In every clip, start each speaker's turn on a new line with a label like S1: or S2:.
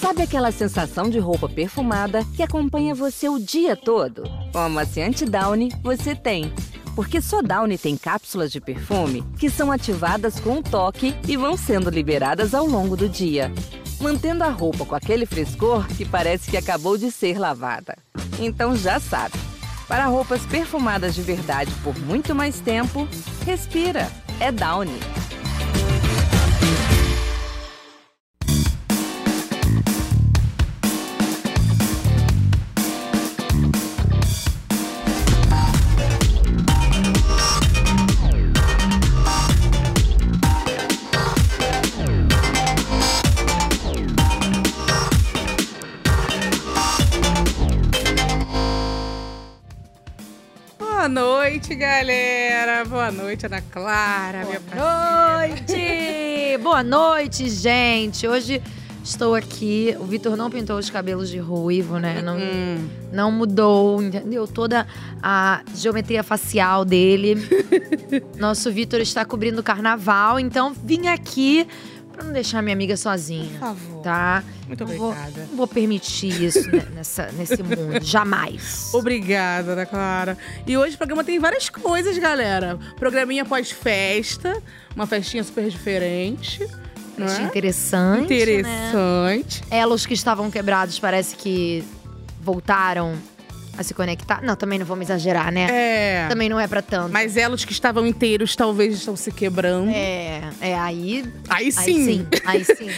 S1: Sabe aquela sensação de roupa perfumada que acompanha você o dia todo? Com a amaciante Downy, você tem. Porque só Downy tem cápsulas de perfume que são ativadas com um toque e vão sendo liberadas ao longo do dia, mantendo a roupa com aquele frescor que parece que acabou de ser lavada. Então já sabe. Para roupas perfumadas de verdade por muito mais tempo, respira. É Downy.
S2: Boa noite, galera. Boa noite, Ana Clara, minha parceira.
S3: Boa noite! Boa noite, gente! Hoje estou aqui. O Vitor não pintou os cabelos de ruivo, né? Não,
S2: Hum,
S3: não mudou, entendeu? Toda a geometria facial dele. Nosso Vitor está cobrindo o carnaval, então vim aqui pra não deixar minha amiga
S2: por
S3: sozinha,
S2: favor.
S3: tá?
S2: Muito
S3: Não vou-
S2: obrigada.
S3: Não vou permitir isso né, nessa, nesse mundo, jamais.
S2: Obrigada, Ana Clara. E hoje o programa tem várias coisas, galera. Programinha pós-festa, uma festinha super diferente. Não
S3: Achei
S2: é?
S3: interessante. Né?
S2: Interessante.
S3: elos que estavam quebrados parece que voltaram a se conectar. Não, também não vamos exagerar, né?
S2: É.
S3: Também não é pra tanto.
S2: Mas elos que estavam inteiros talvez estão se quebrando.
S3: É, é aí,
S2: Aí
S3: aí
S2: sim.
S3: sim, aí sim.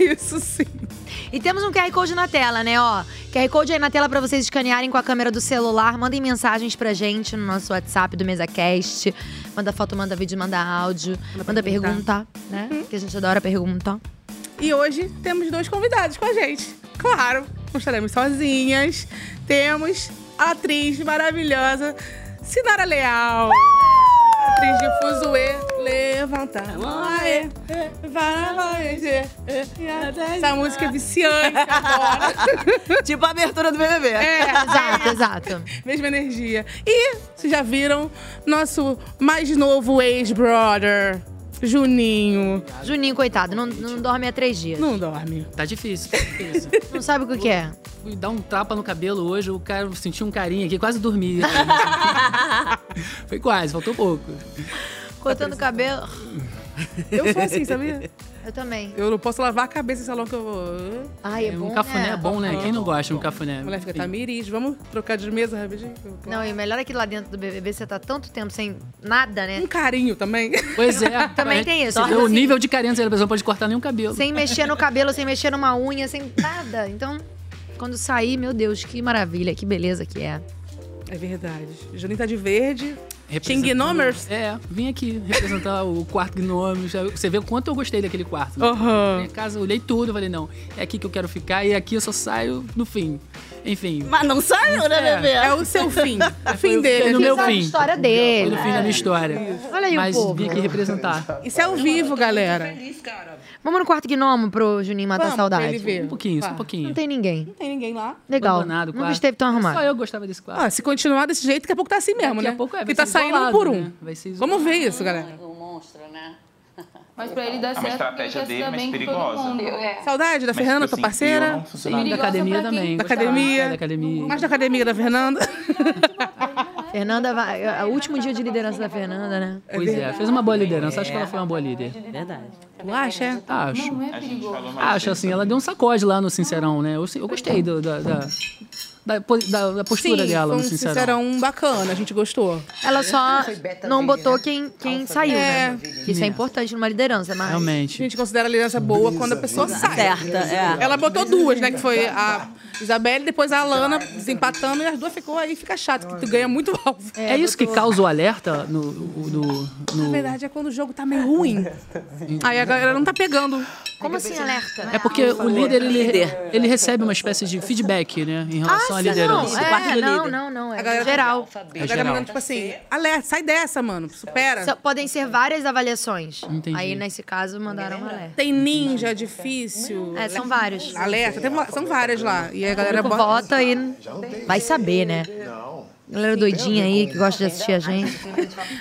S2: Isso sim.
S3: é E temos um QR Code na tela, né, ó. QR Code aí na tela pra vocês escanearem com a câmera do celular, mandem mensagens pra gente no nosso WhatsApp do MesaCast. Manda foto, manda vídeo, manda áudio,
S2: Manda
S3: manda
S2: pergunta. Uhum.
S3: pergunta, né? Que a gente adora pergunta.
S2: E hoje temos dois convidados com a gente. Claro, não estaremos sozinhas. Temos a atriz maravilhosa, Sinara Leal. Atriz de Fuzue, levanta a mão aê, é, vai, vai, é, é. Essa música é viciante agora. É.
S4: Tipo a abertura do BBB.
S3: Exato, exato.
S2: Mesma energia. E, vocês já viram, nosso mais novo ex-brother, Juninho.
S3: Juninho, coitado, não, não dorme há três dias. Não,
S2: Não dorme.
S5: Tá difícil, tá difícil.
S3: sabe o que, que é.
S5: Fui dar um tapa no cabelo hoje, o cara eu senti um carinho aqui, quase dormi. Foi quase, faltou pouco.
S3: Cortando o cabelo.
S2: Eu sou assim, sabia?
S3: Eu também.
S2: Eu não posso lavar a cabeça em salão que eu vou...
S3: Ai, é, bom,
S5: um cafuné é
S3: né?
S5: bom, né? Quem não gosta de um cafuné?
S2: A mulher fica,
S5: Enfim.
S2: tá miris, vamos trocar de mesa rapidinho?
S3: Não, e o melhor é que lá dentro do BBB você tá tanto tempo sem nada, né?
S2: Um carinho também.
S5: Pois é.
S3: Também tem isso,
S5: Só
S3: tipo
S5: o
S3: assim-
S5: nível de carência da pessoa não pode cortar nenhum cabelo.
S3: Sem mexer no cabelo, sem mexer numa unha, sem nada. Então, quando sair, meu Deus, que maravilha, que beleza que é.
S2: É verdade. Juninho tá de verde.
S5: Representando-
S2: Tim Gnomers?
S5: É, vim aqui representar o quarto Gnomes. Você vê o quanto eu gostei daquele quarto. né?
S2: Aham.
S5: Minha casa, eu olhei tudo, falei, não, é aqui que eu quero ficar e aqui eu só saio no fim. Enfim,
S4: Mas não saiu, né,
S5: É.
S4: bebê?
S2: É o seu fim. É, O fim
S5: foi
S2: dele.
S5: no meu
S3: Sabe é a
S5: É fim.
S3: história
S5: Foi
S3: dele.
S5: no fim da minha história.
S3: Olha aí
S5: Mas
S3: o povo.
S5: vim aqui representar.
S2: Isso é ao vivo, galera.
S3: Vamos no quarto gnomo pro Juninho matar
S2: Vamos,
S3: a
S2: pra
S3: saudade.
S2: ele ver.
S5: Um pouquinho, só um
S2: Tá.
S5: pouquinho.
S3: Não tem ninguém.
S2: Não tem ninguém lá.
S3: Legal.
S5: abandonado,
S3: Nunca
S5: claro.
S3: esteve tão arrumado.
S5: Só eu gostava desse quarto.
S2: Ah, se continuar desse jeito, daqui a pouco tá assim mesmo,
S5: Daqui
S2: né?
S5: a pouco é, vai
S2: Porque tá
S5: ser
S2: saindo um
S5: isolado,
S2: por um.
S5: né? Vai ser isolado.
S2: Vamos ver isso, galera.
S6: o monstro, né?
S7: Mas pra ele dar
S8: uma
S7: certo,
S8: Ah, estratégia
S7: tem que
S8: dele,
S7: dar
S8: mas
S7: bem com todo
S8: perigosa.
S7: mundo. É.
S2: Saudade da
S8: Mas,
S2: Fernanda,
S8: tipo
S2: tua
S8: assim, eu não
S2: parceira.
S8: funcionava.
S5: da
S7: Perigosa
S5: academia
S7: pra quem?
S5: também.
S2: Da
S5: gostava.
S2: academia.
S5: É, Da academia.
S2: Mais da academia da Fernanda.
S3: Fernanda vai. É o último dia de liderança da Fernanda, né?
S5: Pois é, fez uma boa liderança. Acho que ela foi uma boa líder.
S4: Verdade.
S2: Tu acha? é?
S5: Acho.
S7: Não é
S8: A gente
S7: perigoso.
S8: falou mais
S5: Acho
S8: cedo
S5: assim, ela deu um sacode lá no Sincerão, né? Eu, eu gostei do- da, da, da, po- da- da postura
S2: Sim,
S5: dela
S2: foi
S5: no
S2: um
S5: Sincerão.
S2: sincerão bacana. A gente gostou.
S3: Ela
S5: É,
S3: só
S4: beta
S3: não
S4: dele,
S3: botou
S4: né?
S3: quem, quem saiu,
S2: É.
S3: né? Isso é importante numa liderança, mas.
S2: A
S5: Realmente.
S2: gente considera a liderança boa quando a pessoa sai.
S4: Certa, é.
S2: Ela botou duas, né? Que foi a Isabelle, depois a Alana desempatando e as duas ficou aí, fica chato, que tu ganha muito alvo.
S5: É, isso que causa o alerta no. o- no- no-
S2: Na verdade, é quando o jogo tá meio ruim. Aí a galera não tá pegando.
S3: Como assim alerta?
S5: É porque o líder, ele, ele recebe uma espécie de feedback, né? Em relação à liderança.
S3: Ah, Não, é,
S4: quarto do
S3: não,
S4: líder.
S3: não, não. É
S2: galera- tá
S3: geral.
S2: A galera mandando, tipo assim, alerta, sai dessa, mano, supera.
S3: Só- podem ser várias avaliações.
S5: Entendi.
S3: Aí, nesse caso, mandaram um alerta.
S2: É. Tem ninja, difícil.
S3: É, são vários.
S2: Alerta, tem uma- são várias lá. E a
S3: Galera
S2: galera bota.
S3: vota e vai saber, né? Galera doidinha aí que gosta de assistir a gente.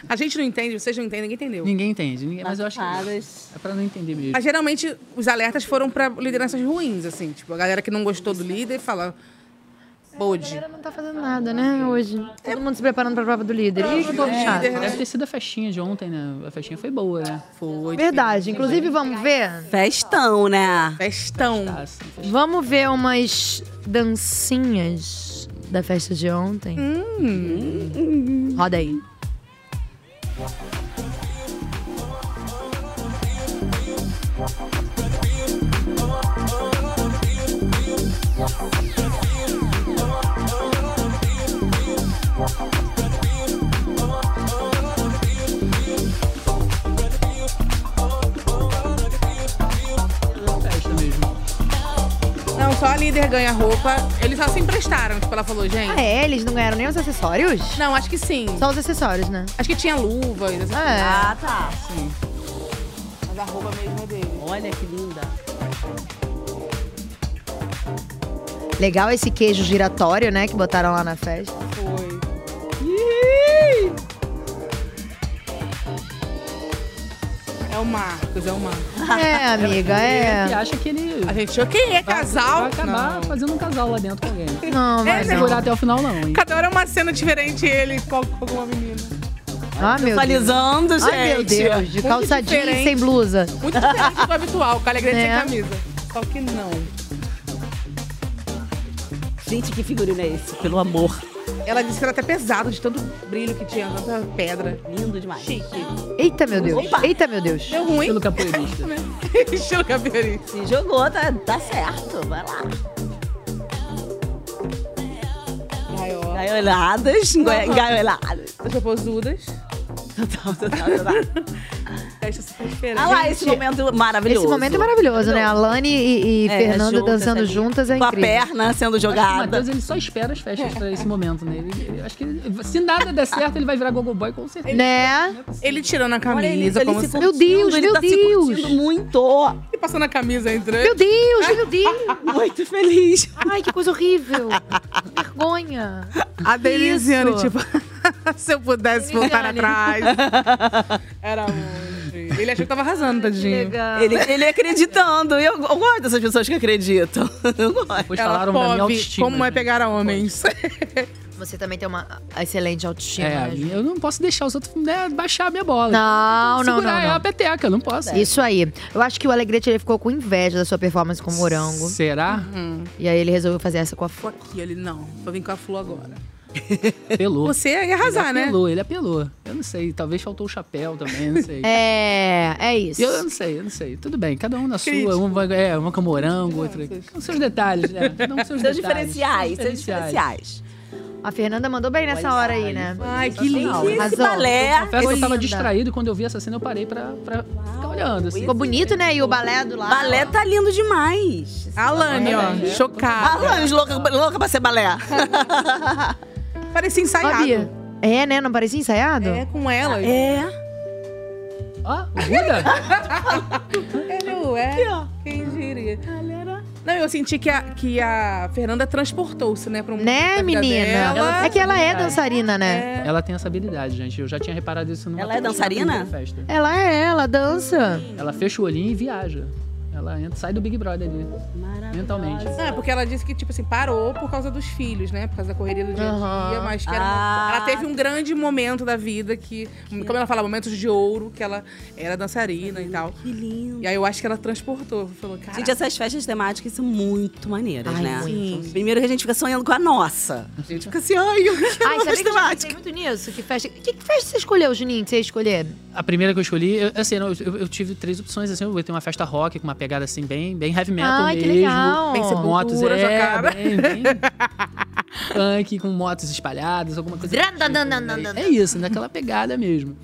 S2: A gente não entende, vocês não entendem, ninguém entendeu.
S5: Ninguém entende, ninguém, mas eu acho que
S4: Marcadas.
S5: é pra não entender mesmo.
S2: Ah, geralmente, os alertas foram pra lideranças ruins, assim. Tipo, a galera que não gostou do líder fala... Bode.
S3: não tá fazendo nada, né, hoje. Todo mundo se preparando pra prova do É, líder. né? Ih, que povo chato.
S5: Deve ter sido a festinha de ontem, né? A festinha foi boa, né?
S2: Foi.
S3: Verdade. Inclusive, vamos ver?
S4: Festão, né?
S2: Festão.
S5: Tá, assim, foi-
S3: Vamos ver umas dancinhas da festa de ontem.
S2: Hum.
S3: Hum. Roda aí.
S5: foi uma festa mesmo.
S2: Não, só a líder ganha roupa. Eles só se emprestaram, tipo, ela falou, gente.
S3: Ah, é? Eles não ganharam nem os acessórios?
S2: Não, acho que sim.
S3: Só os acessórios, né?
S2: Acho que tinha luvas. Assim.
S3: Ah, é.
S4: Ah, tá.
S2: Mas a roupa mesmo é dele.
S4: Olha que linda. tá.
S3: Legal esse queijo giratório, né? Que botaram lá na festa.
S2: Foi. É o Marcos, é o Marcos.
S3: É, amiga,
S5: E
S3: é.
S5: acha que ele
S2: A gente, quem é casal?
S5: vai acabar
S2: Não.
S5: fazendo um casal lá dentro com alguém. Não
S3: Não,
S5: vai
S3: mas não.
S5: segurar até o final, não, hein?
S2: Cada hora é uma cena diferente ele com alguma menina.
S3: Ah, meu Deus.
S4: Atualizando, gente.
S3: Ai, meu Deus. De
S2: Muito
S3: calça jeans
S2: diferente.
S3: sem blusa.
S2: Muito diferente do habitual, com a alegria sem
S3: É.
S2: camisa. Só que não.
S4: Gente, que figurino é esse? Pelo amor.
S2: Ela disse que era até pesado de tanto brilho que tinha, tanta pedra.
S4: Lindo demais.
S3: Eita, meu Deus. Eita, meu Deus.
S2: Deu ruim.
S5: Pelo capoeirista.
S2: Estilo cabelinho.
S4: Se jogou, tá, tá certo. Vai lá.
S2: Maior.
S4: Gaioladas.
S2: né,
S4: goi- Gaioladas.
S2: Posudas.
S4: Total, total, total.
S2: Festa é super diferente.
S4: Olha Ah lá esse momento maravilhoso.
S3: Esse momento é maravilhoso, né? A Lani e, e
S4: É,
S3: Fernanda
S4: juntas
S3: dançando
S4: ali.
S3: juntas é
S4: Com a
S3: incrível.
S4: perna sendo
S5: O
S4: jogada.
S5: Matheus, ele só espera as festas pra esse momento, né? Ele- ele- acho que ele- se nada der certo, ele vai virar Gogo Boy com certeza.
S3: Né?
S2: Ele tirando a
S4: Olha ele,
S2: camisa,
S4: ele
S2: como
S4: se
S2: se...
S4: curtindo,
S3: Meu Deus,
S4: ele
S3: meu
S4: tá
S3: Deus.
S4: se curtindo muito.
S2: E passando a camisa entre
S3: Meu Deus, meu Deus.
S4: Muito feliz.
S3: Ai, que coisa horrível. Vergonha.
S2: A Denisiane,
S3: Isso.
S2: tipo, se eu pudesse voltar
S3: Denisiane.
S2: atrás. Era longe. Ele achou que tava arrasando, tadinho.
S3: Legal.
S4: Ele, ele acreditando. Eu, eu gosto dessas pessoas que acreditam. Eu gosto.
S5: Depois
S2: Ela
S5: falaram da minha
S2: pobre,
S5: autoestima.
S2: como é
S5: gente.
S2: pegar a homens.
S3: Você também tem uma excelente autoestima.
S5: É,
S3: né, Ju?
S5: eu não posso deixar os outros né, baixar a minha bola.
S3: Não, não,
S5: Segurar
S3: não,
S5: é
S3: não.
S5: a peteca, eu não posso.
S4: É.
S3: Isso aí. Eu acho que o Alegrete ele ficou com inveja da sua performance com o morango.
S5: Será?
S3: E aí ele resolveu fazer essa com a flor.
S2: Aqui, Uhum. ele, não, vou vir com a Flu agora.
S5: Pelou.
S2: Você
S4: é
S2: ia arrasar,
S5: ele é
S2: né?
S5: apelou, ele apelou. Eu não sei, talvez faltou o chapéu também, não sei.
S3: É, é isso.
S5: Eu não sei, eu não sei. Tudo bem, cada um na sua.
S2: Crítico.
S5: Um vai, é, uma com morango, outra. Com seus detalhes, né? Cada um com seus
S4: Seus
S5: detalhes.
S4: diferenciais, seus diferenciais.
S3: A Fernanda mandou bem nessa hora aí, né?
S2: Ai, que lindo.
S4: Esse
S3: Arrasou.
S4: balé.
S5: Confesso que eu tava
S3: Linda.
S5: distraído quando eu vi essa cena, eu parei pra, pra ficar olhando. Assim.
S3: Ficou bonito, né? E o balé do lado.
S4: Balé tá lindo demais.
S2: Alane, ó, chocada.
S4: Alan, louca, louca pra ser balé.
S2: Parecia ensaiado.
S3: Sabia. É, né? Não parecia ensaiado?
S2: É com ela.
S4: É.
S5: Ó, o Buda?
S2: Ele é. Quem diria? Não, eu senti que a, que a Fernanda transportou-se, né? Pra um
S3: Né, menina?
S2: Ela...
S3: É que ela é dançarina, né?
S5: ela tem essa habilidade, gente. Eu já tinha reparado isso numa
S4: Ela é
S5: entrevista na
S4: dançarina?
S5: primeira Festa.
S3: Ela é, ela dança.
S5: Ela fecha o olhinho e viaja. Ela entra, sai do Big Brother ali. Mentalmente.
S2: Não, é porque ela disse que, tipo assim, parou por causa dos filhos, né? Por causa da correria do dia a dia,
S3: Aham.
S2: mas que era uma-
S4: Ah.
S2: ela teve um grande momento da vida que, Como ela fala, momentos de ouro, que ela era dançarina e tal.
S4: Que lindo.
S2: E aí eu acho que ela transportou. Falou, cara.
S4: Gente, essas festas temáticas são é muito maneiras,
S3: Ai,
S4: né?
S3: muito.
S4: Primeiro que a gente fica sonhando com a nossa. A gente fica assim, ai, eu quero
S3: Ai, sabia
S4: uma festa
S3: que eu já
S4: temática.
S3: pensei muito nisso? Que festa... Que, que festa você escolheu, Juninho, que você ia escolher?
S5: A primeira que eu escolhi, eu, assim, eu, eu- eu tive três opções, assim, eu tenho uma festa rock com uma pegada assim, bem, bem heavy metal
S3: Ai, que
S5: mesmo.
S3: legal.
S5: Com motos,
S2: sepultura,
S5: é,
S2: jogada.
S5: bem, bem punk, com motos espalhadas, alguma coisa
S3: Dran,
S5: do
S3: dan,
S5: tipo,
S3: dan,
S5: né?
S3: dan, dan,
S5: É isso, naquela pegada mesmo.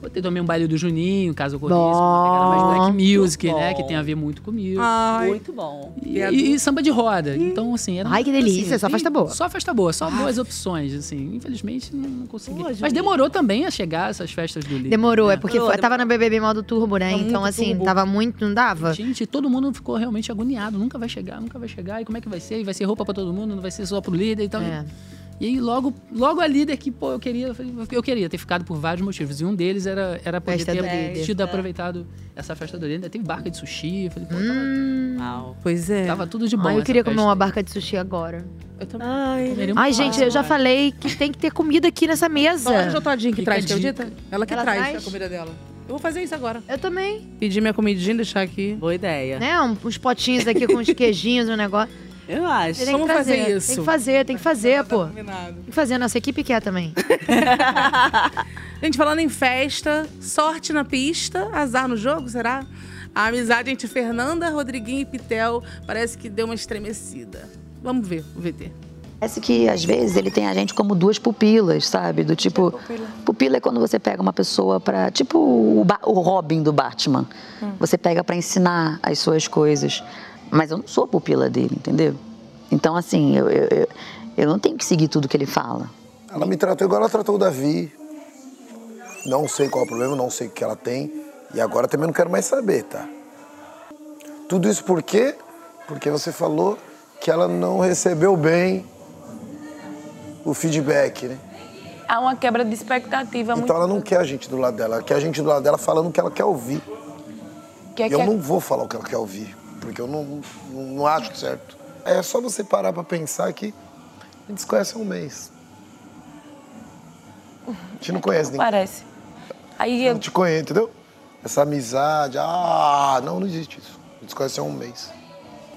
S5: Botei também um baile do Juninho, caso ocorresse, com
S3: Bom.
S5: uma pegada mais black music, né,
S4: bom.
S5: que tem a ver muito comigo.
S2: Ai,
S4: Muito bom.
S5: E, e- e samba de roda. Então, assim, era
S3: Ai, que delícia, só
S5: tem-
S3: festa boa. Ah.
S5: Só festa boa, só boas opções, assim. Infelizmente, não, não consegui.
S4: Pô,
S5: Mas
S4: Juninho.
S5: demorou também a chegar essas festas do livro.
S3: Demorou, é porque
S4: Demorou,
S3: foi, tava na BBB modo turbo, né?
S2: Tava
S3: Então,
S2: muito
S3: assim,
S2: turbo.
S3: tava muito, não dava?
S5: Gente, todo mundo ficou realmente agoniado. Nunca vai chegar, nunca vai chegar. E como é que vai ser? E vai ser roupa pra todo mundo, não vai ser só pro líder e tal.
S3: É.
S5: E aí, logo, logo a líder que, pô, eu queria, eu falei, eu queria ter ficado por vários motivos. E um deles era, era poder
S3: Festa do
S5: ter
S3: líder. É.
S5: tido aproveitado essa festa do líder. Ainda teve barca de sushi. Eu falei, pô,
S4: Uau. Pois é.
S5: tava, tava tudo de bom.
S3: Hum. Ai, eu
S5: essa
S3: queria comer
S5: festa.
S3: uma barca de sushi agora.
S2: Eu também.
S4: Ai,
S5: Comeria um
S3: Ai,
S5: pau
S3: gente, eu já
S5: agora.
S3: falei que tem que ter comida aqui nessa
S2: Olha é a
S3: mesa.
S2: Jotadinha que
S5: Fica
S2: traz,
S5: a dica.
S2: acredita? Ela que
S3: Ela
S2: traz,
S3: traz?
S2: a comida dela. Eu vou fazer isso agora.
S3: Eu também.
S2: Pedir minha comidinha, deixar aqui.
S4: boa ideia.
S3: Né? um- Uns potinhos aqui com uns queijinhos, um negócio.
S4: Eu
S3: Você
S4: acho.
S3: tem que
S2: Ah, Vamos fazer
S3: trazer, Tem
S2: isso.
S3: que fazer, tem que fazer, pô. Tem
S2: Combinado.
S3: que fazer, nossa equipe quer também.
S2: Gente, falando em festa, sorte na pista, azar no jogo, será? A amizade entre Fernanda, Rodriguinho e Pitel parece que deu uma estremecida. Vamos ver o VT.
S6: Parece que às vezes ele tem a gente como duas pupilas, sabe? Do tipo, pupila é quando você pega uma pessoa pra. tipo o, Ba- o Robin do Batman. Você pega pra ensinar as suas coisas. Mas eu não sou pupila dele, entendeu? Então assim, eu, eu, eu- eu não tenho que seguir tudo que ele fala.
S7: Ela me tratou igual ela tratou o Davi. Não sei qual é o problema, não sei o que ela tem. E agora também não quero mais saber, tá? Tudo isso por quê? Porque você falou que ela não recebeu bem o feedback, né?
S8: Há É uma quebra de expectativa muito
S7: Então ela não quer a gente do lado dela, ela quer a gente do lado dela falando o que ela quer ouvir.
S8: que é
S7: Eu
S8: que
S7: não vou falar o que ela quer ouvir, porque eu não, não, não acho certo. É só você parar pra pensar que a gente se conhece há um mês. A gente não conhece ninguém.
S8: parece. Aí
S7: Eu
S8: eu,
S7: não te conheço, entendeu? Essa amizade, ah, não, não existe isso. A gente se conhece há um mês.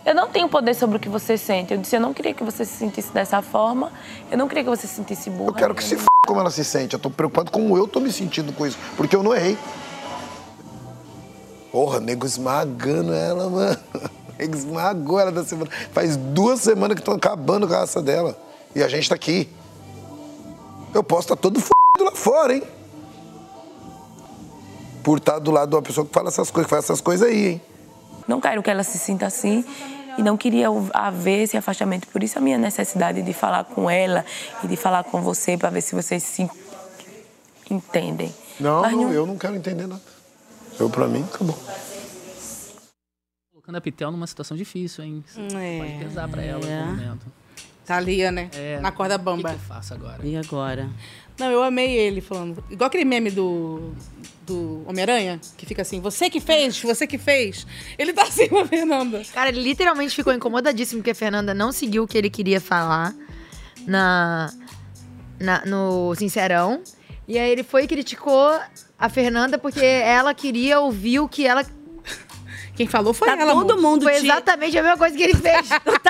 S8: eu não tenho poder sobre o que você sente. Eu disse, eu não queria que você se sentisse dessa forma. Eu não queria que você se sentisse burra.
S7: Eu quero que se f como ela se sente. Eu tô preocupado como eu tô me sentindo com isso, porque eu não errei. Porra, nego esmagando ela, mano. Nego esmagou ela da semana. Faz duas semanas que estão acabando com a raça dela. E a gente tá aqui. Eu posso estar todo f lá fora, hein? Por estar do lado de uma pessoa que fala essas coisas, que faz essas coisas aí, hein?
S8: Não quero que ela se sinta assim. E não queria o- haver esse afastamento. Por isso a minha necessidade de falar com ela e de falar com você para ver se vocês se entendem.
S7: Não,
S8: Mas
S7: não, eu não quero entender nada. Eu, pra mim, acabou.
S5: Colocando a Pitel numa situação difícil, hein? Pode pesar pra ela no momento.
S2: É. Tá ali, né?
S5: É,
S2: Na corda bamba.
S5: O que, que eu faço agora?
S4: E agora?
S2: Não, eu amei ele falando. Igual aquele meme do, do Homem-Aranha, que fica assim, você que fez, você que fez. Ele tá assim com a Fernanda.
S3: Cara, ele literalmente ficou incomodadíssimo porque a Fernanda não seguiu o que ele queria falar na, na- no Sincerão. E aí ele foi e criticou a Fernanda porque ela queria ouvir o que ela.
S2: Quem falou foi
S4: Tá
S2: ela,
S4: todo
S2: amor.
S4: mundo
S3: Foi
S4: te-
S3: exatamente a mesma coisa que ele fez.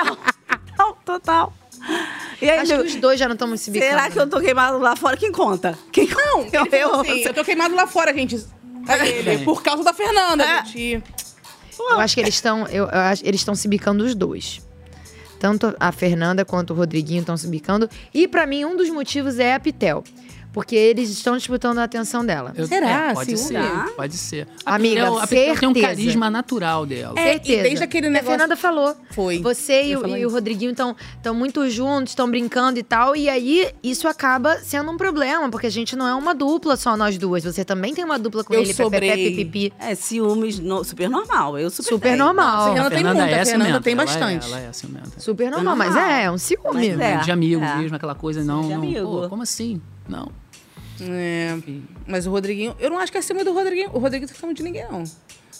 S4: Total, total. E aí,
S3: Acho que
S4: meu,
S3: os dois já não estão muito se bicando.
S4: será que eu tô queimado lá fora? Quem conta? Quem conta? Não,
S2: Ele falou assim, eu tô queimado lá fora, gente. Pra ele, por causa da Fernanda,
S3: É.
S2: gente.
S3: Eu acho que eles estão. Eu, eu acho- eles estão se bicando os dois. Tanto a Fernanda quanto o Rodriguinho estão se bicando. E pra mim, um dos motivos é a Pitel. Porque eles estão disputando a atenção dela.
S5: Eu-
S2: Será?
S5: é, pode
S2: Será?
S5: ser, pode ser.
S3: Amiga,
S5: Pitel- a Pitel tem um
S3: certeza.
S5: carisma natural dela.
S2: É,
S3: Certeza.
S2: e desde aquele
S3: A
S2: negócio-
S3: Fernanda falou.
S2: Foi.
S3: Você e,
S2: Eu
S3: o-
S2: falei
S3: e o
S2: isso.
S3: Rodriguinho estão tão muito juntos, estão brincando e tal. E aí, isso acaba sendo um problema, porque a gente não é uma dupla só nós duas. Você também tem uma dupla com
S2: Eu
S3: ele, Pepe,
S2: sobrei.
S3: Pepe, Pipi.
S4: É, ciúmes, no- super normal. Eu super
S3: Super
S4: tenho.
S2: A
S3: normal.
S2: Fernanda tem
S5: Fernanda
S2: muita,
S5: é
S2: a Fernanda
S5: ciumenta,
S2: tem
S5: ela é-
S2: bastante.
S5: Ela é ciumenta.
S3: Super normal, mas
S4: normal.
S3: é, é um ciúme.
S4: Mas é.
S5: De amigo
S4: é.
S5: mesmo, aquela coisa. Não,
S4: De
S5: não
S4: amigo.
S5: pô, como assim? Não.
S2: É, mas o Rodriguinho, eu não acho que é ciúme do Rodriguinho. O Rodriguinho não tá falando de ninguém, não.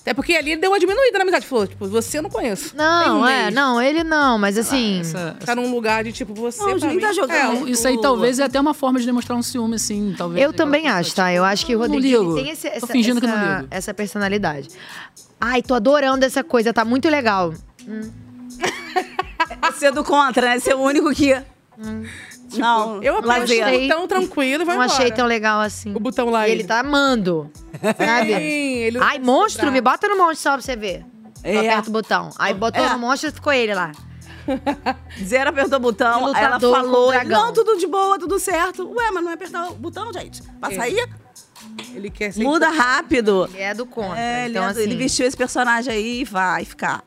S2: Até porque ali ele deu uma diminuída na amizade. Falou, tipo, você eu não conheço.
S3: Não,
S2: Tem um
S3: é,
S2: mês.
S3: não, ele não, mas assim.
S5: Ah, Essa-
S2: Tá num lugar de tipo, você.
S4: Não, o
S2: pra
S4: Juninho
S2: mim-
S4: tá jogando.
S2: É,
S5: Isso aí
S4: O-
S5: talvez é até uma forma de demonstrar um ciúme, assim, talvez.
S3: Eu também
S5: Aquela
S3: acho,
S5: coisa,
S3: tá? Eu acho que o
S5: não
S3: Rodriguinho
S5: ligo.
S3: tem esse- essa,
S5: Tô fingindo que não
S3: essa-
S5: ligo.
S3: essa personalidade. Ai, tô adorando essa coisa, tá muito legal.
S4: Você é do contra, né? Você é o único que.
S3: Tipo,
S4: não,
S2: Tipo, eu
S4: lazer. Então,
S2: aprendi tão tranquilo e vai
S3: Não
S2: embora.
S3: um achei tão legal assim.
S2: O botão lá,
S3: E
S2: ele.
S3: ele tá amando, sabe?
S2: ele
S3: Ai, monstro, me bota no monstro só pra você ver.
S4: É.
S3: Aperta o botão. Aí botou
S4: É.
S3: no monstro e ficou ele lá.
S4: Zero apertou o botão,
S3: De
S4: aí ela
S3: lutador com
S4: falou. ele,
S3: dragão.
S4: Não, tudo de boa, tudo certo. Ué, mas não é apertar o botão, gente? Passa aí,
S2: Ele quer ser.
S4: muda rápido.
S3: Ele é do contra.
S4: É, ele,
S3: então,
S4: ele
S3: assim,
S4: vestiu esse personagem aí e vai ficar.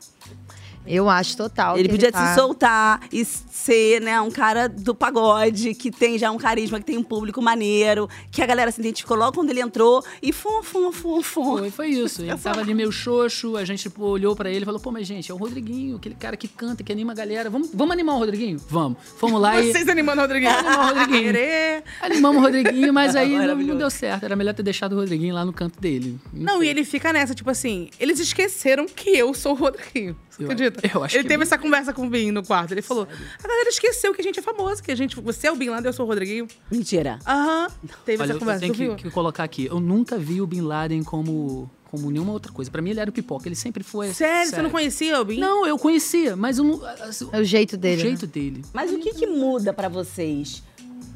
S3: Eu acho total.
S4: Ele
S3: que
S4: podia
S3: tá-
S4: se soltar e ser, né, um cara do pagode, que tem já um carisma, que tem um público maneiro, que a galera se identificou logo quando ele entrou e fum, fum, fum, fum.
S5: Foi, foi isso. Ele tava ali meio xoxo, a gente pô, olhou pra ele e falou: pô, mas gente, é o Rodriguinho, aquele cara que canta, que anima a galera. Vamos, vamos animar o Rodriguinho? Vamos. Fomos lá e.
S2: Vocês animando o Rodriguinho.
S5: Animar o Rodriguinho.
S2: Querer.
S5: Animamos o Rodriguinho, mas aí não,
S4: Maravilhoso.
S5: não deu certo. Era melhor ter deixado o Rodriguinho lá no canto dele.
S2: Não, e ele fica nessa, tipo assim, eles esqueceram que eu sou o Rodriguinho. Você
S5: Eu-
S2: acredita?
S5: eu acho
S2: Ele
S5: que
S2: teve
S5: não.
S2: essa conversa com o Bin no quarto. Ele falou: a galera esqueceu que a gente é famoso, que a gente. Você é o Bin Laden, eu sou o Rodriguinho.
S4: Mentira.
S2: Aham. Teve
S5: Olha,
S2: essa
S5: eu
S2: conversa,
S5: tenho
S2: tu viu?
S5: assim que, que colocar aqui. Eu nunca vi o Bin Laden como, como nenhuma outra coisa. Pra mim, ele era o pipoca. Ele sempre foi.
S2: Sério, você não conhecia o Bin?
S5: Não, eu conhecia, mas eu não. assim,
S3: É o jeito dele.
S5: o
S3: né?
S5: jeito dele.
S4: Mas o que que muda pra vocês?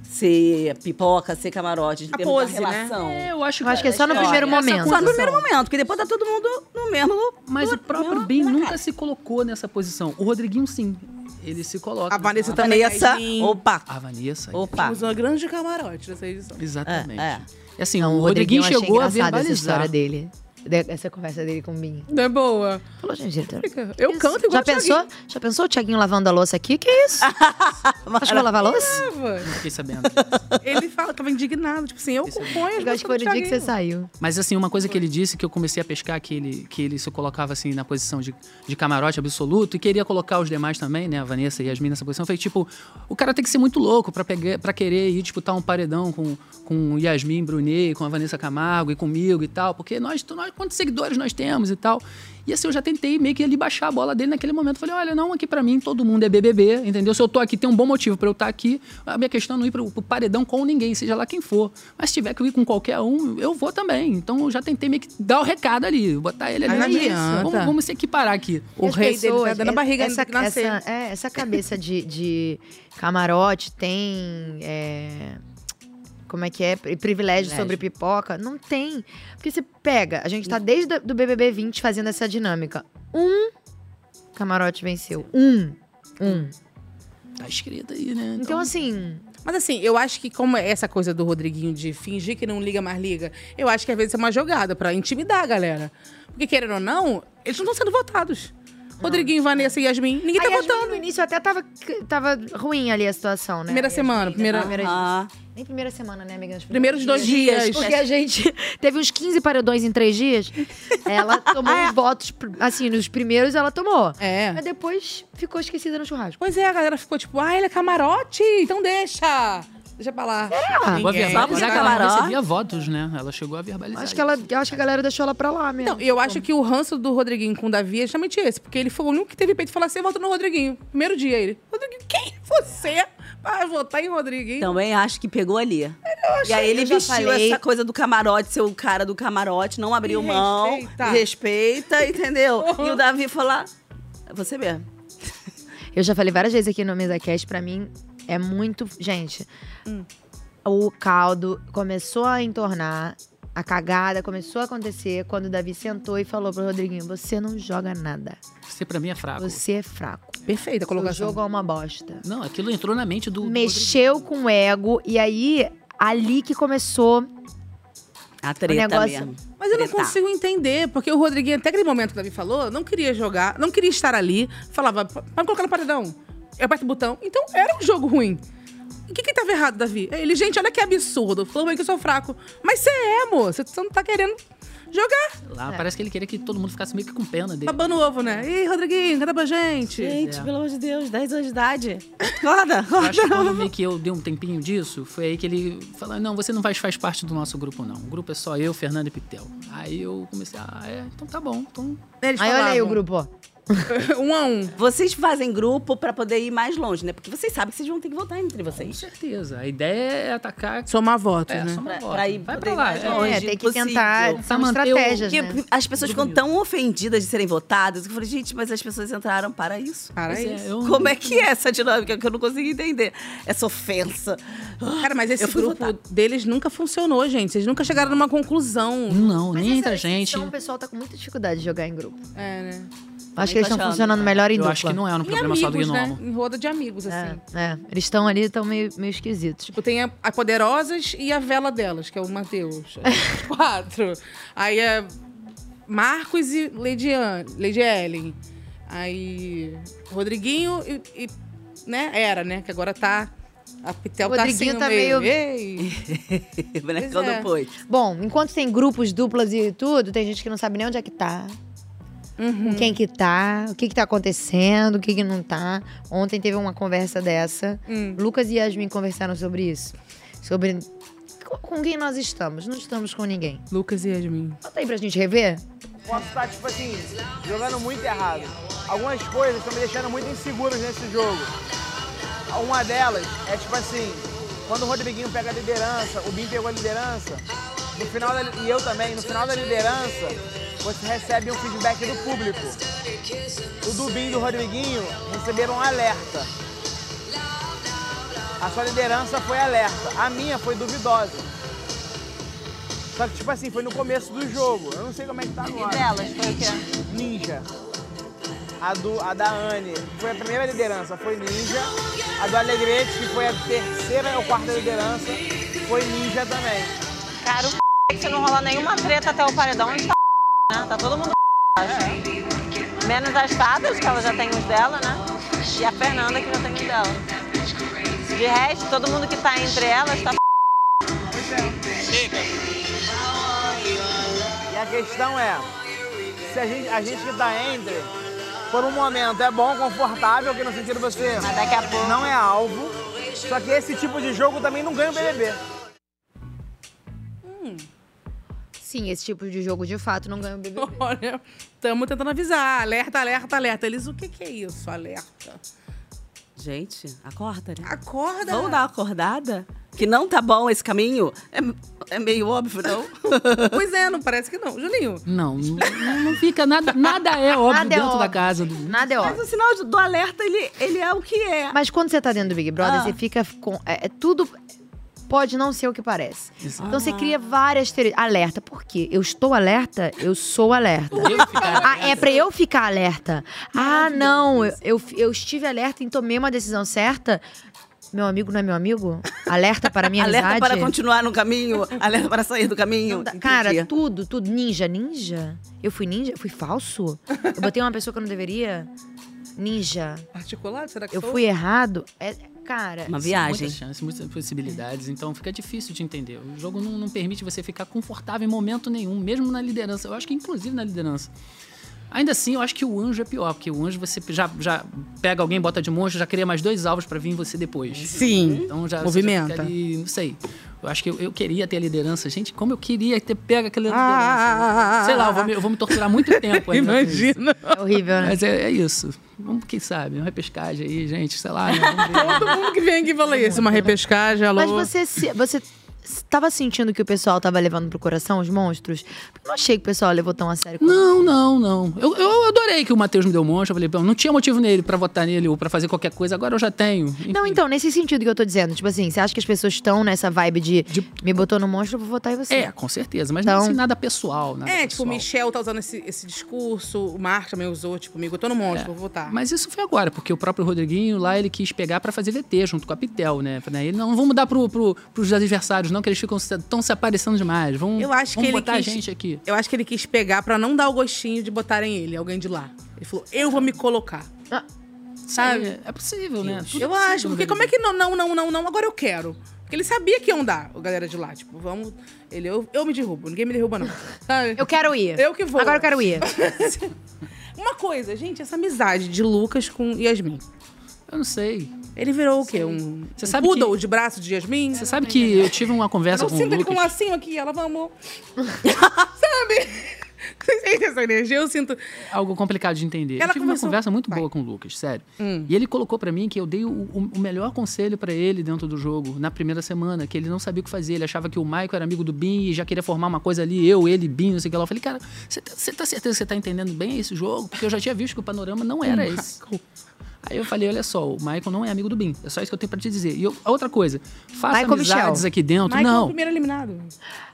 S4: Ser pipoca, ser camarote, de
S2: A
S4: termos
S2: pose,
S4: da
S2: né?
S4: relação?
S5: É, eu acho
S3: Eu acho que é só no primeiro
S5: essa
S3: momento. assim.
S4: Só no
S5: condição.
S4: primeiro momento, porque depois tá todo mundo no mesmo.
S5: Mas
S4: no-
S5: o próprio
S4: mesmo-
S5: Bin
S4: na
S5: nunca
S4: cara.
S5: se colocou nessa posição. O Rodriguinho, sim. Ele se coloca.
S2: A Vanessa
S5: Ah,
S2: também.
S4: Vanessa,
S2: Aisling.
S4: opa,
S5: A Vanessa.
S4: opa.
S2: Usou grande camarote nessa edição.
S5: Exatamente.
S4: É,
S5: E assim,
S3: Não,
S5: o Rodriguinho,
S3: eu achei
S5: chegou a
S3: engraçada essa
S5: verbalizar.
S3: história dele. de- Essa conversa dele com o Binho.
S2: Não é boa.
S3: Falou, gente, eu-
S2: Eu canto igual
S3: já
S2: o Thiaguinho.
S3: pensou? Já pensou o Thiaguinho lavando a louça aqui? Que isso? Acho que eu vou lavar a louça?
S5: Não fiquei sabendo.
S2: Ele fala, tava indignado. Tipo assim, eu componho. as
S3: Eu acho que foi no
S2: músicas do
S3: dia que você
S2: Thiaguinho.
S3: saiu.
S5: Mas assim, uma coisa que ele disse que eu comecei a pescar, que ele, que ele se colocava assim na posição de, de camarote absoluto e queria colocar os demais também, né? A Vanessa e as Yasmin nessa posição. Foi tipo, o cara tem que ser muito louco pra, pegar, pra querer ir disputar um paredão com, com Yasmin Brunet, com a Vanessa Camargo e comigo e tal. Porque nós, nós, quantos seguidores nós temos e tal. E assim, eu já tentei meio que ali baixar a bola dele naquele momento. Falei, olha, não, aqui pra mim todo mundo é BBB, entendeu? Se eu tô aqui, tem um bom motivo pra eu estar aqui. A minha questão é não ir pro, pro paredão com ninguém, seja lá quem for. Mas se tiver que eu ir com qualquer um, eu vou também. Então eu já tentei meio que dar o recado ali, botar ele ali. É
S2: Mas não
S5: Isso,
S2: adianta.
S5: Vamos, vamos se equiparar aqui.
S2: O
S3: As
S2: rei dele tá
S3: pessoas,
S2: dando a barriga
S3: essa,
S2: ainda que nascer.
S3: essa, é, essa cabeça de, de camarote tem. é, como é que é? Pri- Privilégio sobre pipoca? Não tem. Porque você pega, a gente tá desde o BBB 20 fazendo essa dinâmica. Um camarote venceu. Um. Um.
S5: Tá escrito aí, né? Então,
S3: Então, assim.
S2: Mas assim, eu acho que como é essa coisa do Rodriguinho de fingir que não liga mais liga, eu acho que às vezes é uma jogada pra intimidar a galera. Porque querendo ou não, eles não estão sendo votados. Rodriguinho, Vanessa e Yasmin, ninguém
S3: aí,
S2: tá
S3: às vezes,
S2: votando.
S3: No início até tava, tava ruim ali a situação, né?
S2: Primeira
S3: Yasmin,
S2: semana,
S3: né?
S2: primeira- Ah.
S4: Aham.
S3: Nem primeira semana, né, amiga? Os
S2: Primeiros dois dias.
S3: Porque a gente teve uns 15 paredões em três dias. Ela tomou os votos, pr- assim, nos primeiros ela tomou.
S2: É.
S3: Mas depois ficou esquecida no churrasco.
S2: Pois é, a galera ficou tipo, ah, ele é camarote, então deixa. Deixa pra lá.
S3: É, Ah,
S5: chegou a
S2: Ninguém.
S5: verbalizar
S4: Vamos
S5: é que
S4: já
S5: ela não
S4: camarote.
S5: recebia votos, né? Ela chegou a verbalizar.
S3: Acho que, ela, eu acho que a galera deixou ela pra lá mesmo.
S2: Não, e eu acho que o ranço do Rodriguinho com o Davi é justamente esse, porque ele foi o único que teve peito de falar assim: eu voto no Rodriguinho. Primeiro dia ele. Rodriguinho, quem é você vai votar em Rodriguinho?
S4: Também acho que pegou ali. e aí ele
S3: eu já
S4: vestiu
S3: falei.
S4: essa coisa do camarote, ser o cara do camarote, não abriu
S2: Me
S4: mão,
S2: respeita.
S4: me respeita, entendeu? e o Davi falar, você mesmo.
S3: Eu já falei várias vezes aqui no Mesa Cast, pra mim é muito. Gente,
S2: Hum.
S3: o caldo começou a entornar, a cagada começou a acontecer quando o Davi sentou e falou pro Rodriguinho: Você não joga nada.
S5: Você pra mim é fraco.
S3: Você é fraco.
S2: Perfeita a
S3: O
S2: colocação.
S3: jogo é uma bosta.
S5: Não, aquilo entrou na mente do. do
S3: Mexeu com o ego, e aí, ali que começou.
S4: A treta
S3: negócio-
S4: mesmo.
S2: Mas eu não
S4: Tretar.
S2: consigo entender, porque o Rodriguinho, até aquele momento que o Davi falou, não queria jogar, não queria estar ali. Falava, "P- vai me colocar no paredão. Eu aperto o botão. Então era um jogo ruim. E O que que tava errado, Davi? Ele, gente, olha que absurdo. Falou bem que eu sou fraco. Mas você é, amor. Você não tá querendo jogar.
S3: É.
S5: Rodrigo Lá, Parece que ele queria que todo mundo ficasse meio que com pena dele.
S2: Babando ovo, né? Ih, Rodriguinho, canta pra gente.
S4: Gente,
S5: É.
S4: pelo amor de Deus, 10 anos de idade. Acorda,
S5: Eu acho que
S4: acorda.
S5: quando meio que eu dei um tempinho disso, foi aí que ele falou: não, você não faz, faz parte do nosso grupo, não. O grupo é só eu, Fernando e Pitel. Aí eu comecei, ah, é, então tá bom. Então...
S2: Eles
S3: Aí olha aí o
S2: falavam.
S3: grupo, ó.
S2: um a um.
S4: Vocês fazem grupo pra poder ir mais longe, né? Porque vocês sabem que vocês vão ter que votar entre
S5: Com
S4: vocês.
S5: certeza. A ideia é atacar.
S2: Somar votos,
S5: É,
S2: né?
S5: soma
S4: Pra-
S5: voto.
S4: pra ir-
S5: Vai
S4: poder
S5: pra
S4: ir
S5: lá.
S4: mais
S5: É,
S4: longe.
S3: É, tem que
S4: possível.
S3: tentar.
S5: Pra
S3: São
S5: manter o-
S3: estratégias,
S4: Porque
S3: né?
S4: as pessoas ficam tão ofendidas de serem votadas. Eu falei, gente, mas as pessoas entraram para isso.
S2: Cara,
S5: Pois é,
S2: isso.
S5: eu-
S4: Como é que é essa dinâmica que eu não consigo entender? Essa ofensa.
S2: Cara, mas esse
S4: Ah, Eu fui
S2: grupo deles nunca funcionou, gente. Vocês nunca chegaram numa conclusão.
S5: Não,
S3: Mas
S5: nem
S3: essa
S5: entra gente.
S3: Então o pessoal tá com muita dificuldade de jogar em grupo.
S2: É, né?
S3: Acho que eles
S4: tô
S3: estão
S4: achando,
S3: funcionando melhor em
S5: Eu
S3: dupla.
S5: acho que não é um
S2: Em
S5: problema só do
S2: amigos, né?
S5: gnomo.
S2: Em roda de amigos, assim.
S3: É, é. eles estão ali, estão meio, meio esquisitos.
S2: Tipo, tem a, a Poderosas e a Vela delas, que é o Matheus. Quatro. Aí é Marcos e Lady, An, Lady Ellen. Aí, Rodriguinho e, e, né, era, né? Que agora tá. A Pitel
S3: O Rodriguinho
S2: tá,
S3: tá
S2: assim no meio.
S3: meio-
S2: Ei.
S4: Bonecão
S2: Pois é.
S4: do Poit.
S3: Bom, enquanto tem grupos, duplas e tudo, tem gente que não sabe nem onde é que tá.
S2: Uhum.
S3: Com quem que tá, o que que tá acontecendo, o que que não tá. Ontem teve uma conversa dessa.
S2: Hum.
S3: Lucas e Yasmin conversaram sobre isso. Sobre co- com quem nós estamos. Não estamos com ninguém.
S2: Lucas e Yasmin.
S3: Bota aí pra gente rever.
S9: Posso estar, tipo assim, jogando muito errado. Algumas coisas estão me deixando muito inseguros nesse jogo. Uma delas é, tipo assim, quando o Rodriguinho pega a liderança, o Bim pegou a liderança, no final da, li- e eu também, no final da liderança, você recebe um feedback do público. O do Bim e do Rodriguinho receberam um alerta. A sua liderança foi alerta, a minha foi duvidosa. Só que, tipo assim, foi no começo do jogo. Eu não sei como é que tá agora.
S4: Delas, foi o quê?
S9: Ninja. A, do, a da Anne foi a primeira liderança, foi Ninja. A do Alegrete, que foi a terceira ou quarta liderança, foi Ninja também.
S10: Cara, o que se não rolar nenhuma treta até o paredão, a gente tá, né? Tá todo mundo acho. Menos as fadas, que ela já tem os dela, né? E a Fernanda, que já tem os dela. De resto, todo mundo que tá entre elas tá
S9: E a questão é, se a gente, a gente que tá entre, por um momento é bom, confortável, que no sentido você
S10: Mas daqui a pouco-
S9: não é alvo. Só que esse tipo de jogo também não ganha o BBB.
S2: Hum.
S3: Sim, esse tipo de jogo de fato não ganha o BBB.
S2: Olha, estamos tentando avisar. Alerta, alerta, alerta. Eles, o que que é isso? Alerta.
S4: Gente, acorda, né?
S2: Acorda.
S4: Vamos dar uma acordada? Que não tá bom esse caminho? É, é meio óbvio, não?
S2: Pois é, não parece que não. Julinho,
S5: Não, não, não fica. Nada, nada é óbvio
S3: Nada é
S5: dentro da
S3: óbvio.
S5: casa. Do...
S3: Nada é óbvio.
S4: Mas o sinal do- do alerta, ele, ele é o que é.
S3: Mas quando você tá dentro do Big Brother,
S4: Ah.
S3: você fica com. É, é tudo. Pode não ser o que parece. Então
S5: Ah.
S3: você cria várias teorias. Alerta, por quê? Eu estou alerta, eu sou alerta.
S5: Eu ficar
S3: Ah, é pra eu ficar alerta. Ah, não, eu, eu, eu estive alerta e tomei uma decisão certa. Meu amigo não é meu amigo? Alerta para minha
S4: alerta
S3: amizade?
S4: para continuar no caminho, alerta para sair do caminho.
S3: Da- Cara,
S4: Entendi.
S3: tudo, tudo. Ninja, ninja? Eu fui ninja? Eu fui falso? Eu botei uma pessoa que eu não deveria? Ninja.
S2: articulado, será que
S3: Eu
S2: sou?
S3: fui errado? É, cara,
S4: uma viagem.
S5: Muitas chances, muitas possibilidades, então fica difícil de entender. O jogo não, não permite você ficar confortável em momento nenhum, mesmo na liderança. Eu acho que inclusive na liderança. Ainda assim, eu acho que o anjo é pior, porque o anjo você já, já pega alguém, bota de monstro, já cria mais dois alvos pra vir em você depois.
S2: Sim.
S5: Então já você já
S2: Movimenta.
S5: fica ali, não sei. Eu acho que eu, eu queria ter a liderança. Gente, como eu queria ter pego aquela
S2: Ah,
S5: liderança. Sei lá, eu vou, me, eu vou me torturar muito tempo ainda. com isso.
S2: Imagina.
S3: é horrível, né?
S5: Mas é, é isso. Vamos, quem sabe, uma repescagem aí, gente, sei lá. Né? Vamos ver.
S2: Todo mundo que vem aqui fala isso. Uma repescagem, alô.
S3: Mas você, se- você tava sentindo que o pessoal tava levando pro coração os monstros? Porque eu não achei que o pessoal levou tão a sério. quanto-
S5: Não, não, não. Eu, eu adorei que o Matheus me deu um monte. Eu falei, bom, não tinha motivo nele pra votar nele ou pra fazer qualquer coisa, agora eu já tenho.
S3: Não, então, nesse sentido que eu tô dizendo. Tipo assim, você acha que as pessoas estão nessa vibe de, me botou no monstro, eu vou votar em você?
S5: É, com certeza, mas
S3: Então-
S5: não assim, nada pessoal, nada
S2: É, tipo, o
S5: pessoal.
S2: Michel tá usando esse, esse discurso, o Mark também usou, tipo, comigo, eu tô no monstro, vou votar.
S5: É. Mas isso foi agora, porque o próprio Rodriguinho lá ele quis pegar pra fazer VT junto com a Pitel, né? Falei, Ele não, não vamos dar pro, pro, pros adversários, não, que eles ficam tão se aparecendo demais. Vamos,
S2: Eu acho que
S5: vamos
S2: ele
S5: botar
S2: quis-
S5: a gente aqui.
S2: Eu acho que ele quis pegar pra não dar o gostinho de botarem ele, alguém de lá. Ele falou, eu vou me colocar.
S5: Ah, Sabe? É possível, né? Tudo
S2: Eu
S5: possível,
S2: acho, porque
S5: Rodriguinho.
S2: como é que não, não, não, não, não, agora eu quero? Porque ele sabia que iam dar, o galera de lá. Tipo, vamos. Ele, eu, eu me derrubo, ninguém me derruba, não. Sabe?
S3: Eu quero ir.
S2: Eu que vou.
S3: Agora eu quero ir.
S2: Uma coisa, gente, essa amizade de Lucas com Yasmin.
S5: Eu não sei.
S2: Ele virou o quê? Um,
S5: Você
S2: um
S5: sabe
S2: poodle
S5: que-
S2: de braço de Yasmin?
S5: Você sabe que eu tive uma conversa
S2: Eu
S5: com o
S2: sinto ele com um
S5: Lucas.
S2: lacinho aqui, ela, vamos. Sabe? Você sente essa energia? Eu sinto.
S5: algo complicado de entender.
S2: Ela
S5: eu tive
S2: conversou-
S5: uma conversa muito
S2: Vai. Hum.
S5: boa com o Lucas, sério. E ele colocou pra mim que eu dei o, o- o melhor conselho pra ele dentro do jogo, na primeira semana, que ele não sabia o que fazer. Ele achava que o Michael era amigo do Bin e já queria formar uma coisa ali, eu, ele, Bin, não sei o que lá. Eu falei, cara, você tá, você tá certeza que você tá entendendo bem esse jogo? Porque eu já tinha visto que o panorama não era esse. Aí eu falei, olha só, o Michael não é amigo do Bin. É só isso que eu tenho pra te dizer. E eu- a outra coisa, faça
S3: Michael
S5: amizades
S3: Michel.
S5: aqui dentro.
S2: Michael é o
S5: não,
S2: primeiro eliminado.
S5: Michael.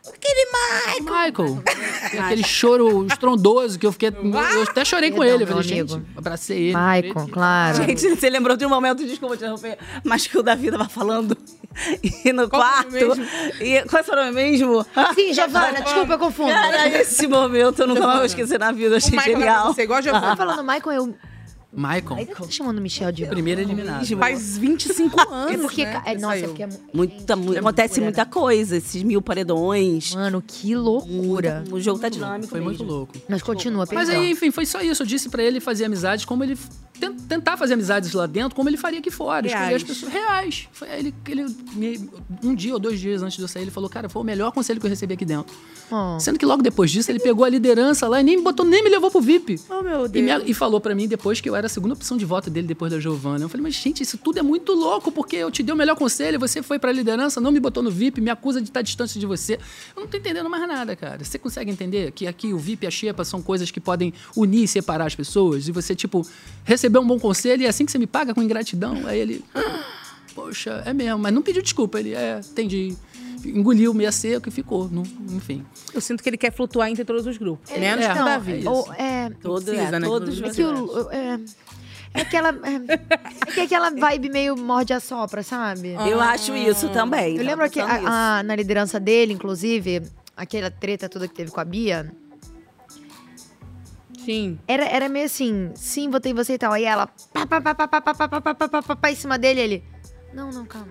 S5: Tem É aquele choro estrondoso que eu fiquei. Eu até chorei com
S3: Perdão,
S5: ele. Eu
S3: meu
S5: falei, gente,
S3: amigo.
S5: abracei ele.
S3: Michael, claro.
S4: Gente, você lembrou de um momento, desculpa te interromper, mas que o Davi tava falando e no
S2: Qual foi
S4: quarto.
S2: mesmo?
S4: E qual foi o nome mesmo?
S3: Sim, Giovana, desculpa, eu confundo.
S4: Cara, esse momento eu nunca mais vou esquecer na vida, eu
S2: O
S4: achei
S2: Michael vai pra
S4: genial. Ah.
S2: você, igual a Giovana.
S3: Falando Michael, eu
S5: Michael.
S3: Tá chamando Michel de
S5: Primeiro
S4: Ah,
S5: eliminado.
S2: Faz 25 anos.
S3: É porque.
S2: né,
S3: ca- é,
S2: que
S3: nossa, é
S2: saiu.
S3: porque é mu-
S4: Muita, mu-
S3: é
S4: acontece
S3: loucura,
S4: muita
S3: né?
S4: coisa, esses mil paredões.
S3: Mano, que loucura.
S4: O jogo tá dinâmico.
S5: Foi muito
S4: mesmo.
S5: louco.
S3: Mas continua,
S5: Mas
S3: perdão.
S5: aí, enfim, foi só isso. Eu disse pra ele fazer amizades como ele. ten- Tentar fazer amizades lá dentro, como ele faria aqui fora. Escolher as
S2: Reais.
S5: pessoas reais. Foi aí ele, ele me- um dia ou dois dias antes de eu sair, ele falou: Cara, foi o melhor conselho que eu recebi aqui dentro.
S2: Ah.
S3: Oh.
S5: Sendo que logo depois disso, ele pegou a liderança lá e nem me botou, nem me levou pro VIP.
S2: Oh, meu
S5: E,
S2: Deus.
S5: me- e falou pra mim depois que eu era a segunda opção de voto dele depois da Giovana. Eu falei, mas gente, isso tudo é muito louco, porque eu te dei o melhor conselho, você foi pra liderança, não me botou no VIP, me acusa de estar distante de você. Eu não tô entendendo mais nada, cara. Você consegue entender que aqui o VIP e a Xepa são coisas que podem unir e separar as pessoas? E você, tipo, recebeu um bom conselho e é assim que você me paga com ingratidão? Aí ele. "Ah, Poxa, é mesmo, mas não pediu desculpa. Ele, é, entendi. Engoliu meia seco e ficou. Não, enfim.
S2: Eu sinto que ele quer flutuar entre todos os grupos. Menos
S5: é,
S2: que o Davi.
S5: isso.
S3: Ou, é,
S4: Todo,
S2: Precisa,
S4: é,
S2: né,
S4: todos
S2: que
S3: é que o- é, é aquela. É, é que é aquela vibe meio morde a sopra, sabe?
S4: Eu
S2: Ah.
S4: acho isso também.
S3: Eu
S4: tava
S3: lembro que
S4: pensando nisso.
S3: a- a- na liderança dele, inclusive, aquela treta toda que teve com a Bia,
S2: Sim.
S3: era, era meio assim, sim, votei em você e tal. Aí ela, pá, pá, pá, pá, pá, pá, pá, pá, pá, pá, pá, pá, pá, em cima dele, ele, não, não, calma.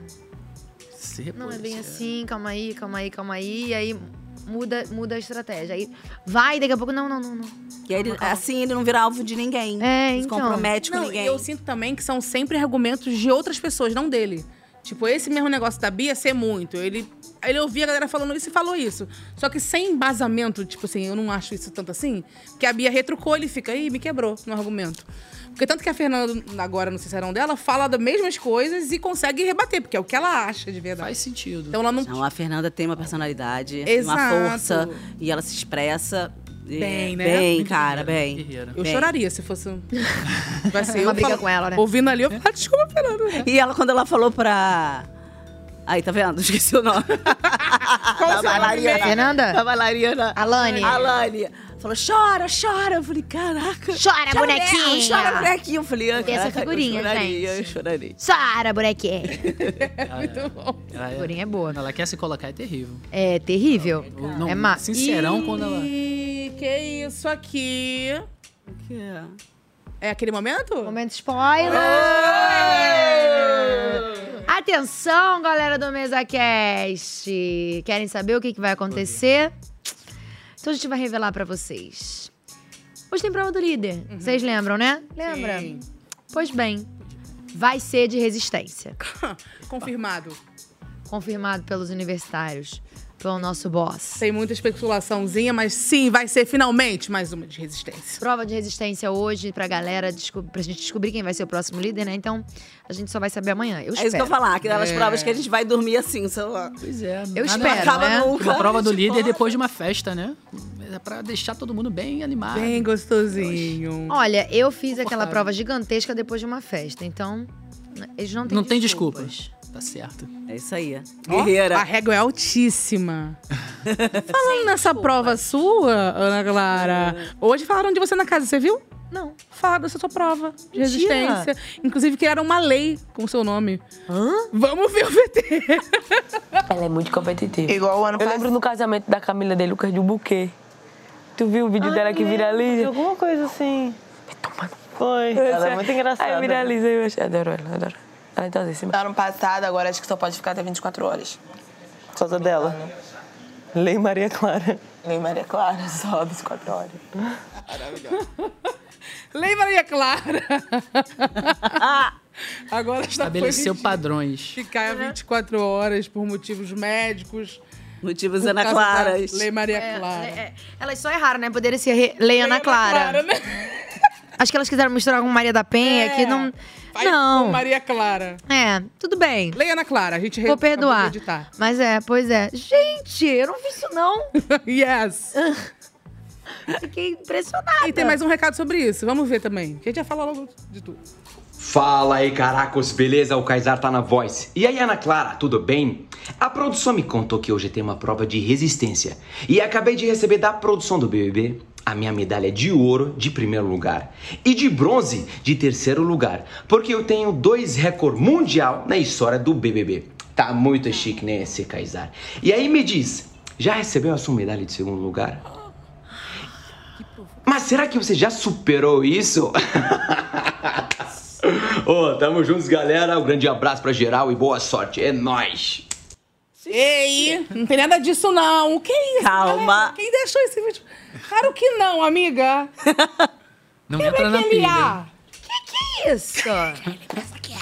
S3: Não, é bem assim, calma aí, calma aí, calma aí. E aí muda, muda a estratégia. Aí vai, daqui a pouco, não, não, não, Ah, não.
S4: E aí ele- assim ele não vira alvo de ninguém.
S3: É,
S4: não se
S3: então.
S4: compromete com
S2: Não, e
S4: ninguém.
S2: eu sinto também que são sempre argumentos de outras pessoas, não dele. Tipo, esse mesmo negócio da Bia ser muito. Ele, ele ouvia a galera falando isso e falou isso. Só que sem embasamento, tipo assim, eu não acho isso tanto assim. Porque a Bia retrucou, ele fica, ih, me quebrou no argumento. Porque tanto que a Fernanda, agora no Sincerão dela, fala das mesmas coisas e consegue rebater, porque é o que ela acha de verdade.
S5: Faz sentido.
S2: Então ela não.
S4: Não, a Fernanda tem uma personalidade, uma
S2: Exato.
S4: força. E ela se expressa. é,
S2: Bem, né?
S4: Bem, cara, bem.
S5: Guerreira.
S2: Eu
S4: Bem.
S2: choraria se fosse. um- Vai ser
S3: Uma
S2: eu
S3: briga
S2: falo-
S3: com ela, né?
S2: Ouvindo ali, eu falo, desculpa, Fernanda.
S4: E ela, quando ela falou pra. Aí, tá vendo? Esqueci o nome.
S2: Qual o seu nome mesmo?
S4: Ah, Da
S3: Fernanda?
S4: bailarina.
S3: Alane.
S4: Alane. Falou, chora, chora. Eu falei, caraca.
S3: Chora, bonequinha.
S4: mesmo, Chora, bonequinho. Eu falei, ah,
S3: Tem essa
S4: caraca,
S3: figurinha,
S4: eu choraria,
S3: gente.
S4: Eu choraria.
S3: Sara, bonequinha.
S2: Muito bom.
S5: Ela
S3: A
S5: Ah, é-
S3: figurinha é boa.
S5: Ela quer se colocar, é terrível.
S3: É terrível.
S5: Ou Não,
S3: é má.
S5: Sincerão quando ela.
S2: Ih, que isso aqui? É aquele momento?
S3: Momento spoiler! Atenção, galera do MesaCast! Querem saber o que, que vai acontecer? Então a gente vai revelar pra vocês. Hoje tem prova do líder.
S5: Uhum.
S3: Vocês lembram, né? Lembra?
S2: Sim.
S3: Pois bem, vai ser de resistência.
S2: Confirmado.
S3: Confirmado pelos universitários, pelo nosso boss.
S2: Sem muita especulaçãozinha, mas sim, vai ser finalmente mais uma de resistência.
S3: prova de resistência hoje pra galera, desco- pra gente descobrir quem vai ser o próximo líder, né? Então, a gente só vai saber amanhã. Eu
S4: É isso que eu
S3: espero.
S4: vou falar, que daquelas provas que a gente vai dormir assim, o celular.
S5: Pois é. nada-
S3: Eu espero,
S4: acaba
S3: né?
S4: nunca. Tipo,
S5: Uma prova do líder depois de uma festa, né? É pra deixar todo mundo bem
S3: Ah.
S5: animado.
S2: Bem gostosinho.
S3: Olha, eu fiz aquela prova gigantesca depois de uma festa, então eles não têm
S5: Não tem
S3: desculpas.
S5: desculpas. Tá certo.
S4: É isso aí.
S2: Ó,
S4: Guerreira.
S2: A régua é altíssima. Falando nessa prova sua, Ana Clara, hoje falaram de você na casa, você viu?
S3: Não.
S2: Falaram dessa sua prova de
S3: Mentira.
S2: resistência. Inclusive, criaram uma lei com o seu nome. Vamos ver o VT.
S8: Ela é muito competitiva. Igual o ano Eu lembro no casamento da Camila de Lucas de um buquê. Tu viu o vídeo dela que viraliza? Alguma coisa assim. Foi. Ela é muito engraçada. Aí viraliza eu achei. Adoro ela, adoro. Ela é tão Ano passado, agora acho que só pode ficar até 24 horas. Por causa dela. Lei Maria Clara. Lei Maria Clara, só 24 horas.
S2: Lei Maria Clara.
S3: Ah.
S2: Agora está
S5: Estabeleceu padrões.
S2: Ficar
S3: Uhum.
S2: 24 horas por motivos médicos.
S4: Motivos
S2: por
S4: Ana
S2: causa da
S4: Claras.
S2: Lei Maria Clara.
S3: É, é, elas só erraram, né? Poderia ser re- Lei Ana Clara.
S2: né?
S3: Acho que elas quiseram misturar com Maria da Penha, que não.
S2: É. Vai com
S3: não.
S2: Maria Clara.
S3: É, tudo bem.
S2: Lei Ana Clara, a gente re-
S3: Vou perdoar.
S2: acabou de editar.
S3: Mas é, pois é. Gente, eu não vi isso, não.
S2: yes.
S3: Fiquei impressionada.
S2: E tem mais um recado sobre isso. Vamos ver também. Que a gente já fala logo de tudo.
S11: Fala aí, caracos, beleza? O Kaysar tá na voz. E aí, Ana Clara, tudo bem? A produção me contou que hoje tem uma prova de resistência. E acabei de receber da produção do BBB a minha medalha de ouro de primeiro lugar e de bronze de terceiro lugar, porque eu tenho dois recordes mundial na história do BBB. Tá muito chique, né, esse Kaysar? E aí, me diz, já recebeu a sua medalha de segundo lugar? Mas será que você já superou isso? Ô, tamo juntos, galera. Um grande abraço pra geral e boa sorte. É nóis.
S2: Ei, não tem nada disso, não. Que isso? Calma. Quem deixou esse vídeo? Claro que não, amiga.
S5: Não
S2: Quebra
S5: entra na
S2: aquele
S5: pilha.
S2: ar.
S3: Que isso? que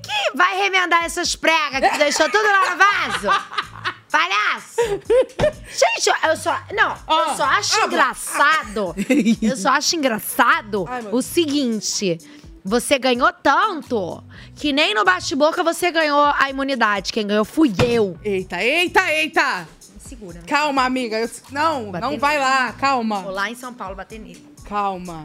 S3: que vai remendar essas pregas que tu deixou tudo lá no vaso? Palhaço! Gente, eu- eu só. Não,
S2: Ah,
S3: eu só acho engraçado. Eu só acho engraçado o seguinte. Você ganhou tanto que nem no bate-boca você ganhou a imunidade. Quem ganhou fui eu.
S2: Eita, eita, eita!
S3: Segura, né?
S2: Calma, amiga. Eu- Não, não
S3: nele.
S2: vai lá. Calma.
S3: Vou lá em São Paulo bater nele.
S2: Calma.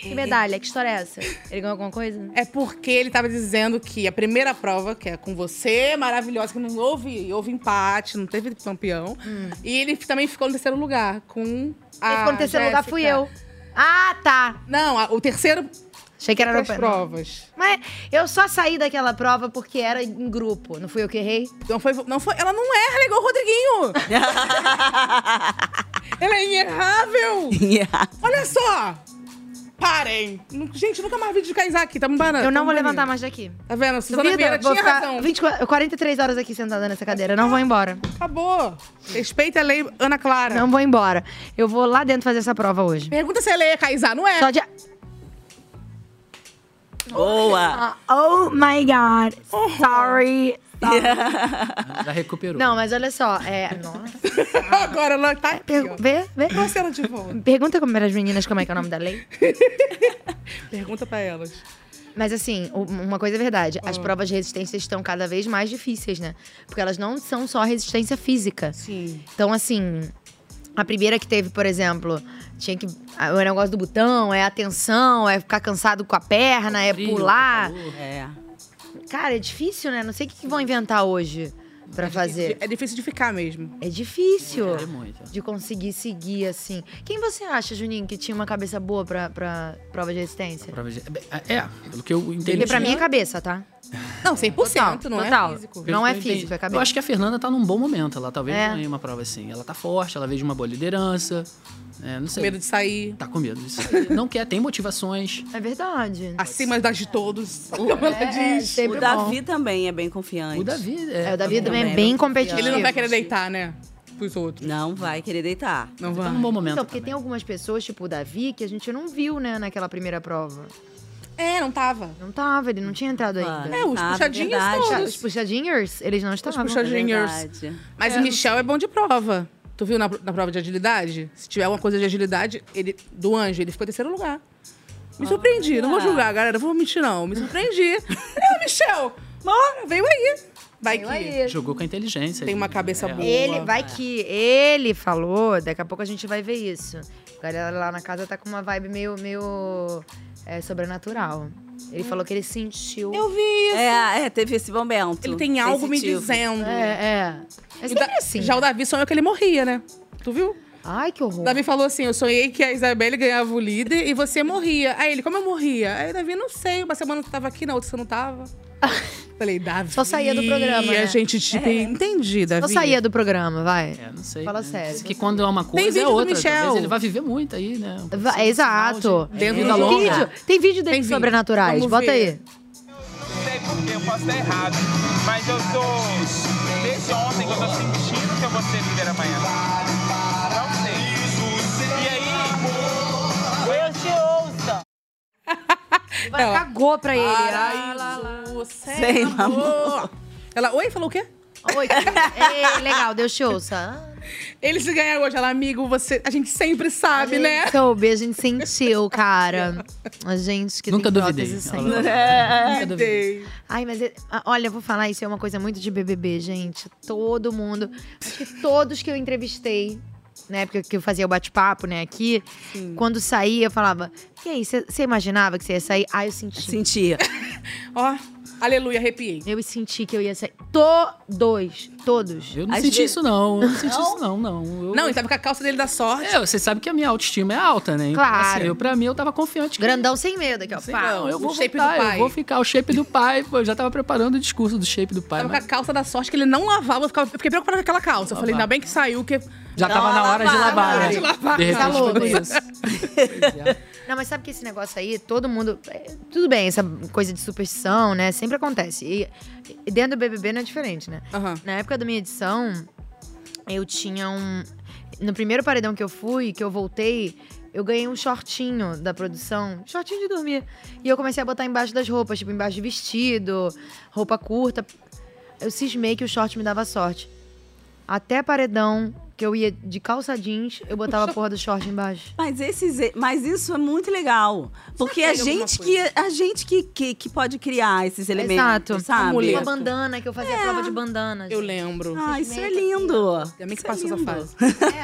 S3: Que medalha? Que história é essa? Ele ganhou alguma coisa?
S2: É porque ele tava dizendo que a primeira prova, que é com você, maravilhosa, que não houve, houve empate, não teve campeão. E ele também ficou no terceiro lugar, com a.
S3: Quem Hum. ficou no terceiro lugar fui eu.
S2: Ah, Jéssica.
S3: Ah, tá.
S2: Não, a- o terceiro.
S3: Achei que era
S2: das
S3: no-
S2: provas.
S3: Mas eu só saí daquela prova porque era em grupo. Não fui eu que errei?
S2: Não foi. Não foi ela não erra, ela é igual o Rodriguinho! ela é inerrável! Olha só! Parem! Nu- Gente, nunca mais vídeo de Kaysar aqui, tá me banando.
S3: Eu não
S2: tamo
S3: vou
S2: banindo.
S3: levantar mais daqui.
S2: Tá vendo? Suzana
S3: Duvida?
S2: Vieira
S3: vou
S2: tinha
S3: ficar
S2: razão.
S3: 24, 43 horas aqui sentada nessa cadeira. Não vou embora.
S2: Acabou. Respeita a lei, Ana Clara.
S3: Não vou embora. Eu vou lá dentro fazer essa prova hoje.
S2: Pergunta se ela é Kaysar, não é?
S3: Só de... Ah,
S4: Boa!
S3: oh my God. Sorry.
S5: Já recuperou.
S3: Não, mas olha só. É... Nossa.
S2: Agora ela tá aqui,
S3: Pergu-
S2: ó.
S3: Vê, vê.
S2: Trouxe ela de volta.
S3: Pergunta como eram as meninas, como é que é o nome da lei.
S2: Pergunta pra elas. Ah.
S3: Mas assim, u- uma coisa é verdade. As provas de resistência estão cada vez mais difíceis, né? Porque elas não são só resistência física.
S2: Sim.
S3: Então, assim, a primeira que teve, por exemplo, tinha que. ah, O negócio do botão é atenção, é ficar cansado com a perna, é
S5: Frio,
S3: pular.
S2: tá
S5: calor.
S4: É.
S3: Cara, é difícil, né? Não sei o que, que vão inventar hoje pra fazer.
S2: É difícil de ficar mesmo.
S3: É difícil
S5: É muito.
S3: de conseguir seguir, assim. Quem você acha, Juninho, que tinha uma cabeça boa pra, pra prova de resistência?
S5: Prova de- É, é, pelo que eu entendi.
S3: Porque pra mim é cabeça, tá?
S2: Não, 100%, não
S3: total.
S2: é físico.
S5: Pelo
S3: Não
S5: que
S3: é
S5: eu entendi.
S3: físico, é cabeça.
S5: Eu acho que a Fernanda tá num bom momento. Ela talvez
S3: É.
S5: ganhe uma prova assim. Ela tá forte, ela veio de uma boa liderança. É, não
S2: Com
S5: sei.
S2: medo de sair
S5: Tá com medo disso. aí. não quer, tem motivações.
S3: É verdade.
S2: acima das de todos, como ela diz.
S3: sempre
S4: O
S3: bom.
S4: Davi também é bem confiante.
S5: O Davi.
S3: É, o Davi
S5: tá
S3: também é
S4: Também é
S3: bem
S4: muito
S3: competitivo.
S2: Ele não vai querer deitar, né? Pros outros.
S4: Não vai querer deitar.
S2: Não
S5: num- Tá
S2: vai.
S5: num bom momento.
S3: Então, porque tem
S5: também.
S3: algumas pessoas, tipo o Davi, que a gente não viu, né, naquela primeira prova.
S2: É, não tava.
S3: Não tava, ele não tinha entrado ainda.
S2: É, os
S4: Ah,
S2: puxadinhos
S4: verdade.
S2: todos.
S3: Os puxadinhos, eles não estavam.
S2: puxadinhos.
S4: Verdade.
S2: Mas o Michel é bom de prova. Tu viu na, na prova de agilidade? Se tiver alguma coisa de agilidade, ele, do anjo, ele ficou em terceiro lugar. Me surpreendi, não vou julgar, galera. Não vou mentir, não. Me surpreendi. Não, Michel! Uma hora, veio aí. Vai que
S5: Jogou com a inteligência.
S2: tem uma cabeça
S5: É.
S2: boa.
S3: Ele, vai que ele falou, daqui a pouco a gente vai ver isso. A galera lá na casa tá com uma vibe meio, meio é, sobrenatural. Ele falou que ele sentiu.
S2: Hum. Eu vi.
S4: É, é, teve esse momento.
S2: Ele tem algo me
S4: sensitivo.
S2: dizendo.
S3: É, é. É
S2: E
S3: sempre
S2: da-
S3: assim.
S2: Já o Davi sonhou que ele morria, né? Tu viu?
S3: Ai, que horror.
S2: O Davi falou assim: eu sonhei que a Isabelle ganhava o líder e você morria. Aí ele, como eu morria? Aí o Davi, não sei, uma semana tu tava aqui, na outra você não tava. Falei, Davi.
S3: Só saía do programa,
S2: E
S3: né?
S2: a gente, tipo, entendi, Davi.
S3: Só saía do programa, vai.
S5: É, não sei.
S3: Fala
S5: né?
S3: sério.
S5: Diz que quando é uma
S2: Tem
S5: coisa
S2: vídeo
S5: é
S2: do
S5: outra.
S2: Michel.
S5: Talvez ele vai viver muito aí, né?
S3: Va-
S5: Sinal
S3: Exato.
S5: de-
S2: Dentro
S5: Vida
S2: do
S3: Tem
S5: longa.
S3: vídeo, tem vídeo
S2: né? Tem
S3: dele
S2: vídeo.
S3: sobrenaturais.
S2: Vamos
S3: Bota
S2: ver.
S3: aí.
S9: Não sei porquê, eu posso estar errado, mas eu tô. Desde ontem que eu tô sentindo que eu vou ser líder amanhã. Não sei. E aí. Eu te ouço.
S2: Não.
S3: Cagou pra ele.
S2: Para isso, sem amor. Ela, oi, falou o quê?
S3: Oi, Ei, legal, deu show, sabe?
S2: Ele se ganhar hoje. Ela, amigo, você. A gente sempre sabe, né?
S3: Soube, a gente sentiu, cara. A gente que
S5: Nunca
S3: tem
S5: duvidei. né?
S3: prótese
S5: Ela-
S3: sente.
S5: Nunca duvidei.
S2: Dei.
S3: Ai, mas é- ah, olha, eu vou falar, isso é uma coisa muito de BBB, gente. Todo mundo, acho que todos que eu entrevistei, na época que eu fazia o bate-papo, né, aqui, quando saía, eu falava, e aí, você imaginava que você ia sair? Ah, eu senti.
S4: Sentia.
S2: Ó, aleluia, arrepiei.
S3: Eu senti que eu ia sair. Todos, todos.
S5: Eu não
S4: Às
S5: senti
S4: vezes-
S5: isso, não. Eu não senti isso, não, não. então, Eu-
S2: Não, ele tava com a calça dele da sorte.
S5: É, você sabe que a minha autoestima é alta, né? Então,
S3: Claro.
S5: assim, eu, pra mim, eu tava confiante. que-
S3: Grandão sem medo aqui, ó.
S5: Sei
S3: Pá.
S5: não, eu
S2: o
S5: vou
S2: shape do
S5: voltar,
S2: pai.
S5: eu vou ficar. O shape do pai, pô, eu já tava preparando o discurso do shape do pai. né?
S2: Tava com
S5: mas
S2: a calça da sorte que ele não lavava. Eu, ficava- eu fiquei preocupada com aquela calça. Eu falei, ainda bem que saiu, que.
S5: Já tava na hora de
S2: lavar,
S5: lavar.
S2: na hora
S5: né?
S2: de lavar.
S5: De repente
S3: Tá louco.
S5: foi isso. Pois é.
S3: Não, mas sabe que esse negócio aí, todo mundo. é, Tudo bem, essa coisa de superstição, né? Sempre acontece. E, e dentro do BBB não é diferente, né? Na época da minha edição, eu tinha um. No primeiro paredão que eu fui, que eu voltei, eu ganhei um shortinho da produção. Shortinho de dormir. E eu comecei a botar embaixo das roupas, tipo, embaixo de vestido, roupa curta. Eu cismei que o short me dava sorte. Até paredão, que eu ia de calça jeans, eu botava a porra do short embaixo.
S4: Mas, esses, mas isso é muito legal. Porque a
S3: pega alguma
S4: gente, que, a gente que, que, que pode criar esses elementos,
S3: Exato.
S4: sabe?
S3: Uma bandana, que eu
S5: É.
S3: fazia prova de bandana. Eu
S2: lembro.
S4: Ah, isso é lindo.
S2: Ainda bem que passou essa fase.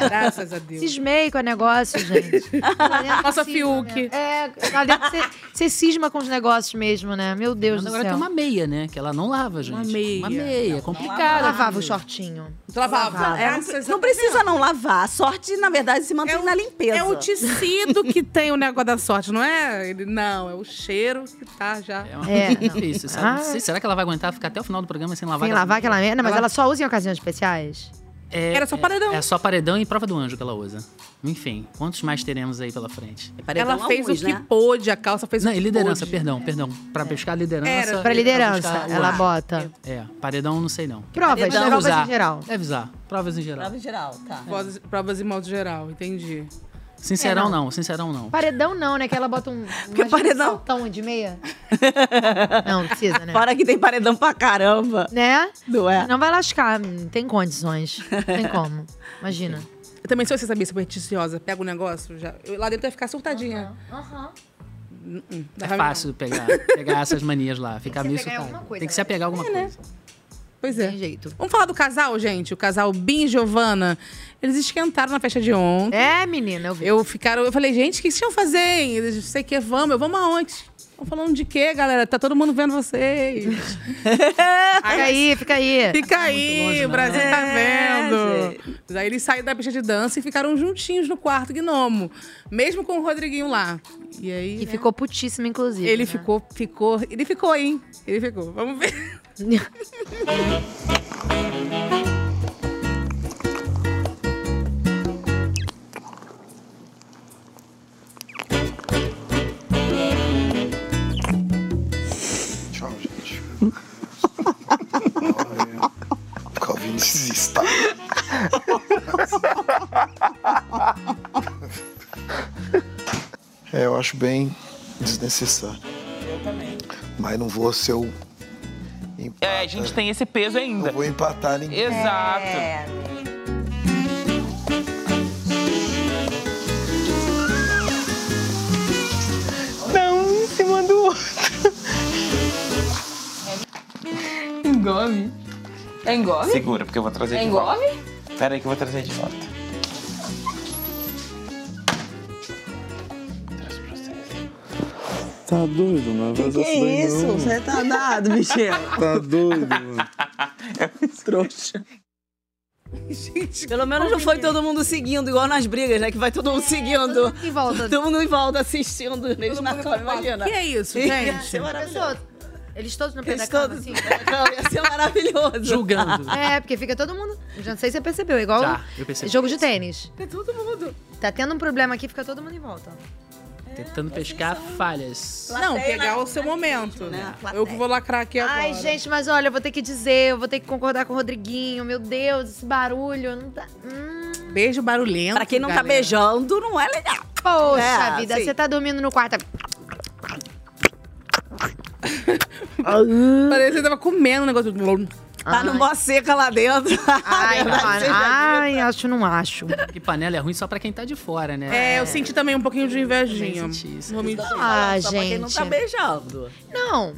S2: Graças a Deus.
S3: é Cismei com o negócio, gente.
S2: Nossa,
S3: Fiuk. É, lá dentro você- você cisma com os negócios mesmo, né? Meu Deus do
S5: Agora
S3: céu.
S5: tem uma meia, né? Que ela não lava, gente. Uma meia. Uma meia. É complicado.
S3: Eu lavava o shortinho.
S2: Lavava.
S4: É, não- não precisa não lavar. A sorte, na verdade, se mantém na limpeza.
S2: É o tecido que tem o negócio da sorte, não é? Ele, não, é o cheiro que tá já.
S5: É uma coisa difícil, sabe? Não sei, será que ela vai aguentar ficar até o final do programa sem lavar?
S3: Sem lavar aquela merda, mas ela só usa em ocasiões especiais.
S5: É,
S3: Era só
S5: é-
S3: paredão.
S5: É, só paredão e prova do anjo que ela usa. Enfim, quantos mais teremos aí pela frente?
S2: ela fez o
S5: né?
S2: que pôde, a calça fez
S5: Não,
S2: o
S5: e
S2: que
S5: liderança,
S2: pôde.
S5: perdão, perdão. Pra pescar a liderança.
S2: Era.
S5: e
S2: Pra
S3: liderança,
S5: pescar o
S3: ela
S5: anjo.
S3: bota.
S5: É, paredão não sei não.
S3: Provas,
S5: Mas deve
S3: provas em
S5: usar,
S3: geral.
S5: Deve usar, provas em geral.
S4: Prova geral,
S5: É.
S4: tá.
S2: Provas, provas em modo geral, entendi.
S5: Sincerão
S3: É, não.
S5: não. sincerão não.
S3: Paredão não, né? Que ela bota um. Porque
S4: paredão-
S3: Um saltão de meia. Não, precisa, né?
S4: Fora que tem paredão pra caramba.
S3: Né?
S4: Não é?
S3: Não vai lascar, não tem condições. Não tem como. Imagina.
S2: Eu também sou, você sabia, supersticiosa. Pega o negócio, já. eu- lá dentro vai ficar surtadinha. Hum,
S5: É fácil pegar, pegar essas manias lá, ficar meio
S2: apegar em
S5: surtado.
S2: alguma coisa,
S5: Tem que
S2: né?
S5: se apegar a alguma
S2: É, né?
S5: coisa.
S2: Pois é.
S3: Tem jeito.
S2: Vamos falar do casal, gente? O casal Bin e Giovanna. Eles esquentaram na festa de ontem.
S3: É, menina, eu vi.
S2: Eu, ficaram, eu falei, gente, o que vocês iam fazer? hein? Eles, não sei o que, vamos. Eu, vamos aonde? Estão falando de quê, galera? Tá todo mundo vendo vocês.
S3: Fica aí, fica aí.
S2: Fica aí, o Brasil tá
S4: É,
S2: vendo. Mas Aí eles saíram da pista de dança e ficaram juntinhos no quarto gnomo. Mesmo com o Rodriguinho lá. E aí.
S3: E
S2: né,
S3: ficou putíssimo, inclusive.
S2: Ele
S3: né?
S2: ficou, ficou. Ele ficou, hein? Ele ficou. Vamos ver.
S7: Tchau, gente. Calvin desista. É, eu acho bem desnecessário.
S9: Eu também.
S7: Mas não vou ser o.
S12: É, a gente tem esse peso ainda.
S7: Não vou empatar ninguém.
S12: Exato.
S6: É.
S9: Não, um em cima do outro.
S8: Engove. É engove?
S12: Segura, porque eu vou trazer
S8: É
S12: de volta.
S8: engove?
S12: Pera aí que eu vou trazer de volta. Traz pra você.
S13: Tá doido, mano. Vai usar
S14: é
S13: daí não.
S4: tá dado, Michel.
S13: Tá doido, mano.
S12: É
S4: Trouxa. Pelo menos não foi todo mundo seguindo, igual nas brigas, né? Que vai todo mundo seguindo.
S3: É, Em volta.
S4: Todo mundo em volta assistindo eles na cama, imagina.
S2: Que é isso, gente?
S3: Pessoa, eles todos no pé da
S4: Eles
S3: cama,
S4: todos-
S3: assim.
S4: Não, ia ser maravilhoso.
S5: Julgando.
S3: É, porque fica todo mundo. Já não sei se você percebeu, é igual
S5: Já, eu percebi.
S3: jogo de tênis.
S4: É todo mundo.
S3: Tá tendo um problema aqui, fica todo mundo em volta.
S5: Tentando pescar falhas.
S2: Não, pegar o seu momento.
S4: né?
S2: Eu que vou lacrar aqui agora.
S3: Ai, gente, mas olha, eu vou ter que dizer, eu vou ter que concordar com o Rodriguinho. Meu Deus, esse barulho. Não tá... Hum.
S2: Beijo barulhento.
S4: Pra quem não tá
S2: galera.
S4: beijando, não é legal.
S3: Poxa
S4: É,
S3: vida,
S4: sim.
S3: você tá dormindo no quarto.
S2: Parece que tava comendo um negócio.
S4: Tá numa seca lá dentro.
S3: Ai,
S4: Verdade
S3: mano,
S4: seja
S3: ai, acho, não acho.
S5: E panela é ruim só pra quem tá de fora, né?
S2: É, eu senti também um pouquinho de invejinha.
S5: Também senti isso.
S2: Vou mentir.
S3: Ah,
S4: Só pra quem não tá
S3: gente.
S4: beijando.
S3: Não,